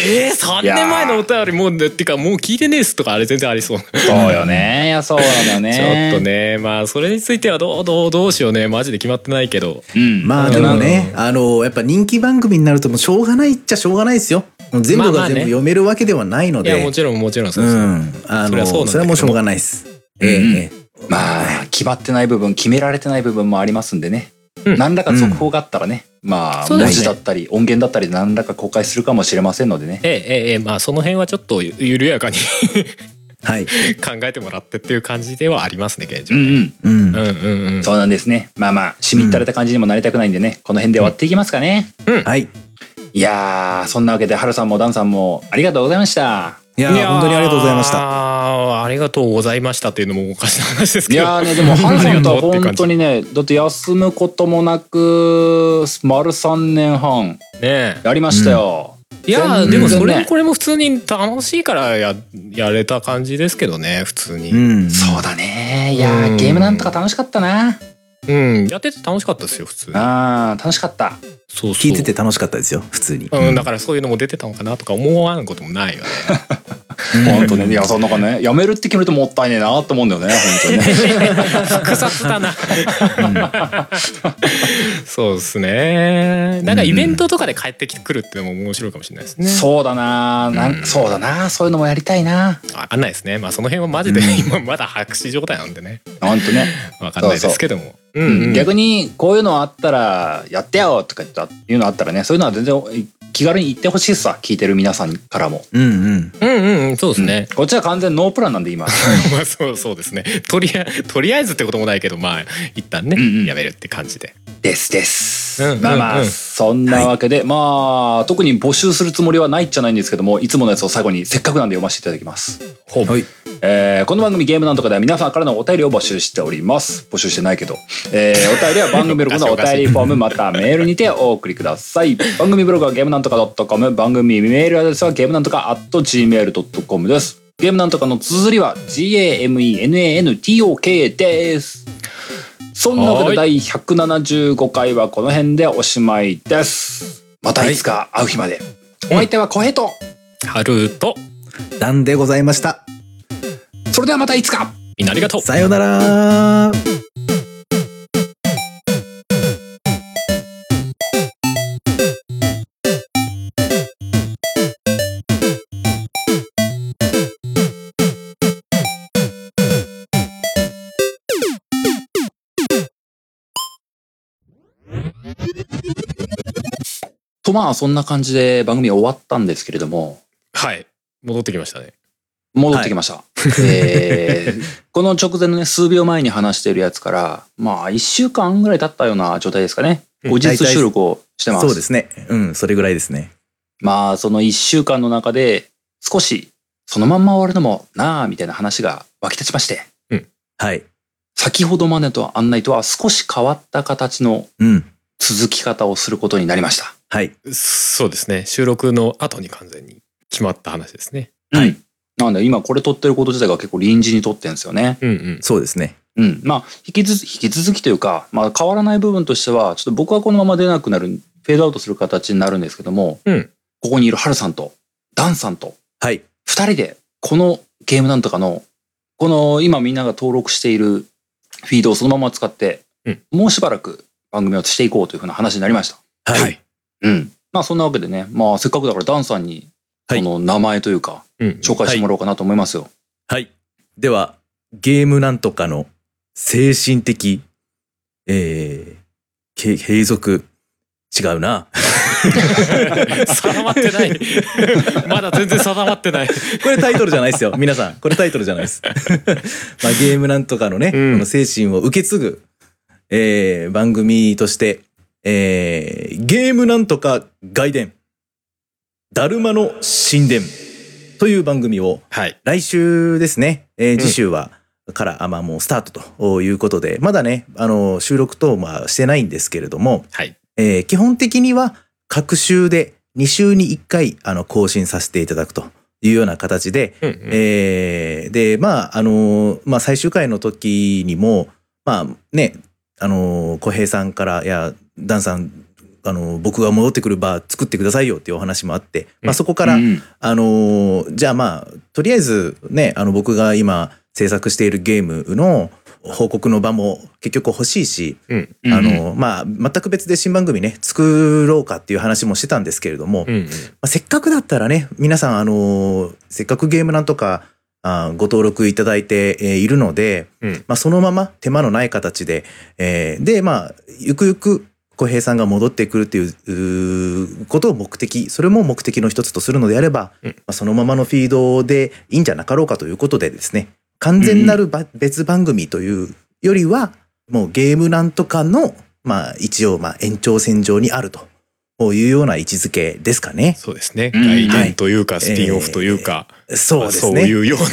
S2: えー、3年前のお便りもう、ね、ってかもう聞いてねえっすとかあれ全然ありそう。
S1: そうよねいやそうなのよ
S2: ちょっとね、まあそれについてはどう、どう、どうしようね。マジで決まってないけど。
S1: うん
S3: まあでもね、あの、やっぱ人気番組になるともうしょうがないっちゃしょうがないですよ。もう全部
S2: まあま
S3: が
S2: あね
S3: 全部読めるわけではないの
S2: いや、も
S3: で。
S2: ちろん、もちろんそううです。
S3: ん。あ
S2: それはそうなんだ
S3: の、
S2: けども
S3: それはもうしょうがないです。ええええ。
S1: まあ決まってない部分決められてない部分もありますんでね、
S2: うん
S1: 何らか続報があったらね、まあ
S2: そう
S1: 文
S2: ですね
S1: 字だったり音源だったりで何らか公開するかもしれませんのでね
S2: ええええええまあその辺はちょっとゆ緩やかに <laughs>
S3: はい。
S2: 考えてもらってっていう感じではありますね現状
S1: うんうん
S3: う
S2: うん。
S3: ん
S2: うんうん
S1: そうなんですねまあまあしみったれた感じにもなりたくないんでねこの辺で終わっていきますかね、
S3: はい。
S1: いやーそんなわけでハルさんもダンさんもありがとうございました
S3: いやー本当にありがとうございました。
S2: たありがとうございましたっていうのもおかしな話です
S1: い
S2: けど
S1: や
S2: <laughs>
S1: ーねでもハルさんとは本当
S2: に
S1: にねだって休むこともなく丸3年半
S2: ね
S1: やりましたよ、
S2: いやー
S1: 全然
S2: でもそれ
S1: ね
S2: もこれも普通に楽しいからややれた感じですけどね普通に、
S3: う
S2: うん
S3: ん。
S1: そうだねいや
S2: う
S1: ー
S2: ん
S1: ゲームなんとか楽しかったな
S2: やってて楽しかったですよ普通に
S1: あー楽しかった
S2: そうそう
S3: 聞いてて楽しかったですよ、普通に。
S2: うん、だからそういうのも出てたのかなとか思わんこともないよね。
S1: 本当ね、いや、そんなかね、やめるって決めるともったいねえなと思うんだよね、本当にね。
S2: <laughs> 複雑だな。そうですね。なんかイベントとかで帰ってくるっていうのも面白いかもしれないですね。
S1: そうだな、なん、そうだな、そういうのもやりたいな。
S2: わかんないですね。まあその辺はマジで今まだ白紙状態なんでね。
S1: 本当ね。
S2: わかんないですけども。うんうん
S1: 逆にこういうのあったらやってよとか言ったいうのあったらね、そういうのは全然気軽に行ってほしいっすわ、聞いてる皆さんからも。
S3: うんうん。
S2: うんうんうんそうですね、
S1: こっちは完全ノープランなんで今。
S2: <laughs> まあそうそうですねとりあとりあえずってこともないけどまあ一旦ね、
S1: うんうん
S2: やめるって感じで
S1: <laughs> ですです。
S2: うん
S1: まあまあ、
S2: うんうん
S1: そんなわけで、まあ、特に募集するつもりはないっちゃないんですけども、いつものやつを最後にせっかくなんで読ませていただきます。
S3: はい。
S1: えーこの番組ゲームなんとかでは皆さんからのお便りを募集しております。募集してないけど。えーお便りは番組ブログのお便りフォームまたはメールにてお送りください。番組ブログはゲームなんとか .com、番組メールアドレスはゲームなんとか .gmail.com です。ゲームなんとかの綴りは GAMENANTOK です。そんなわけで
S2: は
S1: 第175回はこの辺でおしまいです。またいつか会う日まで。お相手は小平と。
S2: 春と
S3: なんでございました。
S1: それではまたいつか
S2: みんなありがとう
S3: さよなら。
S1: とまあそんな感じで番組終わったんですけれども
S2: はい戻ってきましたね
S1: 戻ってきました、えーこの直前のね数秒前に話しているやつからまあ1週間ぐらい経ったような状態ですかね
S2: うん
S1: 後日収録をしてます,、
S3: そうですね。うん、それぐらいですね。
S1: まあその1週間の中で少しそのまんま終わるのもなあみたいな話が湧き立ちまして
S3: はい。
S1: 先ほどまでと案内とは少し変わった形の
S3: うん。
S1: 続き方をすることになりました
S3: はい。
S2: そうですね収録の後に完全に決まった話ですね
S1: はいなんで今これ撮ってること自体が結構臨時に撮ってるんですよね
S2: うんうん
S3: そうですね。
S1: うん、まあ引きず引き続きというか、まあ、変わらない部分としてはちょっと僕はこのまま出なくなるフェードアウトする形になるんですけども、
S2: うん
S1: ここにいるハルさんとダンさんと
S3: はい。
S1: 2人でこのゲームなんとかのこの今みんなが登録しているフィードをそのまま使って、
S2: うん
S1: もうしばらく番組をしていこうというふうな話になりました。
S3: はい。
S1: うん、まあそんなわけでね、まあ、せっかくだからダンさんにこ
S3: はい
S1: の名前というか
S2: うん
S1: 紹介してもらおうかなと思いますよ。
S3: はい。では、ゲームなんとかの精神的、えー、け継続、違うな。
S2: 定まってない <laughs> まだ全然定まってない
S3: これタイトルじゃないですよ。
S2: <laughs>
S3: 皆さん、これタイトルじゃないです。まあ、ゲームなんとかのね、
S2: うん
S3: この精神を受け継ぐ、えー、番組として、えー、ゲームなんとか外伝、だるまの神殿という番組を
S2: はい
S3: 来週ですね、えー次週は、から、あまあ、もうスタートということで、まだね、あの、収録等、まあ、してないんですけれども、
S2: はい
S3: えー基本的には各週で2週に1回、あの、更新させていただくというような形で、
S2: うんうん
S3: えーで、まあ、あのーまあ、最終回の時にも、まあ、ね、あのー小平さんから、いや、ダンさん、あのー僕が戻ってくる場作ってくださいよっていうお話もあって、
S2: う
S3: まあ、
S2: ん
S3: そこから、
S1: うん
S3: あのーじゃあまあ、とりあえずね、あの僕が今制作しているゲームの報告の場も結局欲しいし、
S2: うん
S1: うん
S3: あのーまあ、全く別で新番組ね、作ろうかっていう話もしてたんですけれども、
S2: う
S3: ま
S2: んうん
S3: あ、せっかくだったらね、皆さん、あのーせっかくゲームなんとか、あーご登録いただいて、えーいるので、
S2: うん
S3: まあ、そのまま手間のない形で、えーで、まあ、ゆくゆく小平さんが戻ってくるっていううーことを目的、それも目的の一つとするのであれば、
S2: うん
S3: まあ、そのままのフィードでいいんじゃなかろうかということでですね、完全なるば、別番組というよりは、もうゲームなんとかの、まあ、一応、まあ、延長線上にあると。いうような位置づけですかね。
S2: そうですね
S1: うん
S2: 外
S3: は
S2: 伝
S3: い
S2: というかスピンオフというか、
S3: そう
S2: ま
S3: で
S2: あ
S3: す
S2: そう
S3: ね。
S2: いうような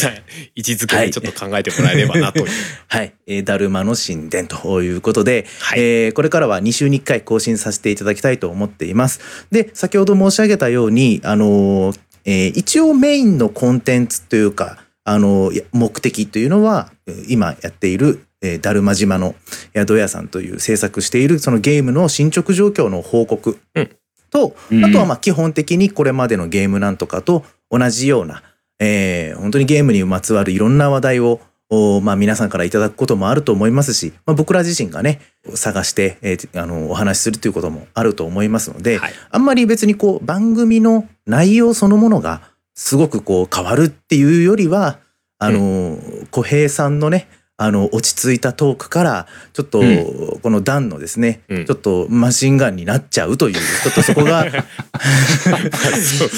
S2: 位置づけでちょっと考えてもらえれば
S3: <laughs>
S2: なという、
S3: はい。えーだるまの神殿ということで、
S2: はい
S3: えーこれからは2週に1回更新させていただきたいと思っています。で、先ほど申し上げたように、あのーえー一応メインのコンテンツというか、あのーいや目的というのは、えー今やっている、えーだるま島の宿屋さんという制作しているそのゲームの進捗状況の報告
S2: うん
S3: と、
S1: うん
S3: あとはまあ基本的にこれまでのゲームなんとかと同じような、えー本当にゲームにまつわるいろんな話題をおまあ、皆さんからいただくこともあると思いますし、まあ、僕ら自身がね探して、えーあのお話しするということもあると思いますので、
S2: はい
S3: あんまり別にこう番組の内容そのものがすごくこう変わるっていうよりはあの、小平さんのねあの落ち着いたトークからちょっと
S2: う
S3: この段のですね、
S2: うん
S3: ちょっとマシンガンになっちゃうというちょっとそこが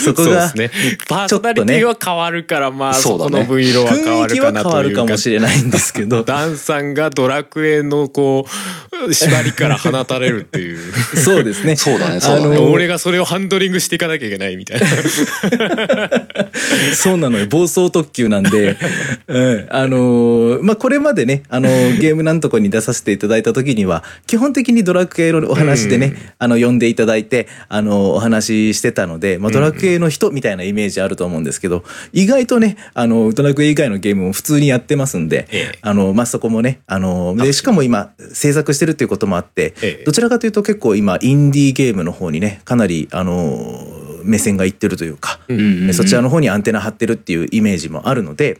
S3: そこが
S2: そうですね。パーソナリティは変わるから、まあ、
S1: そ
S2: そう
S1: だ
S2: こ
S1: ね
S2: の分色は変わ
S3: 雰囲
S2: る
S3: 気
S2: か
S3: は
S2: な
S3: 変
S2: と
S3: わ
S2: い
S3: る
S2: う
S3: かもしれないんですけど
S2: ダンさんがドラクエのこう縛りから放たれるっていう
S3: そうですね
S1: そうだねそうだね
S3: あの
S2: <laughs> 俺がそれをハンドリングしていかなきゃいけないみたいな
S3: そうなのよ。暴走特急なんで。うん。あのーまあ、これまでね、あのーゲームなんとこに出させていただいた時には、基本的にドラクエのお話でね、あの、呼んでいただいて、あのーお話ししてたので、まあ、ドラクエの人みたいなイメージあると思うんですけど、意外とね、あのードラクエ以外のゲームも普通にやってますんで、
S2: ええ
S3: あのーまあ、そこもね、あのーで、しかも今、制作してるっていうこともあって、
S2: ええ
S3: どちらかというと結構今、インディーゲームの方にね、かなり、あのー目線がいってるというか、
S1: うんうんうん
S3: そちらの方にアンテナ張ってるっていうイメージもあるので、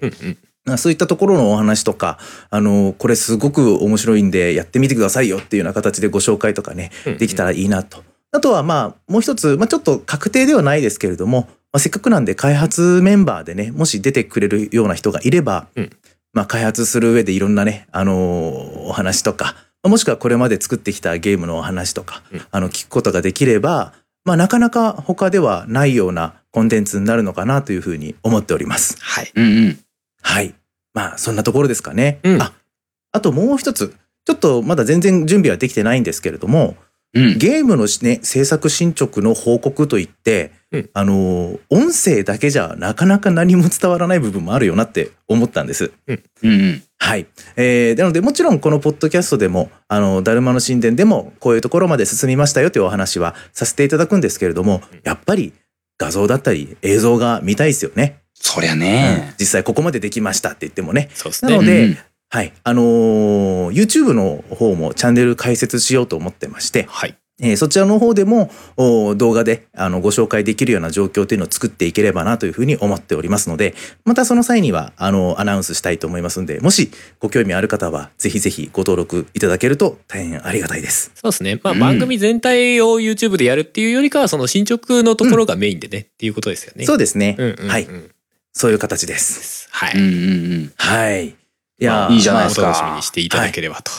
S3: まあそういったところのお話とか、あの、これすごく面白いんでやってみてくださいよっていうような形でご紹介とかね、 <laughs> できたらいいなと。あとはまあ、もう一つ、まあちょっと確定ではないですけれども、まあ、せっかくなんで開発メンバーでね、もし出てくれるような人がいれば、
S2: うん
S3: まあ開発する上でいろんなね、あのお話とか、もしくはこれまで作ってきたゲームのお話とか、
S2: うん
S3: あの、聞くことができれば、まあなかなか他ではないようなコンテンツになるのかなというふうに思っております。はい。
S1: うんうん
S3: はい。まあ、そんなところですかね。
S2: うん
S3: あ、あともう一つ。ちょっとまだ全然準備はできてないんですけれども、
S1: うん
S3: ゲームのしね、制作進捗の報告といって、
S2: うん
S3: あの、音声だけじゃなかなか何も伝わらない部分もあるよなって思ったんです。
S1: うんうん
S3: はい。えー、なので、もちろんこのポッドキャストでも、あの、だるまの神殿でも、こういうところまで進みましたよというお話はさせていただくんですけれども、やっぱり画像だったり映像が見たいですよね。
S1: そりゃ
S3: うん
S1: ね
S3: 実際ここまでできましたって言ってもね、
S2: そうです
S3: な
S2: ね
S3: ので、
S1: うん
S3: はい。あのー YouTube の方もチャンネル開設しようと思ってまして、
S2: はい
S3: えーそちらの方でもおー動画であのご紹介できるような状況というのを作っていければなというふうに思っておりますので、またその際にはあのアナウンスしたいと思いますので、もしご興味ある方はぜひぜひご登録いただけると大変ありがたいです。
S2: そうですねまあ
S1: うん
S2: 番組全体を YouTube でやるっていうよりかはその進捗のところがメインでねっていうことですよね
S3: そうですね、
S2: うんうんうん
S3: はい。そういう形で。
S2: ですすは
S1: うん
S2: い
S1: うんうん
S3: はい。い
S2: ま
S3: や
S2: あ
S3: ー
S1: いいじゃない
S2: お
S1: ですか
S2: 楽しみにしていただければと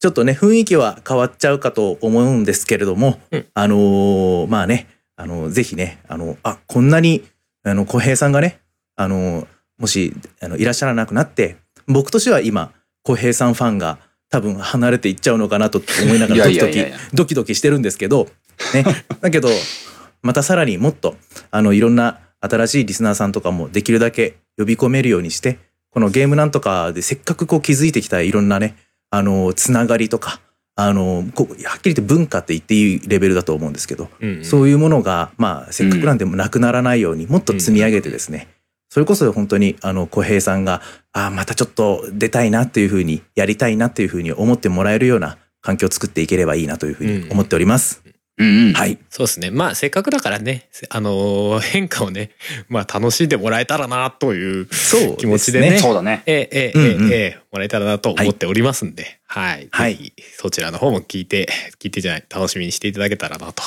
S3: ちょっとね、雰囲気は変わっちゃうかと思うんですけれども、
S2: うん
S3: あのーまあね、あのぜひね、あのあ、こんなに、あの、小平さんがね、あのもし、あの、いらっしゃらなくなって、僕としては今、小平さんファンが多分離れていっちゃうのかなと思いなが
S1: い
S3: ら
S1: や
S3: ド
S1: い
S3: キ
S1: や
S3: ド
S1: いやい
S3: キ
S1: や、
S3: ドキドキしてるんですけど、
S1: <laughs>
S3: ね、だけど、またさらにもっと、あの、いろんな新しいリスナーさんとかもできるだけ呼び込めるようにして、このゲームなんとかでせっかくこう気づいてきたいろんなね、あの、つながりとか、あの、こうはっきり言って文化って言っていいレベルだと思うんですけど、
S2: うんうん
S3: そういうものが、まあ、せっかくなんでもなくならないように、もっと積み上げてですね、それこそ本当に、あの、小平さんが、ああ、またちょっと出たいなっていうふうに、やりたいなっていうふうに思ってもらえるような環境を作っていければいいなというふうに思っております。
S1: うんうん
S3: はい。
S2: そうですね。まあ、せっかくだからね、せあのー変化をね、まあ、楽しんでもらえたらな、という、
S3: そうですね
S2: 気持ちでね。
S1: そうだね
S2: ええ、ええ、
S3: うんうん
S2: ええええ、もらえたらなと思っておりますんで、はい。
S3: はい
S2: ぜひ、そちらの方も聞いて、聞いてじゃない、楽しみにしていただけたらなと、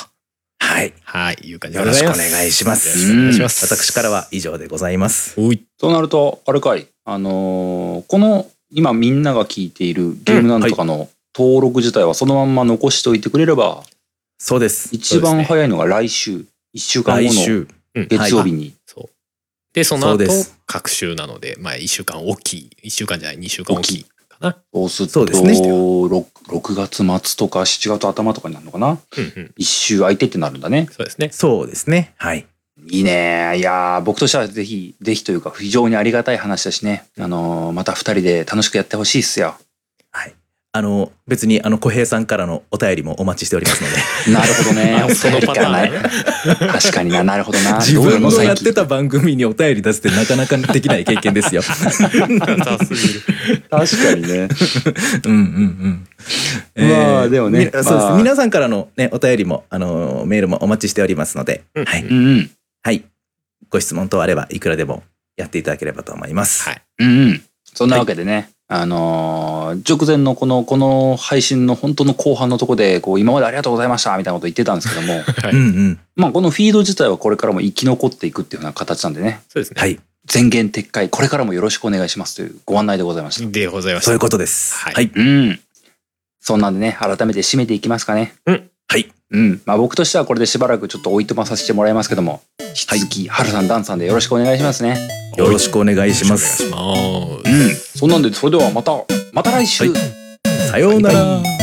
S3: はい。
S2: はい、いう感じでございます。
S3: よろしくお願いします
S2: よろくお願いします。
S3: 私からは以上でございます。
S2: おい。
S1: そうなるとあれかいあのーこの今みんなが聞いているゲームなんとかの登録自体はそのまんま残しておいてくれれば
S3: そうです。
S1: 一番早いのが来週1週間後
S3: 来
S1: の
S3: 週。
S1: 月曜日に
S2: そう。で、そ
S3: そ
S2: の
S3: うで
S2: 後
S3: す、
S2: 各週なので、まあ、一週間大きい、一週間じゃない、二週間大きいかな。
S1: そうすると
S3: そうですね
S1: 6, 6月末とか7月頭とかになるのかな
S2: うんうん。
S1: 1週空いてってなるんだね
S2: そうですね。
S3: そうですね。はい。
S1: いいねいやー僕としてはぜひぜひというか非常にありがたい話だしね、あのーまた2人で楽しくやってほしいっすよ
S3: あの、別に、あの、小平さんからのお便りもお待ちしておりますの <laughs> で。
S1: なるほどね
S2: あそのパターンね
S1: お便りかな確かにななるほどな
S3: <laughs> 自分
S1: どうな
S3: の
S1: 最近
S3: やってた番組にお便り出すってなかなかできない経験ですよ。
S2: <laughs> 硬すぎる。
S1: 確かにね
S3: うんうんうん。
S1: <laughs> まあでもね
S3: みそうです
S1: ま。あ
S3: 皆さんからのね、お便りも、あの、メールもお待ちしておりますので、
S2: うん
S3: は
S1: う
S3: い。
S1: んうん
S3: はい。ご質問等あれば、いくらでもやっていただければと思います。
S2: はい
S1: うんうん。そんなわけでね、あのー直前のこの、この配信の本当の後半のとこで、こう、今までありがとうございましたみたいなこと言ってたんですけども、
S2: はい
S3: うんうん。
S1: まあ、このフィード自体はこれからも生き残っていくっていうような形なんでね、
S2: そうですね。
S3: はい。
S1: 全言撤回、これからもよろしくお願いしますというご案内でございました。
S2: でございまし
S3: そ
S2: た
S3: ういうことです。
S2: はい
S3: はい。
S1: うん。そんなんでね、改めて締めていきますかね。
S3: はい。
S1: うん。まあ僕としてはこれでしばらくちょっとおいとまさせてもらいますけども、引き続き、はるさん、ダンさんでよろしくお願いしますね。
S3: よろしくお願いします。
S2: あ
S1: う
S2: ー
S1: ん。そんなんで、それではまた、また来週、
S3: はいさようなら。